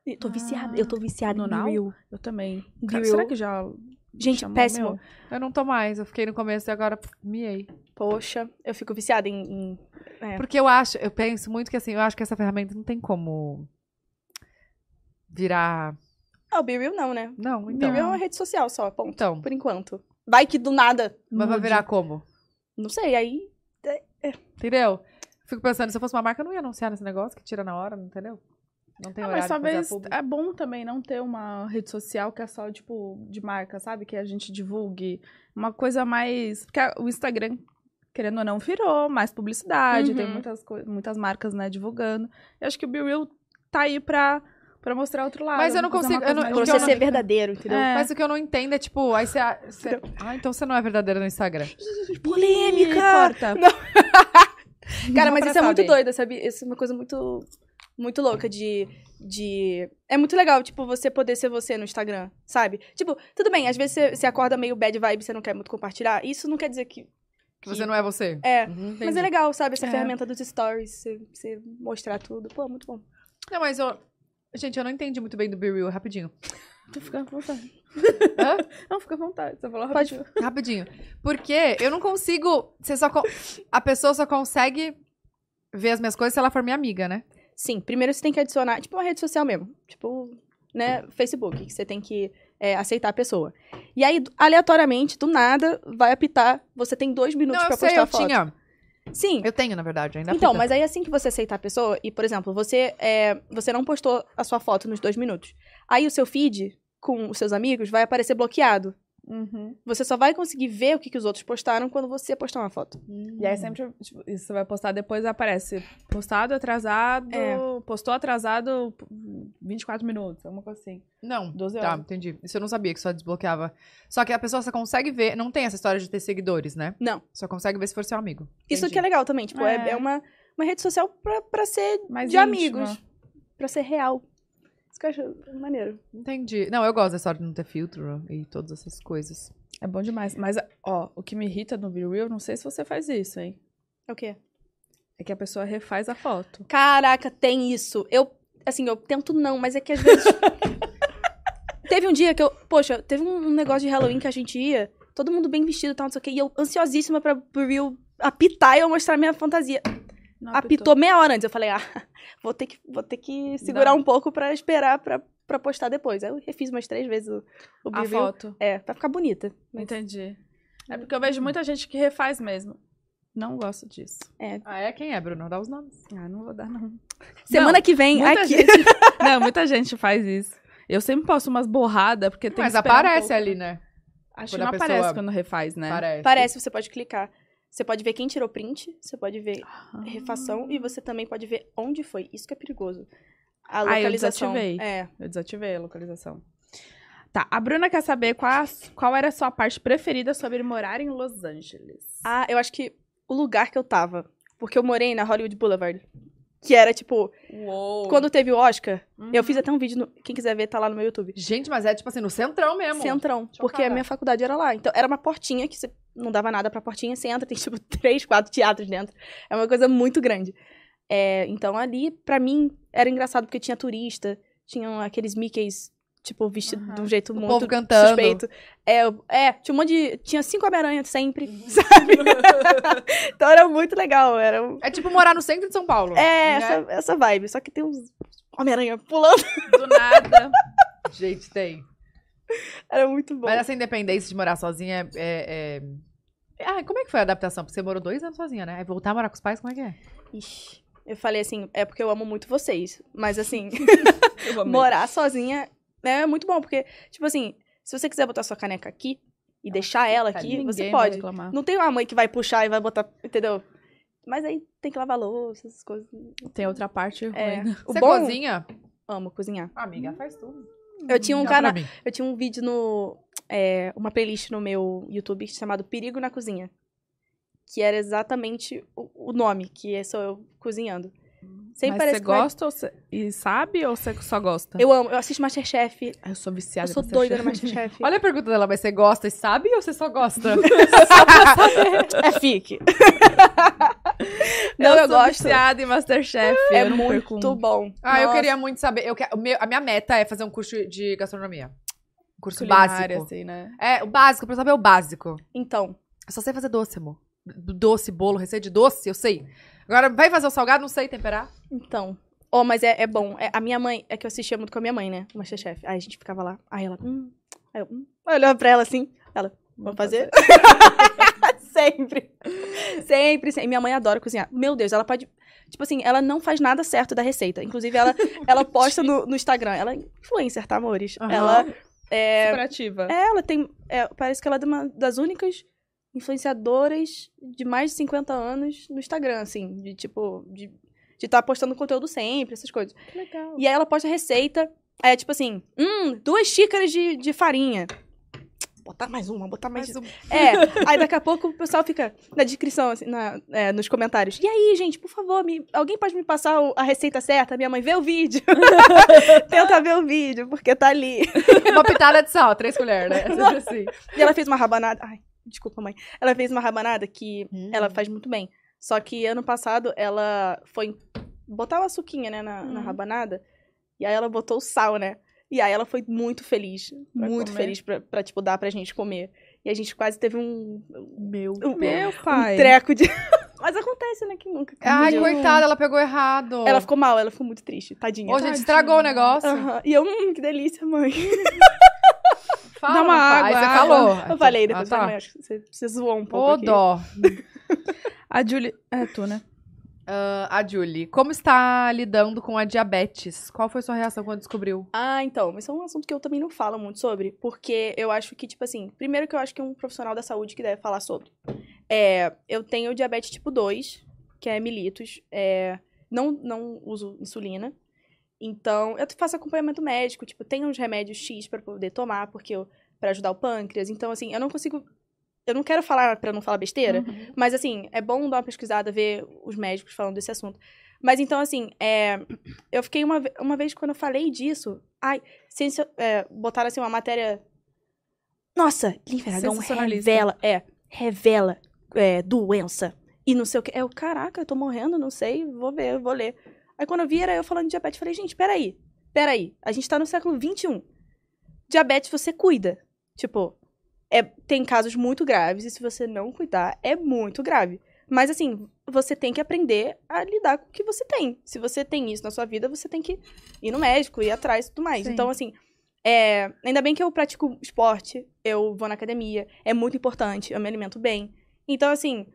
Eu tô Ah. viciada, eu tô viciada No no Now? Reel. eu também. Do Cara, you? será que já. Gente, chamou péssimo. meu? Eu não tô mais, eu fiquei no começo e agora pff, miei. Poxa, eu fico viciada em- em É. Porque eu acho, eu penso muito que assim, eu acho que essa ferramenta não tem como virar. Ah, o BeReal não, né? Não, O então. BeReal é uma rede social só, ponto. Então. Por enquanto. Vai que do nada. Mas vai Mude. virar como? Não sei, aí. Entendeu? Fico pensando, se eu fosse uma marca, eu não ia anunciar nesse negócio que tira na hora, entendeu? Não tem Ah, horário mas pra fazer a talvez publi. é bom também não ter uma rede social que é só, tipo, de marca, sabe? Que a gente divulgue uma coisa mais. Porque a- o Instagram, querendo ou não, virou mais publicidade, tem Uhum. muitas, coi- muitas marcas, né, divulgando. Eu acho que o Be Real tá aí pra, pra mostrar outro lado. Mas eu não fazer uma consigo- eu coisa Então não- mais Pra o que você eu orgânica. ser verdadeiro, entendeu? É. Mas o que eu não entendo é tipo, aí você. você- Ah, então você não é verdadeira no Instagram. Ih, corta. Cara, Não mas pra isso é muito saber. doido, sabe? Isso é uma coisa muito muito louca de. de... É muito legal, tipo, você poder ser você no Instagram, sabe? Tipo, tudo bem, às vezes você, você acorda meio bad vibe, você não quer muito compartilhar. Isso não quer dizer que. Que você não é você. É. Uhum, Mas entendi. é legal, sabe? Essa É. ferramenta dos stories, você, você mostrar tudo. Pô, muito bom. Não, mas eu. Gente, eu não entendi muito bem do Be Real, rapidinho. Tu fica à vontade. Hã? Não, fica à vontade. Você falou Pode- rapidinho. Rapidinho. Porque eu não consigo. Você só con- A pessoa só consegue ver as minhas coisas se ela for minha amiga, né? Sim, primeiro você tem que adicionar, tipo uma rede social mesmo, tipo, né, Facebook, que você tem que é, aceitar a pessoa. E aí, aleatoriamente, do nada, vai apitar, você tem dois minutos não, pra eu sei, tipo, é postar eu a foto. tinha. Sim, Eu tenho, na verdade, ainda. então, fica. mas aí assim que você aceitar a pessoa, e por exemplo, você, é, você não postou a sua foto nos dois minutos, aí o seu feed com os seus amigos vai aparecer bloqueado. Uhum. Você só vai conseguir ver o que, que os outros postaram quando você postar uma foto. Hum. E Uhum. aí sempre, tipo, isso você vai postar depois, aparece postado atrasado, postou atrasado 24 minutos, alguma coisa assim. Não. 12 Tá, horas. entendi. Isso eu não sabia que só desbloqueava. Só que a pessoa só consegue ver. Não tem essa história de ter seguidores, né? Não. Só consegue ver se for seu amigo. Isso Entendi. que é legal também, tipo, é, É. é uma, uma rede social pra, pra ser Mais de íntima. amigos. Pra ser real. Isso que eu acho maneiro. Entendi. Não, eu gosto dessa hora de não ter filtro e todas essas coisas. É bom demais. Mas, ó, o que me irrita no Be Real, não sei se você faz isso, hein? É o quê? É que a pessoa refaz a foto. Caraca, tem isso. Eu, assim, eu tento não, mas é que às vezes. teve um dia que eu. Poxa, teve um um negócio de Halloween que a gente ia, todo mundo bem vestido e tal, não sei o quê, e eu ansiosíssima pra pro Real apitar e eu mostrar minha fantasia. Não, Apitou meia hora antes. Eu falei, ah, vou ter que, vou ter que segurar Não. um pouco pra esperar pra, pra postar depois. Aí eu refiz umas três vezes o, o A Be Real. foto. É, pra ficar bonita. Mas- Entendi. É porque eu vejo muita gente que refaz mesmo. Não gosto disso. Ah, é? Quem é, Bruno? Dá os nomes. Ah, não vou dar, não. Semana que vem, Muita aqui. gente. não, muita gente faz isso. Eu sempre posto umas borradas, porque tem Mas que esperar um aparece pouco. ali, né? Acho que quando não a pessoa- aparece quando refaz, né? Parece. É. Parece, você pode clicar. Você pode ver quem tirou print, você pode ver refação e você também pode ver onde foi. Isso que é perigoso. A Ah, eu localização. desativei. É. Eu desativei a localização. Tá, a Bruna quer saber qual, qual era a sua parte preferida sobre morar em Los Angeles. Ah, eu acho que o lugar que eu tava, porque eu morei na Hollywood Boulevard, que era tipo, Uou! quando teve o Oscar, Uhum. eu fiz até um vídeo, no- quem quiser ver tá lá no meu YouTube. Gente, mas é tipo assim, no centrão mesmo. Centrão, porque a Chocada. minha faculdade era lá. Então era uma portinha que você não dava nada pra portinha, você entra, tem tipo três, quatro teatros dentro. É uma coisa muito grande. É, então ali, pra mim, era engraçado porque tinha turista, tinham aqueles Mickeys, tipo, vestidos de um jeito O muito povo cantando. suspeito. É, eu- é, tinha um monte de. Tinha cinco Homem-Aranha sempre, Uhum. sabe? então era muito legal. Era, um- É tipo morar no centro de São Paulo. Né? é, essa, essa vibe. Só que tem uns Homem-Aranha pulando. Do nada. Gente, tem. Era muito bom. Mas essa independência de morar sozinha é. é- é- Ah, como é que foi a adaptação? Porque você morou dois anos sozinha, né? Aí voltar a morar com os pais, como é que é? Ixi, eu falei assim, é porque eu amo muito vocês. Mas assim. Eu amei. morar sozinha né, é muito bom, porque, tipo assim, se você quiser botar sua caneca aqui e deixar ela aqui, Ah, tá, Ninguém você vai pode. reclamar. Não tem uma mãe que vai puxar e vai botar, entendeu? Mas aí tem que lavar louça, essas coisas. Tem outra parte ruim. É. né? O você bom, cozinha? amo cozinhar. Amiga, faz tudo. Hum, Eu tinha Dá um Hum. pra canal, mim. eu tinha um vídeo no é, uma playlist no meu YouTube chamado Perigo na Cozinha, que era exatamente o, o nome, que é só eu cozinhando. Sempre Hum, Mas parece você que vai- gosta ou você- e sabe ou você só gosta? Eu amo, eu assisto Masterchef, Ah, eu sou eu viciada sou em doida no Masterchef. Masterchef. Olha a pergunta dela, mas você gosta e sabe ou você só gosta? é fique. Não, eu, eu sou gosto. viciada em Masterchef. É eu não perco um. muito bom. ah, eu Nossa. queria muito saber. Eu que- o meu- a minha meta é fazer um curso de gastronomia. Um curso culinária, básico. assim, né? É, o básico, pra eu saber o básico. Então, Eu só sei fazer doce, amor. Doce, bolo, receita de doce, eu sei. Agora, vai fazer o salgado, não sei temperar. então. Oh, mas é, é bom. É, a minha mãe, é que eu assistia muito com a minha mãe, né? O Masterchef. Aí a gente ficava lá. Aí ela, hum. Aí eu, hum. Aí eu olhava pra ela assim. Ela, vamos fazer? sempre. Sempre, sempre. Minha mãe adora cozinhar. Meu Deus, ela pode. Tipo assim, ela não faz nada certo da receita. Inclusive, ela, ela posta no, no Instagram. Ela é influencer, tá, amores? Aham. Ela é. Super ativa. É, ela tem. é, parece que ela é de uma das únicas influenciadoras de mais de 50 anos no Instagram, assim, de tipo, de estar postando conteúdo sempre, essas coisas. Que legal. é, E aí ela posta receita, é tipo assim, hum, duas xícaras de, de farinha. botar mais uma, botar mais. Mais um. É, aí daqui a pouco o pessoal fica na descrição, assim, na- é, nos comentários. E aí, gente, por favor, me- alguém pode me passar o- a receita certa? Minha mãe, vê o vídeo. Tenta ver o vídeo, porque tá ali. Uma pitada de sal, três colheres, né? É sempre assim. E ela fez uma rabanada. Ai, desculpa, mãe. Ela fez uma rabanada que ela Uhum. faz muito bem. Só que ano passado ela foi botar uma suquinha, né, na, Uhum. na rabanada. E aí ela botou o sal, né? E aí ela foi muito feliz. muito comer? feliz pra, pra, tipo, dar pra gente comer. E a gente quase teve um, Meu. um, Meu um pai. treco de. Mas acontece, né? Que nunca. Ai, Podia. coitada, ela pegou errado. Ela ficou mal, ela ficou muito triste, tadinha. Ô, gente, estragou o negócio. Aham. E eu, hum, que delícia, mãe. Fala, Dá uma rapaz, água, Você água. falou. Eu falei depois, Ah, tá. mãe, acho que você, você zoou um pouco. Ô, aqui." dó. A Julie. É tu, né? Ah, a Julie, como está lidando com a diabetes? Qual foi sua reação quando descobriu? Ah, então, isso é um assunto que eu também não falo muito sobre, porque eu acho que, tipo assim, primeiro que eu acho que é um profissional da saúde que deve falar sobre. É, eu tenho diabetes tipo 2, que é mellitus, é, não, não uso insulina, então eu faço acompanhamento médico, tipo, tenho uns remédios X pra poder tomar, porque eu, para ajudar o pâncreas, então, assim, eu não consigo, eu não quero falar pra não falar besteira, mas, assim, é bom dar uma pesquisada, ver os médicos falando desse assunto. Mas, então, assim, é, eu fiquei uma, ve- uma vez quando eu falei disso. Ai, ciência, é, botaram assim uma matéria. Nossa, Linferagão Sensacionalista. revela. É, revela é, doença. E não sei o que. Eu, caraca, eu tô morrendo, não sei, vou ver, vou ler. Aí quando eu vi, era eu falando de diabetes. Falei, gente, peraí, peraí. A gente tá no século XXI. Diabetes você cuida. Tipo, é, tem casos muito graves e se você não cuidar, é muito grave. Mas assim, você tem que aprender a lidar com o que você tem. Se você tem isso na sua vida, você tem que ir no médico, ir atrás e tudo mais. Sim. Então, assim, é, ainda bem que eu pratico esporte, eu vou na academia, é muito importante, eu me alimento bem. Então, assim.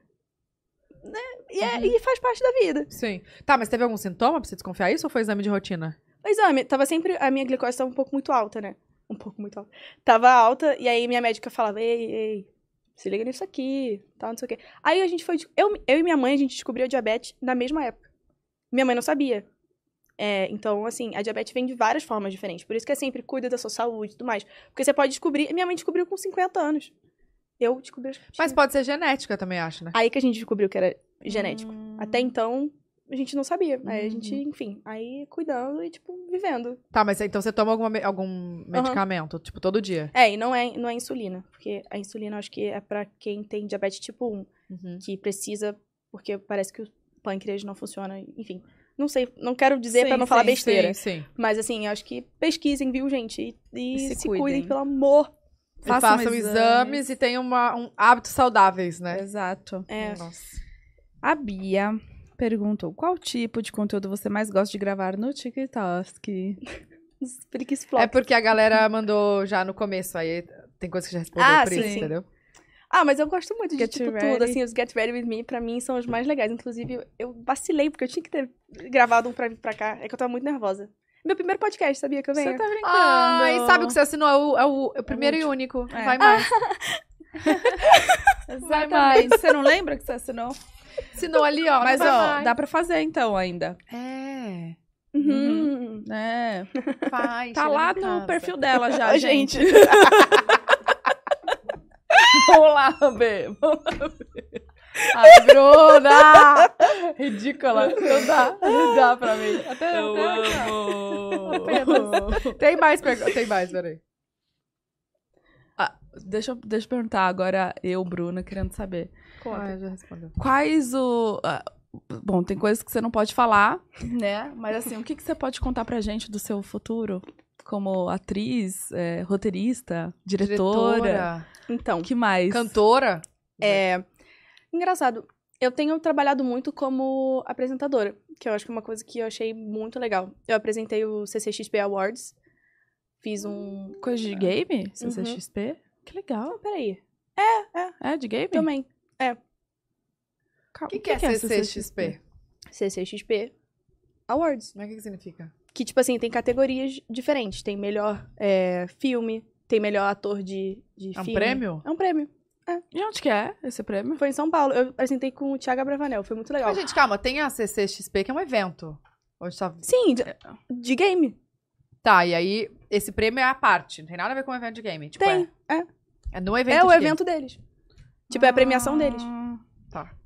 né, E, é- e faz parte da vida. Sim. Tá, mas teve algum sintoma pra você desconfiar isso ou foi exame de rotina? O exame, tava sempre. A minha glicose tava um pouco muito alta, né? Um pouco muito alta. Tava alta, e aí minha médica falava: ei, ei, se liga nisso aqui, tal, não sei o quê. Aí a gente foi. de- Eu, eu e minha mãe, a gente descobriu a diabetes na mesma época. Minha mãe não sabia. É, então, assim, a diabetes vem de várias formas diferentes. Por isso que é sempre cuida da sua saúde e tudo mais. Porque você pode descobrir. Minha mãe descobriu com 50 anos. Eu descobri. acho que Mas tinha- pode ser genética, eu também acho, né? Aí que a gente descobriu que era genético. Hum, Até então, a gente não sabia. Aí a gente, enfim, aí cuidando e, tipo, vivendo. Tá, mas então você toma alguma me- algum medicamento, tipo, todo dia? É, e não é, não é insulina, porque a insulina eu acho que é pra quem tem diabetes tipo 1, que precisa, porque parece que o pâncreas não funciona, enfim. Não sei, não quero dizer pra Sim, não falar sim, besteira. Sim, sim. Mas assim, eu acho que pesquisem, viu, gente? E, e E se, se cuidem. cuidem. pelo amor. E Façam Façam, exames. exames e tenham uma- um hábitos saudáveis, né? Exato. É, Nossa. A Bia perguntou: qual tipo de conteúdo você mais gosta de gravar no TikTok? preguiça É flop. porque a galera mandou já no começo, aí tem coisa que já respondeu Ah, por sim, isso, sim. entendeu? Ah, mas eu gosto muito de Get tipo Ready. tudo, assim, os Get Ready With Me, pra mim, são os mais legais. Inclusive, eu- eu vacilei, porque eu tinha que ter gravado um pra vir pra cá. É que eu tava muito nervosa. Meu primeiro podcast, sabia que eu venho? Você tá brincando? Ah, e sabe o que você assinou? É o, é o- é o primeiro e único. É. Vai mais. Vai mais. Você não lembra que você assinou? Assinou ali, ó. Mas, vai ó, mais. dá pra fazer então ainda. É. Uhum. É. Faz. Tá chega lá em casa. no perfil dela já, A gente. gente. Vamos lá, Bê. Vamos lá. Ai, Bruna! Ridícula. Não dá. Não dá pra mim. Até, Eu até- amo. Tem mais perguntas. Tem mais, peraí. deixa, eu, deixa eu perguntar agora, eu, Bruna, querendo saber. Ah, já respondeu. Quais o. ah, Bom, tem coisas que você não pode falar, né? Mas assim, o que, que você pode contar pra gente do seu futuro? Como atriz, eh, roteirista, diretora. Então. O que mais? Cantora. É. Engraçado. Eu tenho trabalhado muito como apresentadora, que eu acho que é uma coisa que eu achei muito legal. Eu apresentei o CCXP Awards, fiz um. Hum. Coisa de game? CCXP? Que legal. Ah, Uhum. peraí. É, de game? Também. Cal- O que, que é CCXP? CCXP Awards. Mas o que, que significa? É Que, tipo assim, tem categorias diferentes. Tem melhor é, filme, tem melhor ator de, de É um filme. prêmio? É um prêmio. E onde que é esse prêmio? Foi em São Paulo. Eu apresentei com o Thiago Abravanel, foi muito legal. Mas, gente, calma. Tem a CCXP, que é um evento. Onde tá... Sim, de, de game. tá, e aí esse prêmio é a parte. Não tem nada a ver com o evento de game. Tipo, Tem, É... é. É no evento É o de quê? evento deles. Tipo, é a premiação deles. Ah, tá. Ah.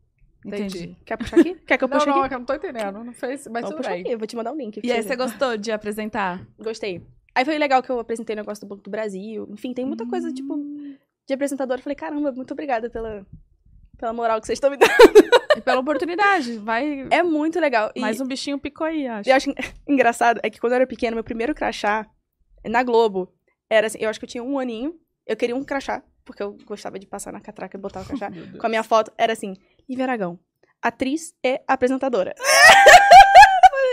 Entendi. Quer puxar aqui? Quer que eu Não, puxe não, é aqui? que eu não tô entendendo. Não fez, mas Vou tudo puxar bem. aqui, eu vou te mandar um link. pra E aí, você você ver. gostou de apresentar? Gostei. Aí foi legal que eu apresentei o negócio do Banco do Brasil. Enfim, tem muita coisa, tipo, Hum. de apresentadora. Eu falei, caramba, muito obrigada pela, pela moral que vocês estão me dando. E pela oportunidade, vai... É muito legal. E Mais um bichinho picou aí, acho. eu acho en- engraçado é que quando eu era pequena, meu primeiro crachá na Globo era assim, eu acho que eu tinha um aninho, eu queria um crachá, porque eu gostava de passar na catraca e botar o crachá. com a minha foto, era assim, Lívia Aragão, atriz e apresentadora.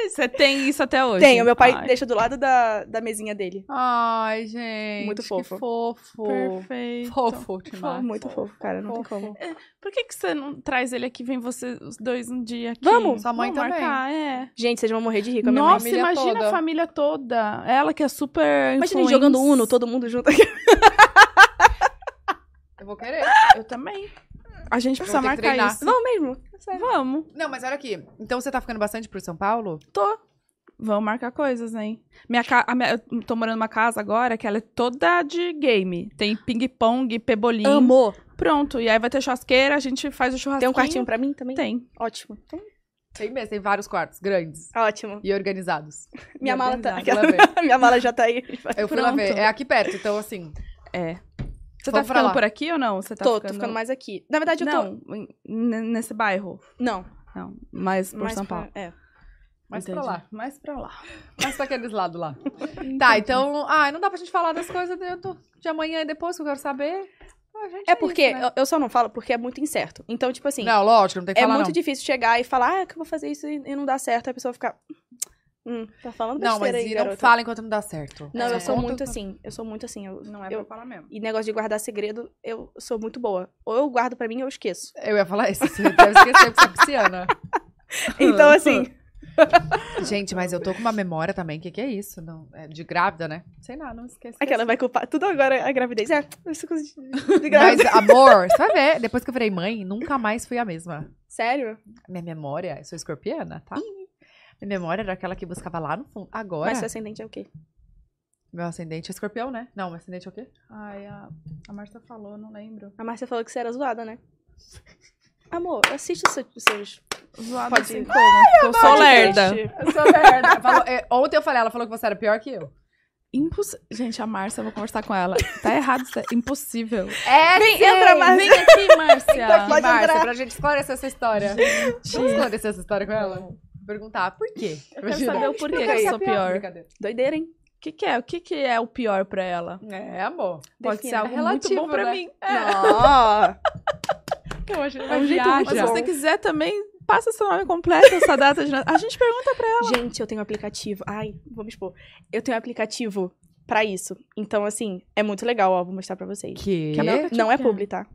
Você tem isso até hoje? Tenho, meu pai Ai, deixa do lado da, da mesinha dele. Ai, gente. Muito fofo. Que fofo. Perfeito. Fofo demais. Muito fofo, cara, não tem Fofo. como. Por que, que você não traz ele aqui? Vem você, os dois um dia aqui. Vamos! Sua mãe também. marcar, é. Gente, vocês vão morrer de rir com a minha mãe. Nossa, família imagina toda. a família toda. Ela que é super. Imagina influencer. jogando Uno, todo mundo junto. Eu vou querer. Eu também. A gente precisa Vamos ter que treinar. marcar isso. Vamos mesmo. Vamos. Não, mas olha aqui. Então você tá ficando bastante pro São Paulo? Vamos marcar coisas, hein? Minha ca... a minha- Eu tô morando numa casa agora que ela é toda de game. Tem ping-pong, pebolim. Amor. Pronto. E aí vai ter churrasqueira, a gente faz o churrasquinho. Tem um quartinho pra mim também? Assim, Tem. Ótimo. Então, Tem mesmo, tem vários quartos grandes ótimo. e organizados. Minha mala tá. Eu fui lá ver. minha mala já tá aí. Eu fui lá Pronto. ver. É aqui perto, então assim. Você Vamos tá pra ficando lá. por aqui ou não? Você tá tô, ficando... tô ficando mais aqui. Na verdade, eu tô. Não, em- n- nesse bairro. Não. Não, mais por mais São pra- Paulo. É. Mais pra Entendi. lá. Mais pra lá. Mas pra aqueles lados lá. tá, então. Ah, não dá pra gente falar das coisas de, do- de amanhã e depois que eu quero saber. Ah, gente, É porque isso, né? eu- eu só não falo porque é muito incerto. Então, tipo assim, Não, lógico, não tem que é falar. muito não. difícil chegar e falar, ah, que eu vou fazer isso e e não dá certo. Aí a pessoa fica. Hum, tá falando Não, mas um besteira e aí, não garota. fala enquanto não dá certo. Não, Só eu sou conta muito quando- assim. Eu sou muito assim. Eu, Não é eu, pra falar mesmo. E negócio de guardar segredo, eu sou muito boa. Ou eu guardo pra mim ou eu esqueço. Eu ia falar isso. Você deve esquecer que você é pisciana. Então, assim, Gente, mas eu tô com uma memória também. O que, que é isso? Não, é de grávida, né? Sei lá, não esquece. aquela vai culpar tudo agora a gravidez. É, isso coisa de, de Mas, grávida. amor, você vai ver. Depois que eu virei mãe, nunca mais fui a mesma. é- Sério? Minha memória, eu sou escorpiana, tá? Minha memória era aquela que buscava lá no fundo. Agora, Mas seu ascendente é o quê? meu ascendente é escorpião, né? Não, meu ascendente é o quê? Ai, a, a Marta falou, não lembro. A Márcia falou que você era zoada, né? Amor, assiste os seus- os seus. Zoada Pode assim ir. como? Porque eu sou lerda. Eu sou merda. Falou- é, ontem eu falei, ela falou que você era pior que eu. Imposs... Gente, a Márcia, eu vou conversar com ela. Tá errado isso. É impossível. É, Então Vem, entra, Márcia. Vem aqui, Márcia. Pode Márcia, entrar. pra gente esclarecer essa história. Vamos esclarecer essa história com ela? Perguntar por quê? Eu quero saber o porquê que eu sou pior. Doideira, hein? O que, que é? O que, que é o pior pra ela? É, amor. Pode Defina. ser algo Relativo, muito bom pra né? mim. Ó, Eu acho é um jeito muito Mas se bom. você quiser também, passa seu nome completo, essa data de nascimento. A gente pergunta pra Gente, eu tenho um aplicativo. Ai, vou me expor. Eu tenho um aplicativo pra isso. Então, assim, é muito legal, ó. Vou mostrar pra vocês. Que? Que é? Não é Aplicativo. publi, tá?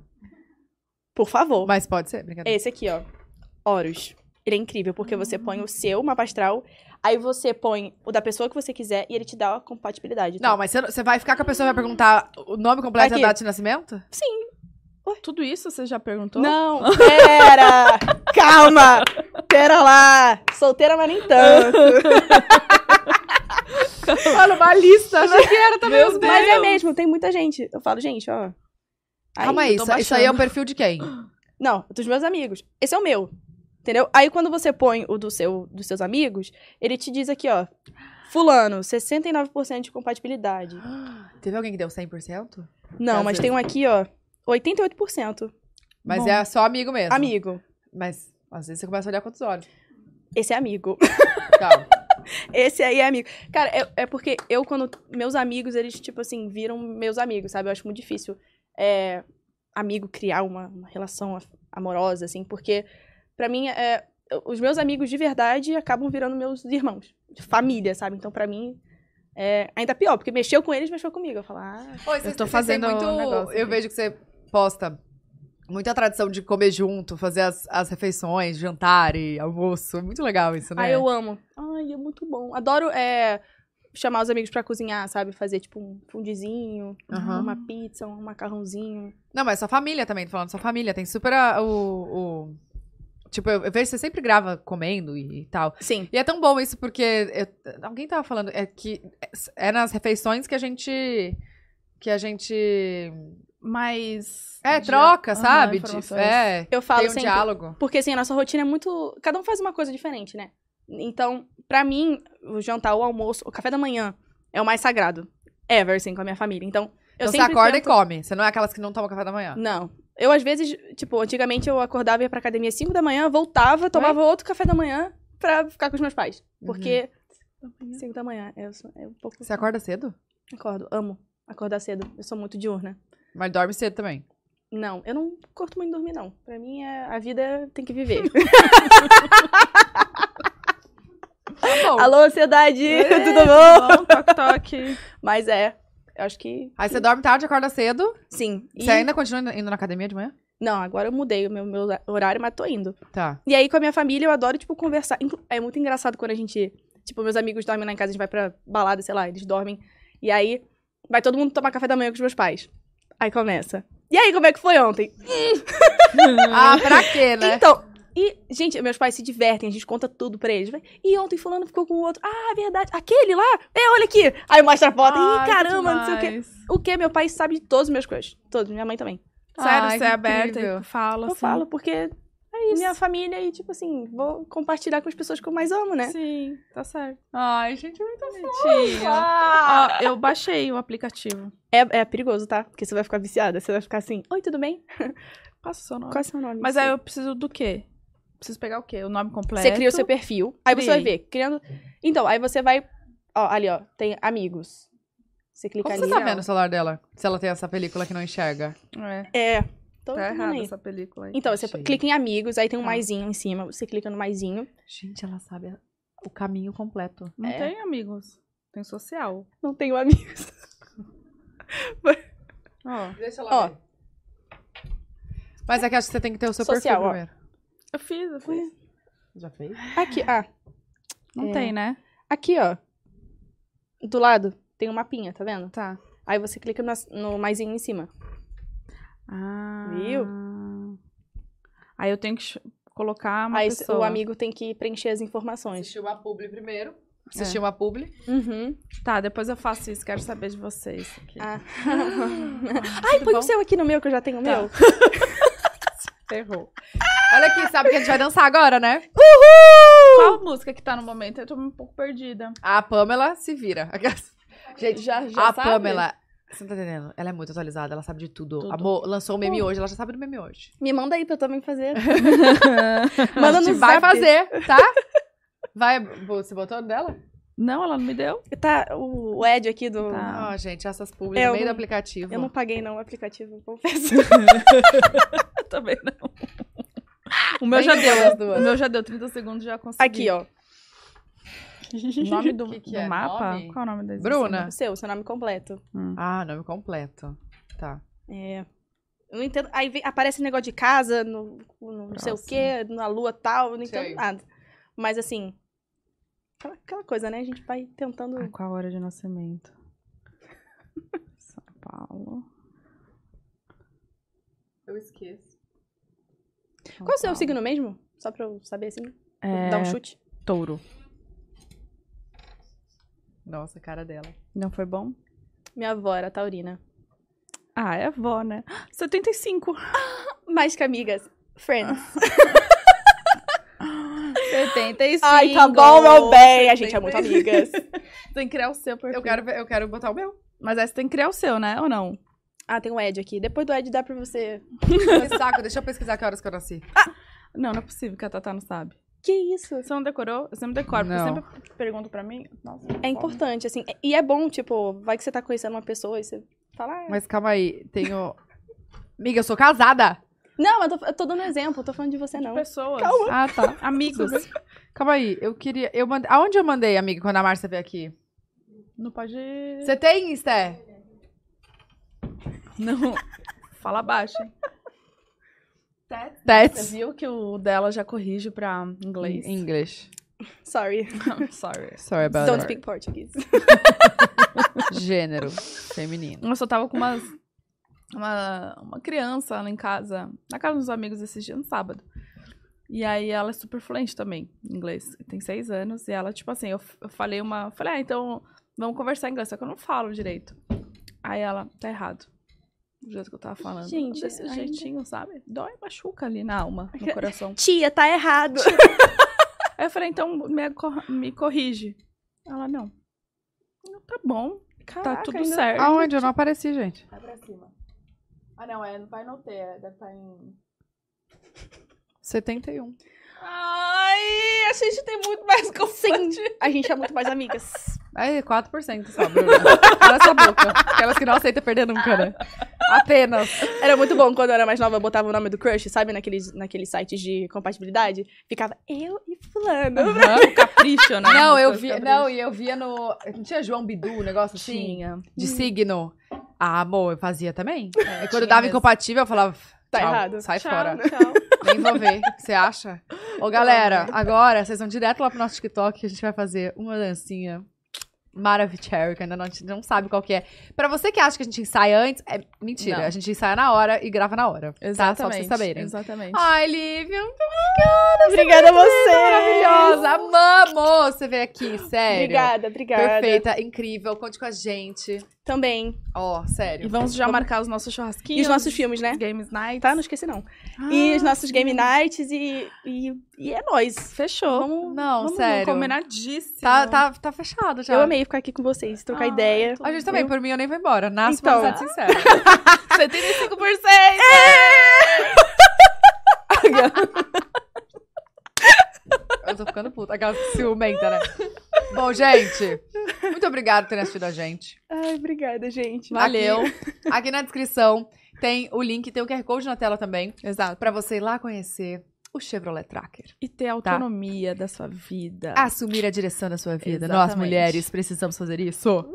Por favor. Mas pode ser, É, brincadeira. Esse aqui, ó. Horus. Ele é incrível, porque você põe o seu mapa astral, aí você põe o da pessoa que você quiser e ele te dá a compatibilidade. tá? Não, mas você- você vai ficar com a pessoa e vai perguntar o nome completo e Aqui. a data de nascimento? tudo isso, você já perguntou? Não, pera! Calma! Pera lá! Solteira, mas nem tanto. Mano, uma lista. né? Achei que era também os Mas é mesmo, tem muita gente. Eu falo, gente, ó. Aí, Calma aí, eu tô isso, isso aí é o baixando. perfil de quem? Não, dos meus amigos. Esse é o meu. Entendeu? Aí quando você põe o do seu, dos seus amigos, ele te diz aqui, ó. Fulano, 69% de compatibilidade. Teve alguém que deu 100%? Não, Às mas vezes. tem um aqui, ó. 88%. Mas Bom. é só amigo mesmo. Amigo. Mas às vezes você começa a olhar com outros olhos. Esse é amigo. Tá. Esse aí é amigo. Cara, é, é porque eu, quando. Meus amigos, eles, tipo assim, viram meus amigos, sabe? Eu acho muito difícil é, amigo criar uma, uma relação af- amorosa, assim, porque, pra mim, é, eu- os meus amigos de verdade acabam virando meus irmãos. de Família, sabe? Então, pra mim. É ainda pior, porque mexeu com eles, mexeu comigo. Eu falo, ah, Oi, vocês- vocês Eu tô têm fazendo muito- um negócio eu aqui. vejo que você posta muita tradição de comer junto, fazer as, as refeições, jantar e almoço. É Muito legal isso, né? ah, eu amo. Ai, é muito bom. Adoro é, chamar os amigos pra cozinhar, sabe? Fazer, tipo, um fundizinho, Aham. uma pizza, um macarrãozinho. Não, mas sua família também, tô falando sua família. Tem super a- o... o- Tipo, eu, eu vejo que você sempre grava comendo e, e tal. Sim. E é tão bom isso, porque eu- alguém tava falando é que é nas refeições que a gente que a gente mais. É, de- troca, Aham, sabe? De- informações. é, Eu falo tem um sempre. diálogo. Porque assim, a nossa rotina é muito. Cada um faz uma coisa diferente, né? Então, pra mim, o jantar, o almoço, o café da manhã é o mais sagrado. Ever, assim, com a minha família. Então, eu Então você sempre acorda tento- e come. Você não é aquelas que não tomam café da manhã. Não. Eu, às vezes, tipo, antigamente eu acordava e ia pra academia às 5 da manhã, voltava, tomava outro café da manhã pra ficar com os meus pais. Uhum. Porque. 5 da manhã, eu sou- é um pouco. Você acorda cedo? Acordo, amo acordar cedo. Eu sou muito diurna. Mas dorme cedo também. Não, eu não curto muito dormir, não. Pra mim, é... a vida tem que viver. Tá Alô, ansiedade! Tudo bom? É, Bom, toque, toque. Mas é, eu acho que Aí você dorme tarde, acorda cedo. sim. E- Você ainda continua indo- indo na academia de manhã? Não, agora eu mudei o meu, meu horário, mas tô indo. Tá. E aí, com a minha família, eu adoro, tipo, conversar. Inclu- É muito engraçado quando a gente. Tipo, meus amigos dormem lá em casa, a gente vai pra balada, sei lá, eles dormem. E aí, vai todo mundo tomar café da manhã com os meus pais. Aí começa. E aí, como é que foi ontem? Ah, pra quê, né? Então. E, gente, meus pais se divertem, a gente conta tudo pra eles. vai, E ontem fulano ficou com o outro. Ah, é verdade. Aquele lá? É, olha aqui. Aí mostra a Ah, foto. Ih, caramba, não sei o quê. O quê? Meu pai sabe de todos os meus crushes. Todos, minha mãe também. Sério, Ai, você que é aberta incrível. e fala Eu assim. falo, porque é isso. minha família e, tipo assim, vou compartilhar com as pessoas que eu mais amo, né? Sim, tá certo. Ai, gente, é muito Bonitinho. Ó, eu baixei o aplicativo. É, é perigoso, tá? Porque você vai ficar viciada, você vai ficar assim, oi, tudo bem? Passa o seu nome. Qual é o seu nome? Mas aí eu preciso do quê? Preciso pegar o quê? O nome completo. Você cria o seu perfil, aí você vai Criei. ver, criando... Então, aí você vai, ó, ali, ó, tem amigos. Você clica Como ali. você tá vendo o celular dela? Se ela tem essa película que não enxerga. É, É, tá tô tá errada aí. essa película aí. Então, você Achei. clica em amigos, aí tem um Tá. maisinho em cima, você clica no maisinho. Gente, ela sabe a- o caminho completo. Não É. tem amigos. Tem social. Não tenho amigos. Ó, Deixa ela Ó. ver. Mas é que acho que você tem que ter o seu Social, ó. perfil primeiro. eu fiz, eu fiz. Já fez? Aqui, ah, Não É. tem, né? aqui, ó. Do lado, tem um mapinha, tá vendo? Tá. Aí você clica nas- no maisinho em cima. Ah. Viu? Aí eu tenho que ch- colocar uma Aí s- pessoa. o amigo tem que preencher as informações. Assistiu uma publi primeiro. Assistiu uma publi. Uhum. Tá, depois eu faço isso. Quero saber de vocês. Aqui. Ah. Ai, põe bom. o seu aqui no meu, que eu já tenho o Tá. meu. Ferrou. Olha aqui, sabe que a gente vai dançar agora, né? Uh! Qual música que tá no momento? Eu tô um pouco perdida. A Pamela se vira. Aquelas- Gente, Já, a Pamela. Você não tá entendendo? Ela é muito atualizada, ela sabe de tudo. Tudo. Amor, lançou o meme hoje, ela já sabe do meme hoje. Me manda aí pra eu também fazer. A Manda gente no vai zap. fazer, tá? Vai, você botou no dela? Não, ela não me deu? Tá, o o Ed aqui do... Tá. Ah, gente, essas publis Eu no meio não- do aplicativo. Eu não paguei não o aplicativo, confesso. Eu também não. Ah, O meu Nem já deu deu. as duas. O meu já deu 30 segundos, já consegui. Aqui, ó. O nome do, Que que do é? mapa? Nome? Qual é o nome da Bruna. O seu, seu nome completo. Ah, nome completo. Tá. É. Eu não entendo. Aí vem- aparece negócio de casa, no, no não sei o quê, na lua tal, eu não entendo Sei. nada. Mas assim. aquela- Aquela coisa, né? A gente vai tentando. Ah, qual a hora de nascimento? São Paulo. Eu esqueço. São Qual é o seu Paulo. signo mesmo? Só pra eu saber assim. É, Dar um chute. touro. Nossa, a cara dela. Não foi bom? Minha avó era taurina. Ah, é avó, né? 75. Mais que amigas. Friends. 75. Ai, tá bom, meu bem. A gente é muito amigas. Tem que criar o seu perfil. Eu quero, ver- eu quero botar o meu. Mas aí você tem que criar o seu, né? Ou não? Ah, tem o Ed aqui. Depois do Ed dá pra você. Que saco, deixa eu pesquisar que horas que eu nasci. Não, não é possível que a Tatá não sabe. Que isso? Você não decorou? Você não decora, porque Não. sempre pergunta pra mim. Nossa, É importante, assim. E é bom, tipo, vai que você tá conhecendo uma pessoa e você fala. ah, Mas calma aí, tenho. Miga, eu sou casada! Não, eu tô, eu tô dando exemplo, eu tô falando de você, não. Pessoas. Calma. Ah, tá. Amigos. Calma aí, eu queria. Eu mande... Aonde eu mandei, amiga, quando a Márcia veio aqui? Não pode. Você tem, Sté? Não. Fala baixo, hein? Você That's viu que o dela já corrige pra inglês? English. Sorry. I'm sorry. Sorry about Don't that. speak Portuguese. Gênero feminino. Nossa, eu tava com umas, uma, uma criança lá em casa, na casa dos amigos esses dias, no sábado. E aí ela é super fluente também, em inglês. Tem seis anos. E ela, tipo assim, eu, eu falei uma. Falei, ah, então vamos conversar em inglês, só que eu não falo direito. Aí ela, tá errado. Do jeito que eu tava falando. Gente, desse ainda- jeitinho, sabe? Dói, machuca ali na alma, no coração. Tia, tá errado. Aí eu falei, então me, cor- me corrige. Ela, não. Não, tá bom. Ah, tá Caraca, tudo ainda- certo. Aonde? Eu não apareci, gente. Vai pra cima. Ah, não, é, vai no T, é, deve estar em. 71. Ai, a gente tem muito mais que Sim, a gente é muito mais amigas. Aí, 4% só, Bruna. Cala essa boca. Aquelas que não aceitam perder nunca, né? Apenas. Era muito bom quando eu era mais nova, eu botava o nome do crush, sabe? Naqueles, naqueles sites de compatibilidade. Ficava eu e fulano. Aham, capricho, né? Não, Uma eu coisa vi, capricho. não, e eu via no, não tinha João Bidu, um negócio assim, Tinha. de signo. Ah, amor, eu fazia também. E quando tinha dava mesmo. incompatível, eu falava, Tá tchau, errado. sai Tchau, fora. tchau. Nem vou ver. O que Você acha? Ô, galera, agora vocês vão direto lá pro nosso TikTok que a gente vai fazer uma dancinha maravilhosa, que ainda não, a gente não sabe qual que é. Pra você que acha que a gente ensaia antes, é mentira. Não. A gente ensaia na hora e grava na hora. Tá? Só pra vocês Exatamente. saberem. Ah, Exatamente. Ai, Lívia, muito Obrigada a é você. maravilhosa. Amamos você veio aqui, sério. Obrigada, obrigada. Perfeita, incrível. Conte com a gente. Também. Ó, sério. E vamos já marcar os nossos E churrasquinhos. os nossos filmes, né? Games Night. Tá? Não esqueci, não. Ah, e os nossos game nights e, e, e é nóis. Fechou. Vamos- Não, Vamos assim, né? sério. Combinadíssimo. Tá, tá, tá fechado já. Eu amei ficar aqui com vocês, trocar Ai, ideia. A gente também, por mim eu nem vou embora. Nasce Então. pra ser sincero. 75%! Eu tô ficando puta. Aquela ciumenta, né? Bom, gente, muito obrigado por terem assistido a gente. Ai, obrigada, gente. Valeu. Aqui, aqui na descrição tem o link, tem o QR Code na tela também, Exato. pra você ir lá conhecer o Chevrolet Tracker. E ter a Tá. Ah, autonomia da sua vida. Assumir a direção da sua vida. Nós, Exatamente. mulheres, precisamos fazer isso.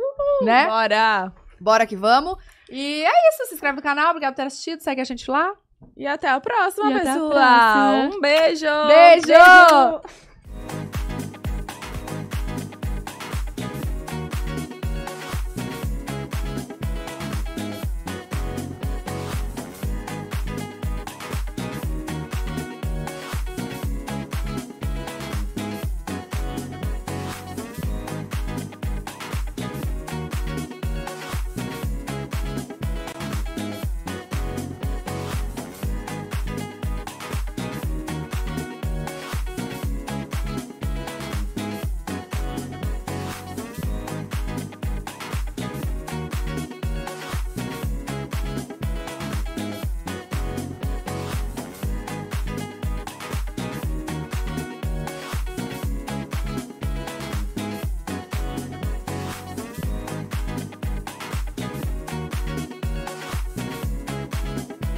né? Bora! Bora que vamos. E é isso. Se inscreve no canal. Obrigado por ter assistido. Segue a gente lá. E até a próxima, E até a pessoal! próxima. Um beijo! Beijo!